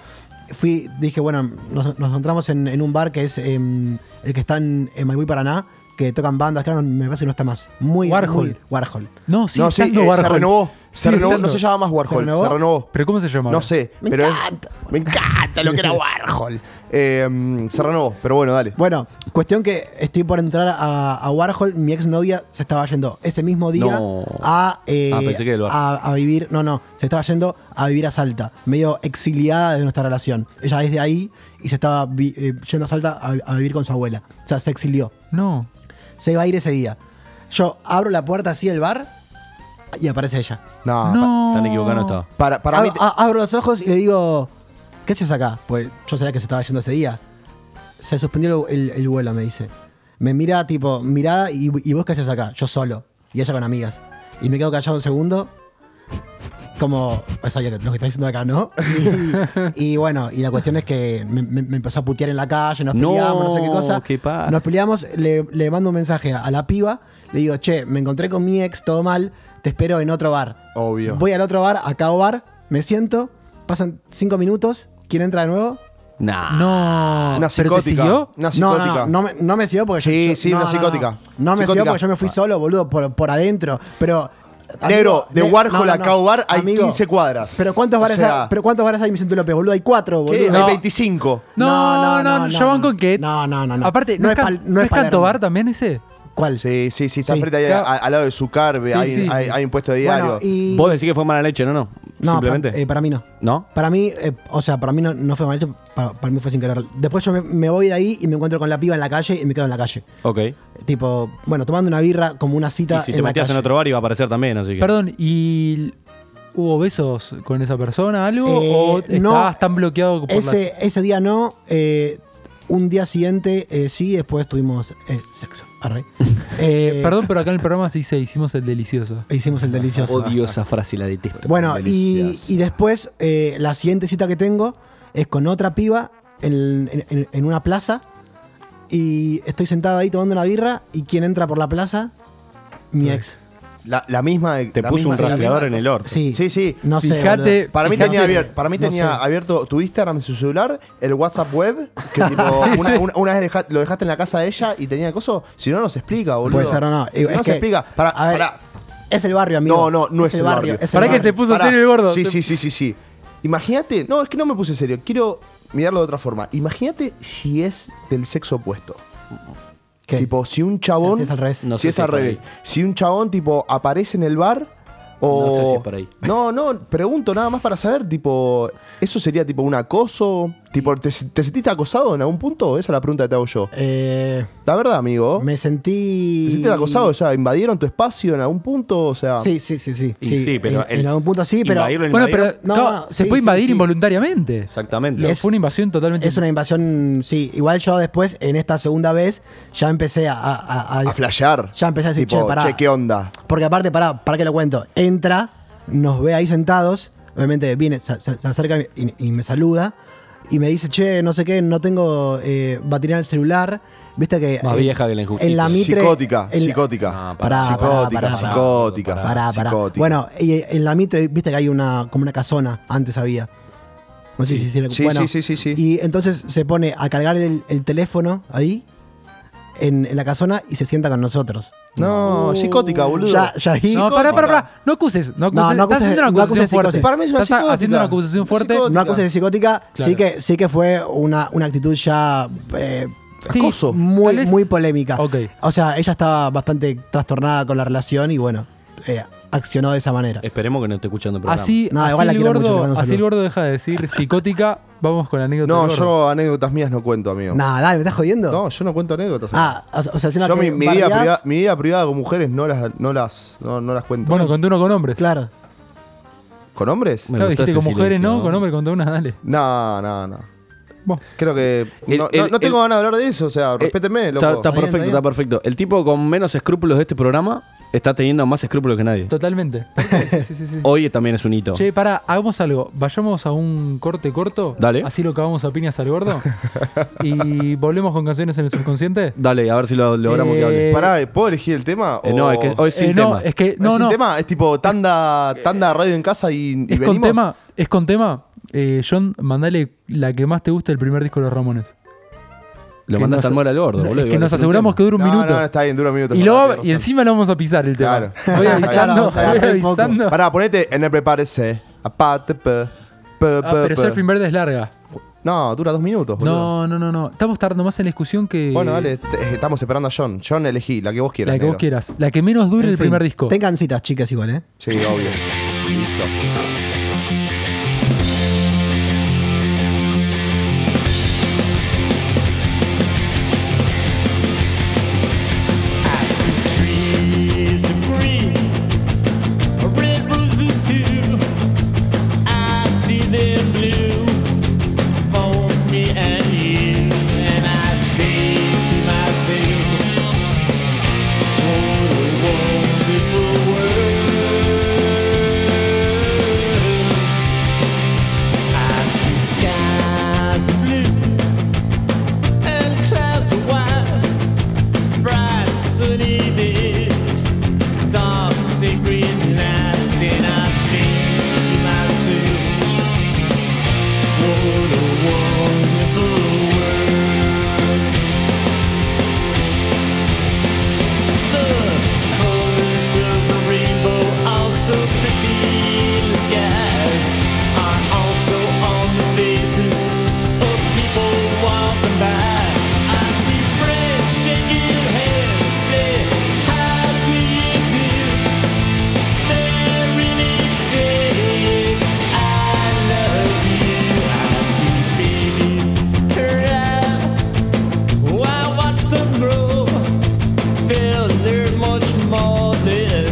[SPEAKER 11] fui, dije, bueno, nos, nos encontramos en, en un bar que es em, el que está en, en Maipú y Paraná, que tocan bandas, claro, me parece que no está más. Muy
[SPEAKER 9] Warhol.
[SPEAKER 11] muy Warhol.
[SPEAKER 9] No, sí,
[SPEAKER 10] no, sí,
[SPEAKER 9] estando
[SPEAKER 10] eh, se
[SPEAKER 9] Warhol.
[SPEAKER 10] renovó. Se
[SPEAKER 9] Sigue
[SPEAKER 10] renovó, no
[SPEAKER 9] estando.
[SPEAKER 10] se llama más Warhol, se
[SPEAKER 11] renovó?
[SPEAKER 10] renovó.
[SPEAKER 9] ¿Pero cómo se llama?
[SPEAKER 10] No sé,
[SPEAKER 11] Me
[SPEAKER 10] pero es-
[SPEAKER 11] encanta.
[SPEAKER 10] me encanta lo que era Warhol. Eh, mm, se renovó, pero bueno, dale.
[SPEAKER 11] Bueno, cuestión que estoy por entrar a, a Warhol, mi exnovia se estaba yendo ese mismo día
[SPEAKER 12] No.
[SPEAKER 11] a, eh,
[SPEAKER 12] Ah, pensé que del bar.
[SPEAKER 11] a, a vivir, no, no, se estaba yendo a vivir a Salta, medio exiliada de nuestra relación. Ella es de ahí y se estaba vi- eh, yendo a Salta a, a vivir con su abuela. O sea, se exilió.
[SPEAKER 9] No.
[SPEAKER 11] Se iba a ir ese día. Yo abro la puerta así del bar y aparece ella.
[SPEAKER 10] No,
[SPEAKER 9] No. Ah,
[SPEAKER 12] Tan equivocado no estaba.
[SPEAKER 10] pa- para, para
[SPEAKER 11] Ab-
[SPEAKER 10] mí. te-
[SPEAKER 11] a- abro los ojos y le digo, ¿qué haces acá? Pues yo sabía que se estaba yendo ese día. Se suspendió el, el- el vuelo, me dice. Me mira, tipo, mirada, y, y vos qué haces acá? Yo solo. Y ella con amigas. Y me quedo callado un segundo. Como, eso ya que- lo que está diciendo acá, ¿no? Y, y bueno, y la cuestión es que me, me- me empezó a putear en la calle, nos
[SPEAKER 12] No,
[SPEAKER 11] peleamos, no sé qué cosa.
[SPEAKER 12] qué paja.
[SPEAKER 11] Nos peleamos, le, le mando un mensaje a la piba, le digo, che, me encontré con mi ex, todo mal, te espero en otro bar.
[SPEAKER 10] Obvio.
[SPEAKER 11] Voy al otro bar, a Cao Bar, me siento, pasan cinco minutos, ¿quién entra de nuevo?
[SPEAKER 12] Nah.
[SPEAKER 9] No. ¿Pero
[SPEAKER 10] Una
[SPEAKER 9] te
[SPEAKER 10] psicótica.
[SPEAKER 9] siguió?
[SPEAKER 10] Una
[SPEAKER 11] No,
[SPEAKER 10] psicótica.
[SPEAKER 11] no, no, no me, no me siguió porque
[SPEAKER 10] Sí,
[SPEAKER 11] yo- yo-
[SPEAKER 10] sí,
[SPEAKER 11] no,
[SPEAKER 10] una
[SPEAKER 11] no,
[SPEAKER 10] psicótica.
[SPEAKER 11] No, No me
[SPEAKER 10] Psicótica.
[SPEAKER 11] siguió porque yo me fui solo, boludo, por, por adentro. Pero.
[SPEAKER 10] Negro, de
[SPEAKER 11] ne-
[SPEAKER 10] Warhol a Cao Bar hay
[SPEAKER 11] amigo,
[SPEAKER 10] 15 cuadras.
[SPEAKER 11] Pero ¿cuántos
[SPEAKER 10] O
[SPEAKER 11] bares
[SPEAKER 10] sea,
[SPEAKER 11] hay? Pero ¿cuántos bares hay en Vicente López, boludo? Hay cuatro,
[SPEAKER 10] ¿qué?
[SPEAKER 11] boludo.
[SPEAKER 10] Hay
[SPEAKER 9] No.
[SPEAKER 10] 25.
[SPEAKER 9] No, no, no, yo banco en que-
[SPEAKER 11] No, no, no, no.
[SPEAKER 9] Aparte, ¿no, es, can-
[SPEAKER 11] Pal-
[SPEAKER 9] no es
[SPEAKER 11] Palermo.
[SPEAKER 9] Canto Bar también ese?
[SPEAKER 11] ¿Cuál?
[SPEAKER 10] Sí, sí, sí, está
[SPEAKER 11] Sí.
[SPEAKER 10] frente ahí,
[SPEAKER 9] Claro.
[SPEAKER 10] eh, a- al lado de Sucarbe,
[SPEAKER 9] Sí,
[SPEAKER 10] hay,
[SPEAKER 9] sí.
[SPEAKER 10] Hay, hay un puesto de diario.
[SPEAKER 11] Bueno, y.
[SPEAKER 12] Vos decís que fue mala leche, no, no.
[SPEAKER 11] No,
[SPEAKER 12] Simplemente.
[SPEAKER 11] Para, eh, para mí no.
[SPEAKER 12] ¿No?
[SPEAKER 11] Para mí, eh, o sea, para mí no, no fue mal hecho, para, para mí fue sin querer. Después yo me, me voy de ahí y me encuentro con la piba en la calle y me quedo en la calle.
[SPEAKER 12] Ok.
[SPEAKER 11] Tipo, bueno, tomando una birra como una
[SPEAKER 12] Y
[SPEAKER 11] cita.
[SPEAKER 12] si
[SPEAKER 11] en
[SPEAKER 12] te
[SPEAKER 11] la
[SPEAKER 12] metías en
[SPEAKER 11] calle.
[SPEAKER 12] otro bar iba a aparecer también, así que.
[SPEAKER 9] Perdón, ¿y l- hubo besos con esa persona, algo? ¿O
[SPEAKER 11] Eh, no,
[SPEAKER 9] estabas tan bloqueado por las-
[SPEAKER 11] Ese, ese día no, eh, un día siguiente eh, sí, después tuvimos eh, sexo. Arre. Eh,
[SPEAKER 9] Perdón, pero acá en el programa sí se hicimos el delicioso.
[SPEAKER 11] Hicimos el delicioso.
[SPEAKER 12] Odio esa frase, la detesto.
[SPEAKER 11] Bueno, y, y después eh, la siguiente cita que tengo es con otra piba en, en- en- en una plaza y estoy sentado ahí tomando una birra y quien entra por la plaza, mi ex.
[SPEAKER 10] La, la misma de-
[SPEAKER 12] Te
[SPEAKER 10] la
[SPEAKER 12] puso
[SPEAKER 10] misma
[SPEAKER 12] un
[SPEAKER 10] de-
[SPEAKER 12] rastreador en el orto.
[SPEAKER 11] Sí,
[SPEAKER 10] Sí, sí.
[SPEAKER 11] no sé.
[SPEAKER 9] Fíjate-
[SPEAKER 11] boludo.
[SPEAKER 10] Para mí
[SPEAKER 9] Fíjate.
[SPEAKER 10] tenía, abier- para mí
[SPEAKER 11] No
[SPEAKER 10] tenía
[SPEAKER 11] sé.
[SPEAKER 10] abierto tu Instagram en su celular, el WhatsApp web, que tipo, una, una- una vez deja- lo dejaste en la casa de ella y tenía el coso. Si no, no se explica, boludo.
[SPEAKER 11] Puede ser o no.
[SPEAKER 10] Si
[SPEAKER 11] Es
[SPEAKER 10] no se
[SPEAKER 11] que-
[SPEAKER 10] explica. Para,
[SPEAKER 11] a ver,
[SPEAKER 10] para.
[SPEAKER 11] Es el barrio, amigo.
[SPEAKER 10] No, no, no es, el barrio.
[SPEAKER 11] es el
[SPEAKER 9] Pará que
[SPEAKER 11] barrio.
[SPEAKER 9] se puso
[SPEAKER 10] Pará.
[SPEAKER 9] serio el gordo.
[SPEAKER 10] Sí,
[SPEAKER 9] Se-
[SPEAKER 10] sí, sí, sí, sí. Imagínate, no, es que no me puse serio, quiero mirarlo de otra forma. Imagínate si es del sexo opuesto.
[SPEAKER 11] ¿Qué?
[SPEAKER 10] Tipo, si un chabón.
[SPEAKER 11] Si es al revés.
[SPEAKER 12] No
[SPEAKER 10] si
[SPEAKER 12] sé
[SPEAKER 10] es
[SPEAKER 12] si
[SPEAKER 10] al
[SPEAKER 12] es por
[SPEAKER 10] revés. Si un chabón, tipo, aparece en el bar O-
[SPEAKER 12] No sé si es por ahí.
[SPEAKER 10] No, no, pregunto nada más para saber, tipo, ¿eso sería tipo un acoso? Tipo, ¿te, te sentiste acosado en algún punto? Esa es la pregunta que te hago yo. la verdad, amigo.
[SPEAKER 11] Eh, Me sentí.
[SPEAKER 10] ¿Te sentiste acosado? O sea, ¿invadieron tu espacio en algún punto? O sea.
[SPEAKER 11] Sí, sí, sí, sí.
[SPEAKER 10] Y sí, pero
[SPEAKER 11] en,
[SPEAKER 10] el-
[SPEAKER 11] en algún punto sí, pero.
[SPEAKER 10] invadirlo, Bueno, pero, invadirlo.
[SPEAKER 11] No,
[SPEAKER 9] Claro,
[SPEAKER 11] no,
[SPEAKER 9] se
[SPEAKER 11] sí,
[SPEAKER 9] puede
[SPEAKER 11] sí,
[SPEAKER 9] invadir
[SPEAKER 11] sí.
[SPEAKER 9] involuntariamente.
[SPEAKER 12] Exactamente.
[SPEAKER 9] Es una invasión totalmente.
[SPEAKER 11] Es una invasión, sí. Igual yo después, en esta segunda vez, ya empecé a. A, a-
[SPEAKER 10] A flashear.
[SPEAKER 11] Ya empecé a decir,
[SPEAKER 10] Tipo,
[SPEAKER 11] che, pará.
[SPEAKER 10] che, ¿qué onda?
[SPEAKER 11] Porque aparte, pará, ¿para qué lo cuento? Entra, nos ve ahí sentados. Obviamente viene, se, se- se acerca y, y me saluda. Y me dice, che, no sé qué, no tengo eh, batería en el celular. Viste que.
[SPEAKER 12] Más
[SPEAKER 11] eh,
[SPEAKER 12] vieja que la injusticia.
[SPEAKER 11] En la Mitre.
[SPEAKER 10] Psicótica,
[SPEAKER 11] en la-
[SPEAKER 10] psicótica.
[SPEAKER 11] pará,
[SPEAKER 10] psicótica,
[SPEAKER 11] pará, pará,
[SPEAKER 10] psicótica.
[SPEAKER 11] Pará, pará.
[SPEAKER 10] psicótica.
[SPEAKER 11] Bueno, y eh, en la Mitre, viste que hay una como una casona, antes había. No sé si si era-
[SPEAKER 10] Sí,
[SPEAKER 11] bueno,
[SPEAKER 10] sí, sí, sí, sí.
[SPEAKER 11] Y entonces se pone a cargar el, el teléfono ahí, en, en la casona, y se sienta con nosotros. Uh,
[SPEAKER 10] No, psicótica, boludo.
[SPEAKER 11] Ya, ya ahí-
[SPEAKER 9] No, pará, pará, pará. No acuses. No acuses.
[SPEAKER 11] No,
[SPEAKER 9] estás
[SPEAKER 11] no acuses-
[SPEAKER 9] haciendo una
[SPEAKER 11] no
[SPEAKER 9] acusación
[SPEAKER 11] acuses
[SPEAKER 9] fuerte.
[SPEAKER 11] psicosis. Para mí es una
[SPEAKER 9] estás
[SPEAKER 11] psicótica.
[SPEAKER 9] haciendo una acusación fuerte.
[SPEAKER 11] No acuses de psicótica,
[SPEAKER 9] Claro.
[SPEAKER 11] sí, que, sí que fue una, una actitud ya eh,
[SPEAKER 9] Sí, Acoso.
[SPEAKER 11] muy,
[SPEAKER 9] tal vez-
[SPEAKER 11] muy polémica. O sea, ella estaba bastante trastornada con la relación y bueno, eh, accionó de esa manera.
[SPEAKER 10] Eh,
[SPEAKER 12] Esperemos que no esté escuchando el programa.
[SPEAKER 9] Así,
[SPEAKER 11] No,
[SPEAKER 9] así
[SPEAKER 11] igual la
[SPEAKER 9] el
[SPEAKER 11] quiero
[SPEAKER 9] gordo,
[SPEAKER 11] mucho, le mando un
[SPEAKER 9] así el
[SPEAKER 11] saludo.
[SPEAKER 9] gordo deja de decir psicótica. Vamos con la anécdota.
[SPEAKER 10] No,
[SPEAKER 9] del gordo.
[SPEAKER 10] yo anécdotas mías no cuento, amigo.
[SPEAKER 11] Nada, dale, ¿me estás jodiendo?
[SPEAKER 10] No, yo no cuento anécdotas.
[SPEAKER 11] Ah, o sea, o sea, encima
[SPEAKER 10] yo
[SPEAKER 11] que
[SPEAKER 10] mi, mi vida
[SPEAKER 11] bardeás-
[SPEAKER 10] privada, mi vida privada con mujeres no las, no las, no, no las cuento.
[SPEAKER 9] Bueno, conté uno con hombres.
[SPEAKER 11] Claro.
[SPEAKER 10] ¿Con hombres?
[SPEAKER 9] Claro, dijiste con mujeres no, con hombres conté una, dale.
[SPEAKER 10] No, no, no. Creo que.
[SPEAKER 12] El-
[SPEAKER 10] no,
[SPEAKER 12] el-
[SPEAKER 10] no- no tengo
[SPEAKER 12] el-
[SPEAKER 10] ganas de hablar de eso, o sea, respéteme, loco.
[SPEAKER 12] Eh, Está, está perfecto, está perfecto. El tipo con menos escrúpulos de este programa está teniendo más escrúpulos que nadie.
[SPEAKER 9] Totalmente. Sí, sí, sí.
[SPEAKER 12] Hoy también es un hito.
[SPEAKER 9] Che, para, hagamos algo. Vayamos a un corte corto.
[SPEAKER 12] Dale.
[SPEAKER 9] Así lo cagamos a piñas al gordo. y volvemos con canciones en el subconsciente.
[SPEAKER 12] Dale, a ver si
[SPEAKER 9] eh,
[SPEAKER 12] lo logramos que hable.
[SPEAKER 10] Pará, eh, ¿puedo elegir el tema?
[SPEAKER 12] Eh, no, es que hoy sin Eh, no, tema. es que- no,
[SPEAKER 10] sin
[SPEAKER 9] no.
[SPEAKER 10] tema, es tipo tanda, tanda radio en casa y, y
[SPEAKER 9] Es con
[SPEAKER 10] venimos.
[SPEAKER 9] tema. Es con tema. Eh, John, mandale la que más te gusta del primer disco de los Ramones.
[SPEAKER 12] Lo
[SPEAKER 9] Que
[SPEAKER 12] mandaste
[SPEAKER 9] nos-
[SPEAKER 12] al mora al gordo,
[SPEAKER 9] no,
[SPEAKER 12] boludo.
[SPEAKER 9] Es que
[SPEAKER 12] igual
[SPEAKER 9] nos
[SPEAKER 12] es un
[SPEAKER 9] aseguramos
[SPEAKER 12] tema.
[SPEAKER 9] que dura un
[SPEAKER 10] No,
[SPEAKER 9] minuto.
[SPEAKER 10] no, está bien, dura un minuto,
[SPEAKER 9] Y,
[SPEAKER 10] es
[SPEAKER 9] lo-
[SPEAKER 10] verdad, tenés
[SPEAKER 9] y encima lo vamos a pisar el tema.
[SPEAKER 10] Claro.
[SPEAKER 9] Voy avisando, voy avisando.
[SPEAKER 10] Pará, ponete en el prepárese. Aparte, pe, pe,
[SPEAKER 9] Ah,
[SPEAKER 10] pe,
[SPEAKER 9] pero
[SPEAKER 10] pe.
[SPEAKER 9] Surfing Verde es larga.
[SPEAKER 10] No, dura dos minutos, boludo.
[SPEAKER 9] No, no, no, no. Estamos tardando más en la discusión que.
[SPEAKER 10] Bueno, dale, te- eh, estamos esperando a John. John, elegí la que vos quieras.
[SPEAKER 9] La que vos
[SPEAKER 10] negro.
[SPEAKER 9] quieras. La que menos dure
[SPEAKER 11] En
[SPEAKER 9] el
[SPEAKER 11] fin,
[SPEAKER 9] primer disco.
[SPEAKER 11] Tengan citas, chicas, igual, ¿eh?
[SPEAKER 10] Sí, obvio. Listo.
[SPEAKER 14] I see trees of green, red roses too. I see them blue for me and you, and I say to myself, what a wonderful world. I see skies of blue and clouds of white bright sunny days, dark sacred nights, and I think to myself, what a wonderful world. The colors of the rainbow are so pretty in the skies, are also on the faces of people walking by. I see friends shaking hands, say, how do you do? They really say, I love you. I see babies cry while I watch them grow. They'll learn much more than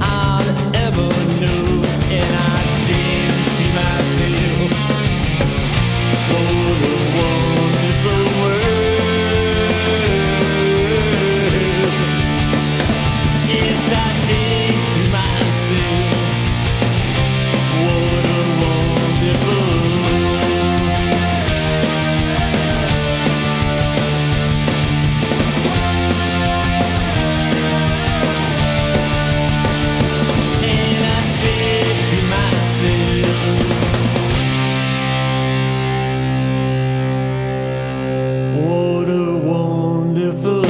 [SPEAKER 14] I'll ever know. And I think to myself, what a wonderful world. Yes, I think to myself, what a wonderful world. And I say to myself, what a wonderful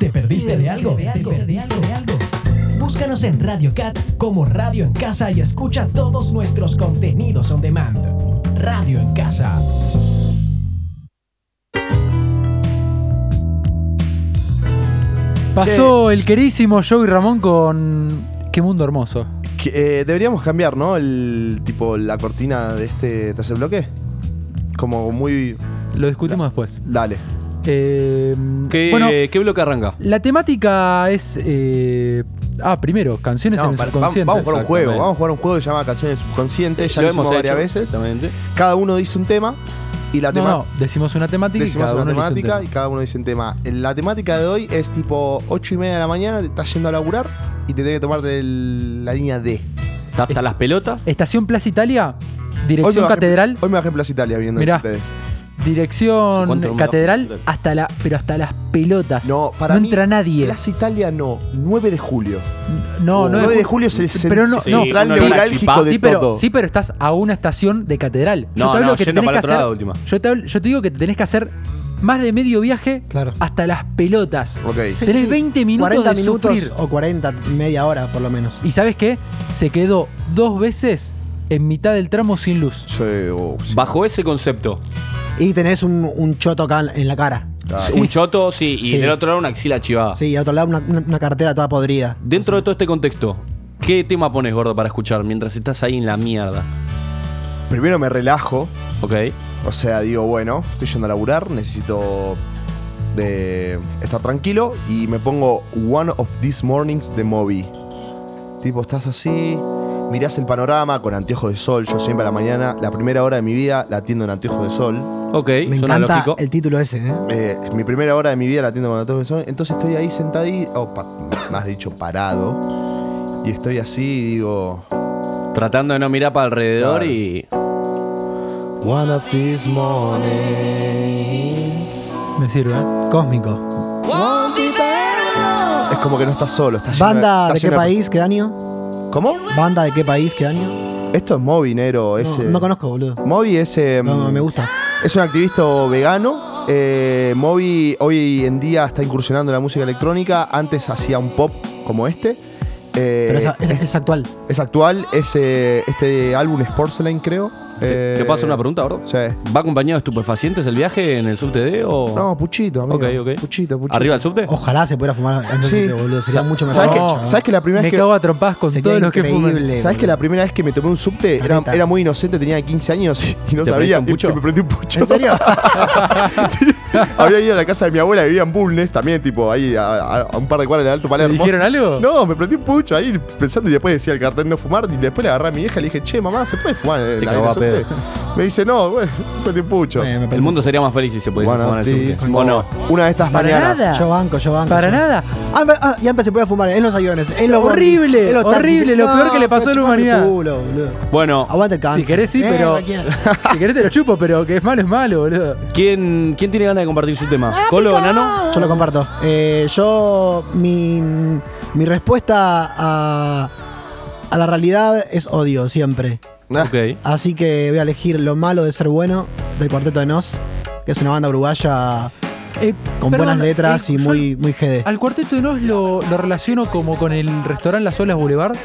[SPEAKER 15] ¿Te perdiste de algo? ¿Te perdiste de algo? Búscanos en Radio Cat como Radio en Casa y escucha todos nuestros contenidos on demand. Radio en Casa.
[SPEAKER 9] Pasó el queridísimo Joey Ramón con. Qué mundo hermoso.
[SPEAKER 10] Que, eh, deberíamos cambiar, ¿no? El tipo, la cortina de este tercer bloque. Como muy.
[SPEAKER 9] Lo discutimos después.
[SPEAKER 10] Dale.
[SPEAKER 9] Eh,
[SPEAKER 12] ¿Qué,
[SPEAKER 9] bueno,
[SPEAKER 12] ¿Qué bloque arranca?
[SPEAKER 9] la temática es. eh, ah, primero, canciones
[SPEAKER 10] No,
[SPEAKER 9] en el
[SPEAKER 10] para- va-
[SPEAKER 9] subconsciente.
[SPEAKER 10] vamos a jugar un juego.
[SPEAKER 9] Exactamente.
[SPEAKER 10] Vamos a jugar un juego que se llama Canciones Subconscientes.
[SPEAKER 9] Sí,
[SPEAKER 10] ya
[SPEAKER 9] lo
[SPEAKER 10] lo, hicimos
[SPEAKER 9] hemos hecho,
[SPEAKER 10] varias veces. Cada uno dice un tema y la
[SPEAKER 9] No,
[SPEAKER 10] temática.
[SPEAKER 9] no, decimos una temática y
[SPEAKER 10] Decimos
[SPEAKER 9] cada
[SPEAKER 10] una
[SPEAKER 9] uno elige un
[SPEAKER 10] temática y
[SPEAKER 9] tema.
[SPEAKER 10] cada uno dice un tema. La temática de hoy es tipo 8 y media de la mañana, te estás yendo a laburar y te tenés que tomar del- la línea D.
[SPEAKER 12] ¿Hasta las pelotas?
[SPEAKER 9] Estación Plaza Italia,
[SPEAKER 10] Hoy me
[SPEAKER 9] dirección
[SPEAKER 10] bajé-
[SPEAKER 9] catedral.
[SPEAKER 10] Hoy me bajé en Plaza Italia viendo
[SPEAKER 9] Mirá.
[SPEAKER 10] ustedes. ¿Cuánto me
[SPEAKER 9] Dirección
[SPEAKER 10] bajé?
[SPEAKER 9] catedral hasta la. Pero hasta las pelotas. No,
[SPEAKER 10] Para mí,
[SPEAKER 9] entra nadie.
[SPEAKER 10] Plaza Italia no, 9 de julio.
[SPEAKER 9] No, no
[SPEAKER 10] 9 de julio es el
[SPEAKER 9] pero no,
[SPEAKER 10] cen-
[SPEAKER 9] no,
[SPEAKER 10] central
[SPEAKER 9] sí,
[SPEAKER 10] neurálgico de
[SPEAKER 9] sí, pero,
[SPEAKER 10] todo.
[SPEAKER 9] Sí, pero estás a una estación de catedral.
[SPEAKER 12] No,
[SPEAKER 9] te hablo
[SPEAKER 12] no,
[SPEAKER 9] que
[SPEAKER 12] yendo
[SPEAKER 9] tenés
[SPEAKER 12] para
[SPEAKER 9] que
[SPEAKER 12] el otro
[SPEAKER 9] hacer-
[SPEAKER 12] lado, última.
[SPEAKER 9] Yo te, hablo- yo te digo que te tenés que hacer más de medio viaje hasta las pelotas. Tenés 20 minutos
[SPEAKER 11] 40
[SPEAKER 9] de
[SPEAKER 11] minutos
[SPEAKER 9] sufrir.
[SPEAKER 11] o 40, media hora por lo menos.
[SPEAKER 9] ¿Y sabes qué? Se quedó dos veces en mitad del tramo sin luz.
[SPEAKER 12] Bajo ese concepto.
[SPEAKER 11] Y tenés un, un choto acá en la cara.
[SPEAKER 12] Un choto, sí, y
[SPEAKER 11] Sí.
[SPEAKER 12] del otro lado una axila chivada.
[SPEAKER 11] Sí, y a otro lado una, una- una cartera toda podrida.
[SPEAKER 12] Dentro de todo este contexto, ¿qué tema pones, gordo, para escuchar mientras estás ahí en la mierda?
[SPEAKER 10] Primero me relajo.
[SPEAKER 12] Ok.
[SPEAKER 10] O sea, digo, bueno, estoy yendo a laburar, necesito de estar tranquilo y me pongo One of These Mornings de Moby. Tipo, estás así, mirás el panorama con anteojos de sol. Yo siempre a la mañana, la primera hora de mi vida, la atiendo en anteojos de sol.
[SPEAKER 12] Ok,
[SPEAKER 11] Me encanta el título ese, ¿eh?
[SPEAKER 10] Eh, mi primera hora de mi vida la atiendo con anteojos de sol. Entonces estoy ahí sentadito, o pa- más dicho, parado. Y estoy así y digo,
[SPEAKER 12] Tratando de no mirar para alrededor
[SPEAKER 10] Claro.
[SPEAKER 12] y.
[SPEAKER 10] One of these mornings.
[SPEAKER 9] Me sirve. ¿eh?
[SPEAKER 11] Cósmico.
[SPEAKER 10] Es como que no estás solo, estás lleno
[SPEAKER 11] ¿Banda
[SPEAKER 10] está
[SPEAKER 11] de qué
[SPEAKER 10] lleno
[SPEAKER 11] país? ¿Qué año?
[SPEAKER 10] ¿Cómo?
[SPEAKER 11] ¿Banda de qué país? ¿Qué año?
[SPEAKER 10] Esto es Moby, Nero.
[SPEAKER 11] No, no conozco, boludo.
[SPEAKER 10] Moby es. eh,
[SPEAKER 11] No, me gusta.
[SPEAKER 10] Es un activista vegano. Eh, Moby hoy en día está incursionando en la música electrónica. Antes hacía un pop como este. Eh,
[SPEAKER 11] Pero es, es- es actual.
[SPEAKER 10] es actual. Es, eh, este álbum es Porcelain, creo. Eh,
[SPEAKER 12] ¿Te puedo hacer una pregunta, gordo?
[SPEAKER 10] Sí.
[SPEAKER 12] ¿Va acompañado de estupefacientes el viaje en el subte o.?
[SPEAKER 10] No, puchito, amigo.
[SPEAKER 12] Ok, ok.
[SPEAKER 10] Puchito, puchito.
[SPEAKER 12] ¿Arriba el subte?
[SPEAKER 11] Ojalá se pudiera fumar antes
[SPEAKER 10] Sí.
[SPEAKER 11] de que, boludo. Sería
[SPEAKER 10] Sa-
[SPEAKER 11] mucho mejor.
[SPEAKER 10] ¿Sabes que, sabes que la primera vez que,
[SPEAKER 9] trompadas
[SPEAKER 11] con Sería todos los que increíble, fuman. boludo.
[SPEAKER 10] ¿Sabes que la primera vez que me tomé un subte era,
[SPEAKER 11] Neta.
[SPEAKER 10] era muy inocente, tenía 15 años y no
[SPEAKER 12] ¿Te prendiste
[SPEAKER 10] sabía.
[SPEAKER 12] un pucho?
[SPEAKER 10] Y me prendí un pucho.
[SPEAKER 11] ¿En serio?
[SPEAKER 10] Había ido a la casa de mi abuela que vivía en Bulnes, también, tipo, ahí a, a- a un par de cuadras del Alto Palermo.
[SPEAKER 9] dijeron algo?
[SPEAKER 10] No, me prendí un pucho ahí pensando y después decía el cartel no fumar. Y después le agarré a mi vieja y le dije, che, mamá, ¿se puede fumar en
[SPEAKER 12] Te
[SPEAKER 10] la- en
[SPEAKER 12] cagó
[SPEAKER 10] el
[SPEAKER 12] a pedo.
[SPEAKER 10] subte? Me dice, no, bueno, me prendí un pucho.
[SPEAKER 11] Eh,
[SPEAKER 12] El mundo sería más feliz si se pudiera
[SPEAKER 10] Bueno,
[SPEAKER 12] fumar en el
[SPEAKER 10] sí,
[SPEAKER 12] subte.
[SPEAKER 10] sí,
[SPEAKER 12] ¿O
[SPEAKER 10] sí.
[SPEAKER 12] no?
[SPEAKER 10] Una de estas
[SPEAKER 9] Para
[SPEAKER 10] mañanas.
[SPEAKER 9] nada.
[SPEAKER 11] Yo banco, yo banco.
[SPEAKER 9] Para
[SPEAKER 11] yo
[SPEAKER 9] nada.
[SPEAKER 11] banco. Ah, pero- ah, y antes se podía fumar en los aviones, en los bondis,
[SPEAKER 9] Horrible,
[SPEAKER 11] en los taxis.
[SPEAKER 9] horrible, lo
[SPEAKER 11] No,
[SPEAKER 9] peor que le pasó a la
[SPEAKER 11] chupame el
[SPEAKER 9] humanidad.
[SPEAKER 11] culo, boludo.
[SPEAKER 12] Bueno,
[SPEAKER 11] Aguanta el cáncer.
[SPEAKER 9] Si querés sí,
[SPEAKER 11] Eh,
[SPEAKER 9] pero
[SPEAKER 11] cualquiera.
[SPEAKER 9] si querés te lo chupo, pero que es malo es malo, boludo.
[SPEAKER 12] ¿quién, ¿quién tiene ganas de compartir su tema? ¿Colo o Nano?
[SPEAKER 11] Yo lo comparto. Eh, yo, mi, mi respuesta a, a la realidad es odio siempre.
[SPEAKER 12] Ok.
[SPEAKER 11] Así que voy a elegir Lo malo de ser bueno del Cuarteto de Nos, que es una banda uruguaya
[SPEAKER 9] Eh,
[SPEAKER 11] con
[SPEAKER 9] perdón,
[SPEAKER 11] buenas letras
[SPEAKER 9] eh,
[SPEAKER 11] y
[SPEAKER 9] yo
[SPEAKER 11] muy, muy GD.
[SPEAKER 9] Al cuarteto de Nos lo, lo relaciono como con el restaurante Las Olas Boulevard.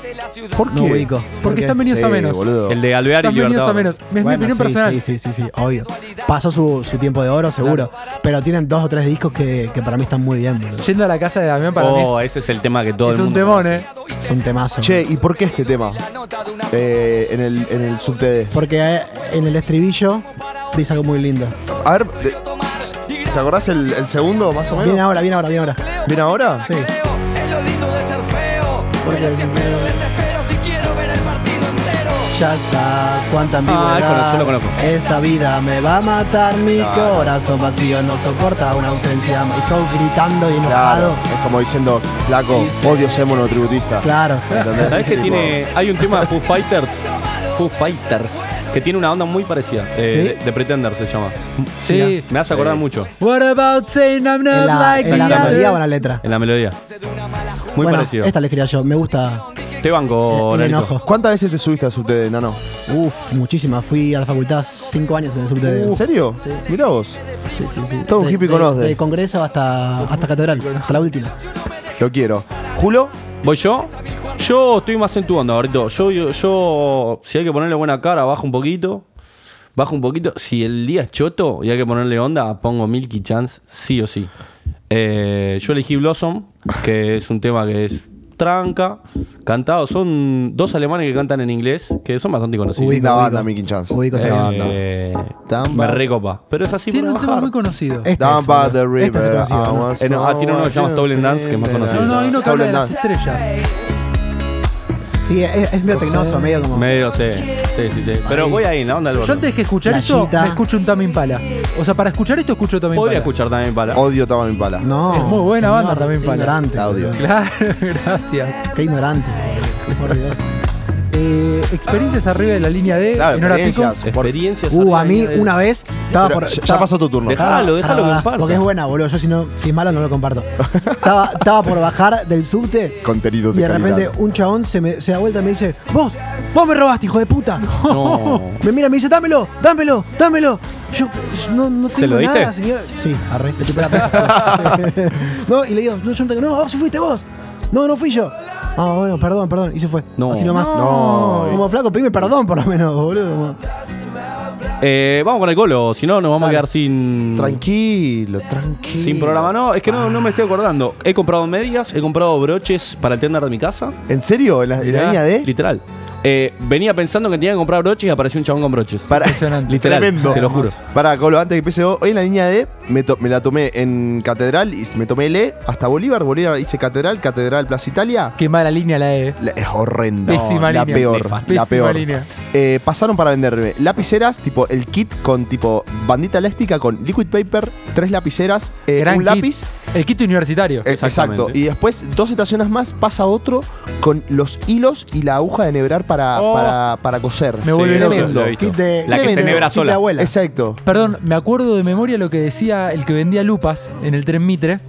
[SPEAKER 10] ¿Por
[SPEAKER 11] No ubico. ¿Por
[SPEAKER 9] Porque
[SPEAKER 11] qué?
[SPEAKER 9] están venidos
[SPEAKER 11] Sí,
[SPEAKER 9] a menos.
[SPEAKER 10] boludo.
[SPEAKER 12] El de Alvear y
[SPEAKER 9] Están venidos
[SPEAKER 12] Libertad.
[SPEAKER 9] a menos. Es mi
[SPEAKER 11] Bueno,
[SPEAKER 9] opinión
[SPEAKER 11] sí,
[SPEAKER 9] personal.
[SPEAKER 11] Sí, sí, sí, sí, obvio. Pasó su, su tiempo de oro, seguro. Pero tienen dos o tres discos que, que para mí están muy bien. boludo.
[SPEAKER 9] Yendo a la casa de Damián para mí
[SPEAKER 12] Oh,
[SPEAKER 9] es,
[SPEAKER 12] ese es el tema que todo
[SPEAKER 9] es
[SPEAKER 12] el
[SPEAKER 9] un
[SPEAKER 12] mundo.
[SPEAKER 9] temón, eh.
[SPEAKER 11] Es un temazo.
[SPEAKER 10] Che, ¿y por qué este tema? Eh, en, el, en el subte.
[SPEAKER 11] Porque eh, en el estribillo dice algo muy lindo.
[SPEAKER 10] A ver, de- ¿te acordás el, el segundo más o menos?
[SPEAKER 11] Viene ahora, viene ahora, viene ahora.
[SPEAKER 10] ¿Viene ahora?
[SPEAKER 11] Sí. Porque Ya está, cuánta ambigüedad.
[SPEAKER 12] Ah, yo lo conozco.
[SPEAKER 11] Esta vida me va a matar, mi corazón vacío no soporta una ausencia. Y todo gritando y
[SPEAKER 10] Claro,
[SPEAKER 11] enojado.
[SPEAKER 10] es como diciendo, flaco, odio ser monotributista.
[SPEAKER 11] Claro.
[SPEAKER 10] ¿Entendés?
[SPEAKER 12] ¿Sabes que
[SPEAKER 10] Tipo,
[SPEAKER 12] tiene.? Hay un tema de Foo Fighters. Foo Fighters. Que tiene una onda muy parecida. Eh,
[SPEAKER 11] ¿Sí?
[SPEAKER 12] de, de Pretender se llama.
[SPEAKER 9] Sí.
[SPEAKER 12] Mirá, Me hace acordar
[SPEAKER 9] Sí.
[SPEAKER 12] mucho.
[SPEAKER 9] What about saying I'm not
[SPEAKER 11] En la,
[SPEAKER 9] like
[SPEAKER 11] en la
[SPEAKER 9] the
[SPEAKER 11] melodía o
[SPEAKER 9] others?
[SPEAKER 11] en la letra.
[SPEAKER 12] En la melodía. Muy
[SPEAKER 11] bueno,
[SPEAKER 12] parecido.
[SPEAKER 11] Esta le escribía yo, me gusta.
[SPEAKER 12] Te banco,
[SPEAKER 11] El- el
[SPEAKER 12] Larito.
[SPEAKER 11] enojo.
[SPEAKER 10] ¿Cuántas veces te subiste al subte de Nano?
[SPEAKER 11] Uf, muchísima. Fui a la facultad cinco años en el subte de
[SPEAKER 10] ¿En serio?
[SPEAKER 11] Sí.
[SPEAKER 10] Mirá vos.
[SPEAKER 11] Sí, sí, sí.
[SPEAKER 10] Uh. Todo un hippie con los
[SPEAKER 11] de,
[SPEAKER 10] de-
[SPEAKER 11] de congreso hasta, hasta catedral, hasta la última.
[SPEAKER 10] Lo quiero. ¿Julo?
[SPEAKER 12] ¿Voy yo? Yo estoy más en tu onda, ahorita. Yo, yo, yo- si hay que ponerle buena cara, bajo un poquito. bajo un poquito. Si el día es choto y hay que ponerle onda, pongo Milky Chance, sí o sí. Eh, yo elegí Blossom, que es un tema que es tranca, cantado. Son dos alemanes que cantan en inglés, que son bastante conocidos.
[SPEAKER 10] Ubico, Linda ubico. banda, Milky Chance. Ubico esta banda.
[SPEAKER 12] Eh, me recopa. Pero es así
[SPEAKER 9] Tiene
[SPEAKER 12] por
[SPEAKER 9] un tema
[SPEAKER 12] bajar.
[SPEAKER 9] muy conocido.
[SPEAKER 11] Este
[SPEAKER 10] Down by the river. I was
[SPEAKER 12] Eh, no, ah, tiene uno que se llama
[SPEAKER 10] so
[SPEAKER 12] Stolen Dance, que es más conocido.
[SPEAKER 9] No, no, hay uno que habla de las estrellas.
[SPEAKER 11] Sí, es, es medio tecnoso, medio como.
[SPEAKER 12] Medio, sí. Sí, sí, sí. Pero voy ahí, ¿no? Onda del
[SPEAKER 9] Yo
[SPEAKER 12] borde.
[SPEAKER 9] antes que escuchar esto,
[SPEAKER 11] Playita.
[SPEAKER 9] me escucho un Tame Impala. O sea, para escuchar esto escucho Tame
[SPEAKER 12] Podría
[SPEAKER 9] Impala.
[SPEAKER 12] escuchar también Pala.
[SPEAKER 10] Odio Tame Impala.
[SPEAKER 11] No.
[SPEAKER 9] Es muy buena
[SPEAKER 11] señor,
[SPEAKER 9] banda Tame
[SPEAKER 11] qué
[SPEAKER 9] Impala.
[SPEAKER 11] Ignorante.
[SPEAKER 9] Claro, gracias.
[SPEAKER 11] Qué ignorante. Por Dios.
[SPEAKER 9] Eh, experiencias arriba de la línea D.
[SPEAKER 10] Claro,
[SPEAKER 9] en hora pico.
[SPEAKER 10] experiencias. por-
[SPEAKER 11] Uh, a mí una vez estaba
[SPEAKER 10] Pero
[SPEAKER 11] por.
[SPEAKER 10] Ah, ya- ya
[SPEAKER 11] estaba-
[SPEAKER 10] pasó tu turno.
[SPEAKER 11] Pará,
[SPEAKER 10] Déjalo,
[SPEAKER 11] pará,
[SPEAKER 10] déjalo
[SPEAKER 11] pará,
[SPEAKER 10] comparta.
[SPEAKER 11] Porque es buena, boludo. Yo si, no, si es mala no lo comparto. estaba, estaba por bajar del subte
[SPEAKER 10] Contenido
[SPEAKER 11] y
[SPEAKER 10] de
[SPEAKER 11] de
[SPEAKER 10] calidad.
[SPEAKER 11] repente un chabón se, me, se da vuelta y me dice: Vos, vos me robaste, hijo de puta.
[SPEAKER 10] No.
[SPEAKER 11] me mira y me dice: Dámelo, dámelo, dámelo. Yo no, no
[SPEAKER 10] ¿Se
[SPEAKER 11] tengo
[SPEAKER 10] lo diste?
[SPEAKER 11] nada, señor. Sí, arre, le chupé la pera. no, y le digo: No, yo no tengo. No, vos fuiste vos. No, no fui yo. Ah, bueno, perdón, perdón. Y se fue.
[SPEAKER 12] No.
[SPEAKER 11] Así nomás.
[SPEAKER 12] No.
[SPEAKER 11] Como flaco, pedime perdón por lo menos, boludo. como-
[SPEAKER 12] Eh, vamos con el colo, si no nos vamos a quedar sin.
[SPEAKER 10] Tranquilo, tranquilo.
[SPEAKER 12] Sin programa, no, es que no, no me estoy acordando. He comprado medias, he comprado broches para el tender de mi casa.
[SPEAKER 10] ¿En serio? ¿En la, en la
[SPEAKER 12] Mirá,
[SPEAKER 10] línea D?
[SPEAKER 12] Literal. Eh, venía pensando que tenía que comprar broches y apareció un chabón con broches.
[SPEAKER 10] Para,
[SPEAKER 12] Literal,
[SPEAKER 10] Tremendo.
[SPEAKER 12] te lo juro.
[SPEAKER 10] Para, Colo, antes que empiece vos, hoy en la línea D me, to- me la tomé en Catedral y me tomé L hasta Bolívar. Bolívar hice Catedral, Catedral Plaza Italia.
[SPEAKER 9] Qué mala línea la E.
[SPEAKER 10] La- es horrendo.
[SPEAKER 9] Pésima
[SPEAKER 10] la
[SPEAKER 9] línea.
[SPEAKER 10] peor.
[SPEAKER 9] Nefasta.
[SPEAKER 10] La
[SPEAKER 9] Pésima
[SPEAKER 10] peor.
[SPEAKER 9] línea.
[SPEAKER 10] Eh, pasaron para venderme lapiceras, tipo el kit con tipo bandita elástica con liquid paper, tres lapiceras, eh,
[SPEAKER 9] Gran
[SPEAKER 10] un
[SPEAKER 9] kit.
[SPEAKER 10] lápiz.
[SPEAKER 9] El kit universitario.
[SPEAKER 10] Eh, Exacto. Y después, dos estaciones más, pasa otro con los hilos y la aguja de nebrar para,
[SPEAKER 9] Oh.
[SPEAKER 10] para, para coser.
[SPEAKER 9] Me vuelve loco. Lo he visto.
[SPEAKER 10] Kit de-
[SPEAKER 9] La que se
[SPEAKER 10] tremendo.
[SPEAKER 9] nebra
[SPEAKER 10] Kit de
[SPEAKER 9] sola.
[SPEAKER 10] abuela. Exacto.
[SPEAKER 9] Perdón, me acuerdo de memoria lo que decía el que vendía lupas en el tren Mitre,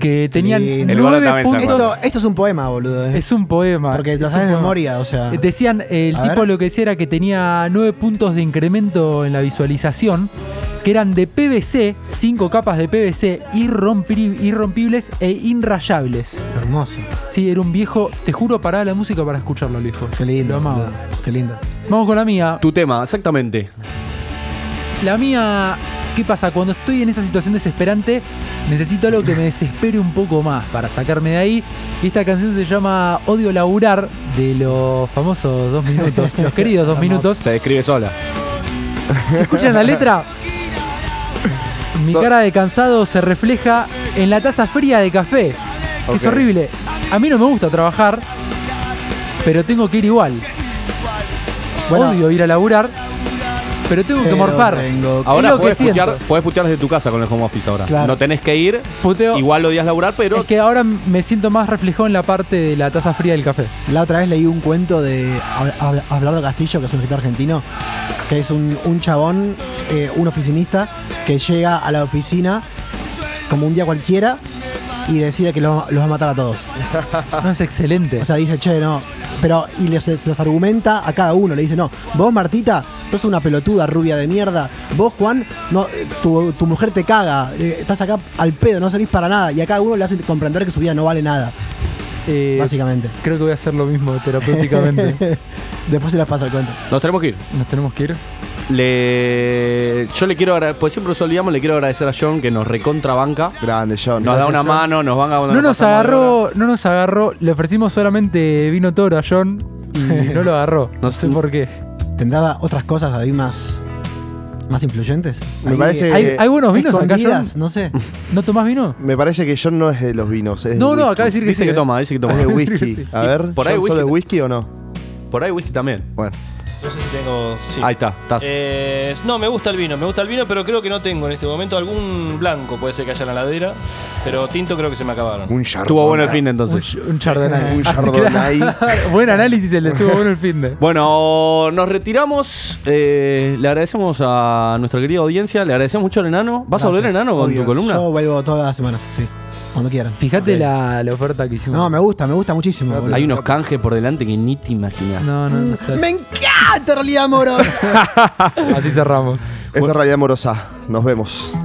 [SPEAKER 9] que tenían
[SPEAKER 11] Eh,
[SPEAKER 9] nueve puntos.
[SPEAKER 11] esto, esto es un poema, boludo. eh.
[SPEAKER 9] Es un poema.
[SPEAKER 11] Porque te lo
[SPEAKER 9] es
[SPEAKER 11] sabes
[SPEAKER 9] un
[SPEAKER 11] de
[SPEAKER 9] poema.
[SPEAKER 11] memoria, o sea.
[SPEAKER 9] Eh, Decían, eh, el
[SPEAKER 11] Ah. A
[SPEAKER 9] tipo
[SPEAKER 11] ver.
[SPEAKER 9] lo que decía era que tenía nueve puntos de incremento en la visualización, que eran de PVC, cinco capas de PVC, irrompri- irrompibles e inrayables.
[SPEAKER 11] Hermoso.
[SPEAKER 9] Sí, era un viejo, te juro, paraba la música para escucharlo, el viejo.
[SPEAKER 11] Qué lindo.
[SPEAKER 9] Lo amaba.
[SPEAKER 11] boludo. Qué lindo.
[SPEAKER 9] Vamos con la mía.
[SPEAKER 12] Tu tema, exactamente.
[SPEAKER 9] La mía, ¿qué pasa? Cuando estoy en esa situación desesperante, necesito algo que me desespere un poco más para sacarme de ahí. Y esta canción se llama Odio Laburar, de los famosos dos minutos, los queridos dos minutos.
[SPEAKER 12] Se describe sola.
[SPEAKER 9] Si escuchan la letra, mi cara de cansado se refleja en la taza fría de café. que Es
[SPEAKER 12] Ok.
[SPEAKER 9] horrible. A mí no me gusta trabajar, pero tengo que ir igual. Odio ir a laburar, pero tengo que
[SPEAKER 12] Pero
[SPEAKER 9] morfar.
[SPEAKER 12] tengo
[SPEAKER 9] Es
[SPEAKER 12] Ahora
[SPEAKER 9] lo que
[SPEAKER 12] puedes
[SPEAKER 9] siento.
[SPEAKER 12] putear, podés putear desde tu casa con el home office ahora.
[SPEAKER 9] Claro.
[SPEAKER 12] No tenés que ir, igual odias laburar, pero
[SPEAKER 9] Es que ahora me siento más reflejado en la parte de la taza fría del café.
[SPEAKER 11] La otra vez leí un cuento de Ab- Ab- Abelardo Castillo, que es un escritor argentino, que es un, un chabón, eh, un oficinista, que llega a la oficina como un día cualquiera y decide que lo- los va a matar a todos.
[SPEAKER 9] No es excelente.
[SPEAKER 11] O sea, dice, che, no. Pero, y les, les- los argumenta a cada uno. Le dice, no, vos Martita, sos una pelotuda rubia de mierda. Vos Juan, no, eh, tu, tu mujer te caga. Eh, Estás acá al pedo, no servís para nada. Y a cada uno le hacen comprender que su vida no vale nada.
[SPEAKER 9] Eh,
[SPEAKER 11] Básicamente.
[SPEAKER 9] Creo que voy a hacer lo mismo terapéuticamente.
[SPEAKER 11] Después se las pasa el cuento.
[SPEAKER 12] nos tenemos que ir.
[SPEAKER 9] Nos tenemos que ir.
[SPEAKER 12] Le... Yo le quiero agradecer, pues siempre nos olvidamos, le quiero agradecer a John que nos recontrabanca.
[SPEAKER 10] Grande, John.
[SPEAKER 12] Nos da
[SPEAKER 9] Gracias,
[SPEAKER 12] una
[SPEAKER 9] John.
[SPEAKER 12] mano, nos van a
[SPEAKER 9] No nos agarró, no nos agarró. Le ofrecimos solamente vino toro a John y no lo agarró. No sé por qué.
[SPEAKER 11] ¿Tendrá otras cosas ahí más, más influyentes?
[SPEAKER 10] Me
[SPEAKER 11] Ahí,
[SPEAKER 10] parece-
[SPEAKER 11] eh,
[SPEAKER 9] ¿Hay, hay buenos vinos acá, John?
[SPEAKER 11] escondidas, No sé.
[SPEAKER 9] ¿No tomás vino?
[SPEAKER 10] Me parece que John no es de los vinos. es de
[SPEAKER 9] No, no,
[SPEAKER 10] whisky.
[SPEAKER 9] acá decir que Dice sí, que eh. toma, dice que toma.
[SPEAKER 10] Es de
[SPEAKER 9] Acá decir
[SPEAKER 10] whisky.
[SPEAKER 9] que sí.
[SPEAKER 10] A
[SPEAKER 12] Y
[SPEAKER 10] ver,
[SPEAKER 12] por ahí
[SPEAKER 10] John, ¿sos
[SPEAKER 12] whisky
[SPEAKER 10] de
[SPEAKER 12] te-
[SPEAKER 10] whisky o no?
[SPEAKER 12] Por ahí whisky también.
[SPEAKER 10] Bueno.
[SPEAKER 16] Yo sí tengo. sí.
[SPEAKER 12] Ahí está, estás.
[SPEAKER 16] Eh, no, me gusta el vino, me gusta el vino, pero creo que no tengo en este momento algún blanco, puede ser que haya en la ladera, pero tinto creo que se me acabaron.
[SPEAKER 10] Un
[SPEAKER 12] Estuvo bueno el fin entonces.
[SPEAKER 9] Un chardonnay.
[SPEAKER 10] Un chardonnay.
[SPEAKER 9] Buen análisis el de estuvo bueno el fin de.
[SPEAKER 12] Bueno, nos retiramos. Eh, le agradecemos a nuestra querida audiencia. Le agradecemos mucho al enano. ¿Vas a volver
[SPEAKER 11] Gracias,
[SPEAKER 12] enano con
[SPEAKER 11] obvio.
[SPEAKER 12] tu columna?
[SPEAKER 11] Yo vuelvo todas las semanas, sí. Cuando quieran.
[SPEAKER 9] Fíjate la, la oferta que hicimos.
[SPEAKER 11] No, me gusta, me gusta muchísimo. boludo.
[SPEAKER 12] Hay unos canjes por delante que ni te imaginas.
[SPEAKER 9] No, no, no sé.
[SPEAKER 11] Me encanta realidad amorosa.
[SPEAKER 9] Así cerramos.
[SPEAKER 10] Es de realidad amorosa. Nos vemos.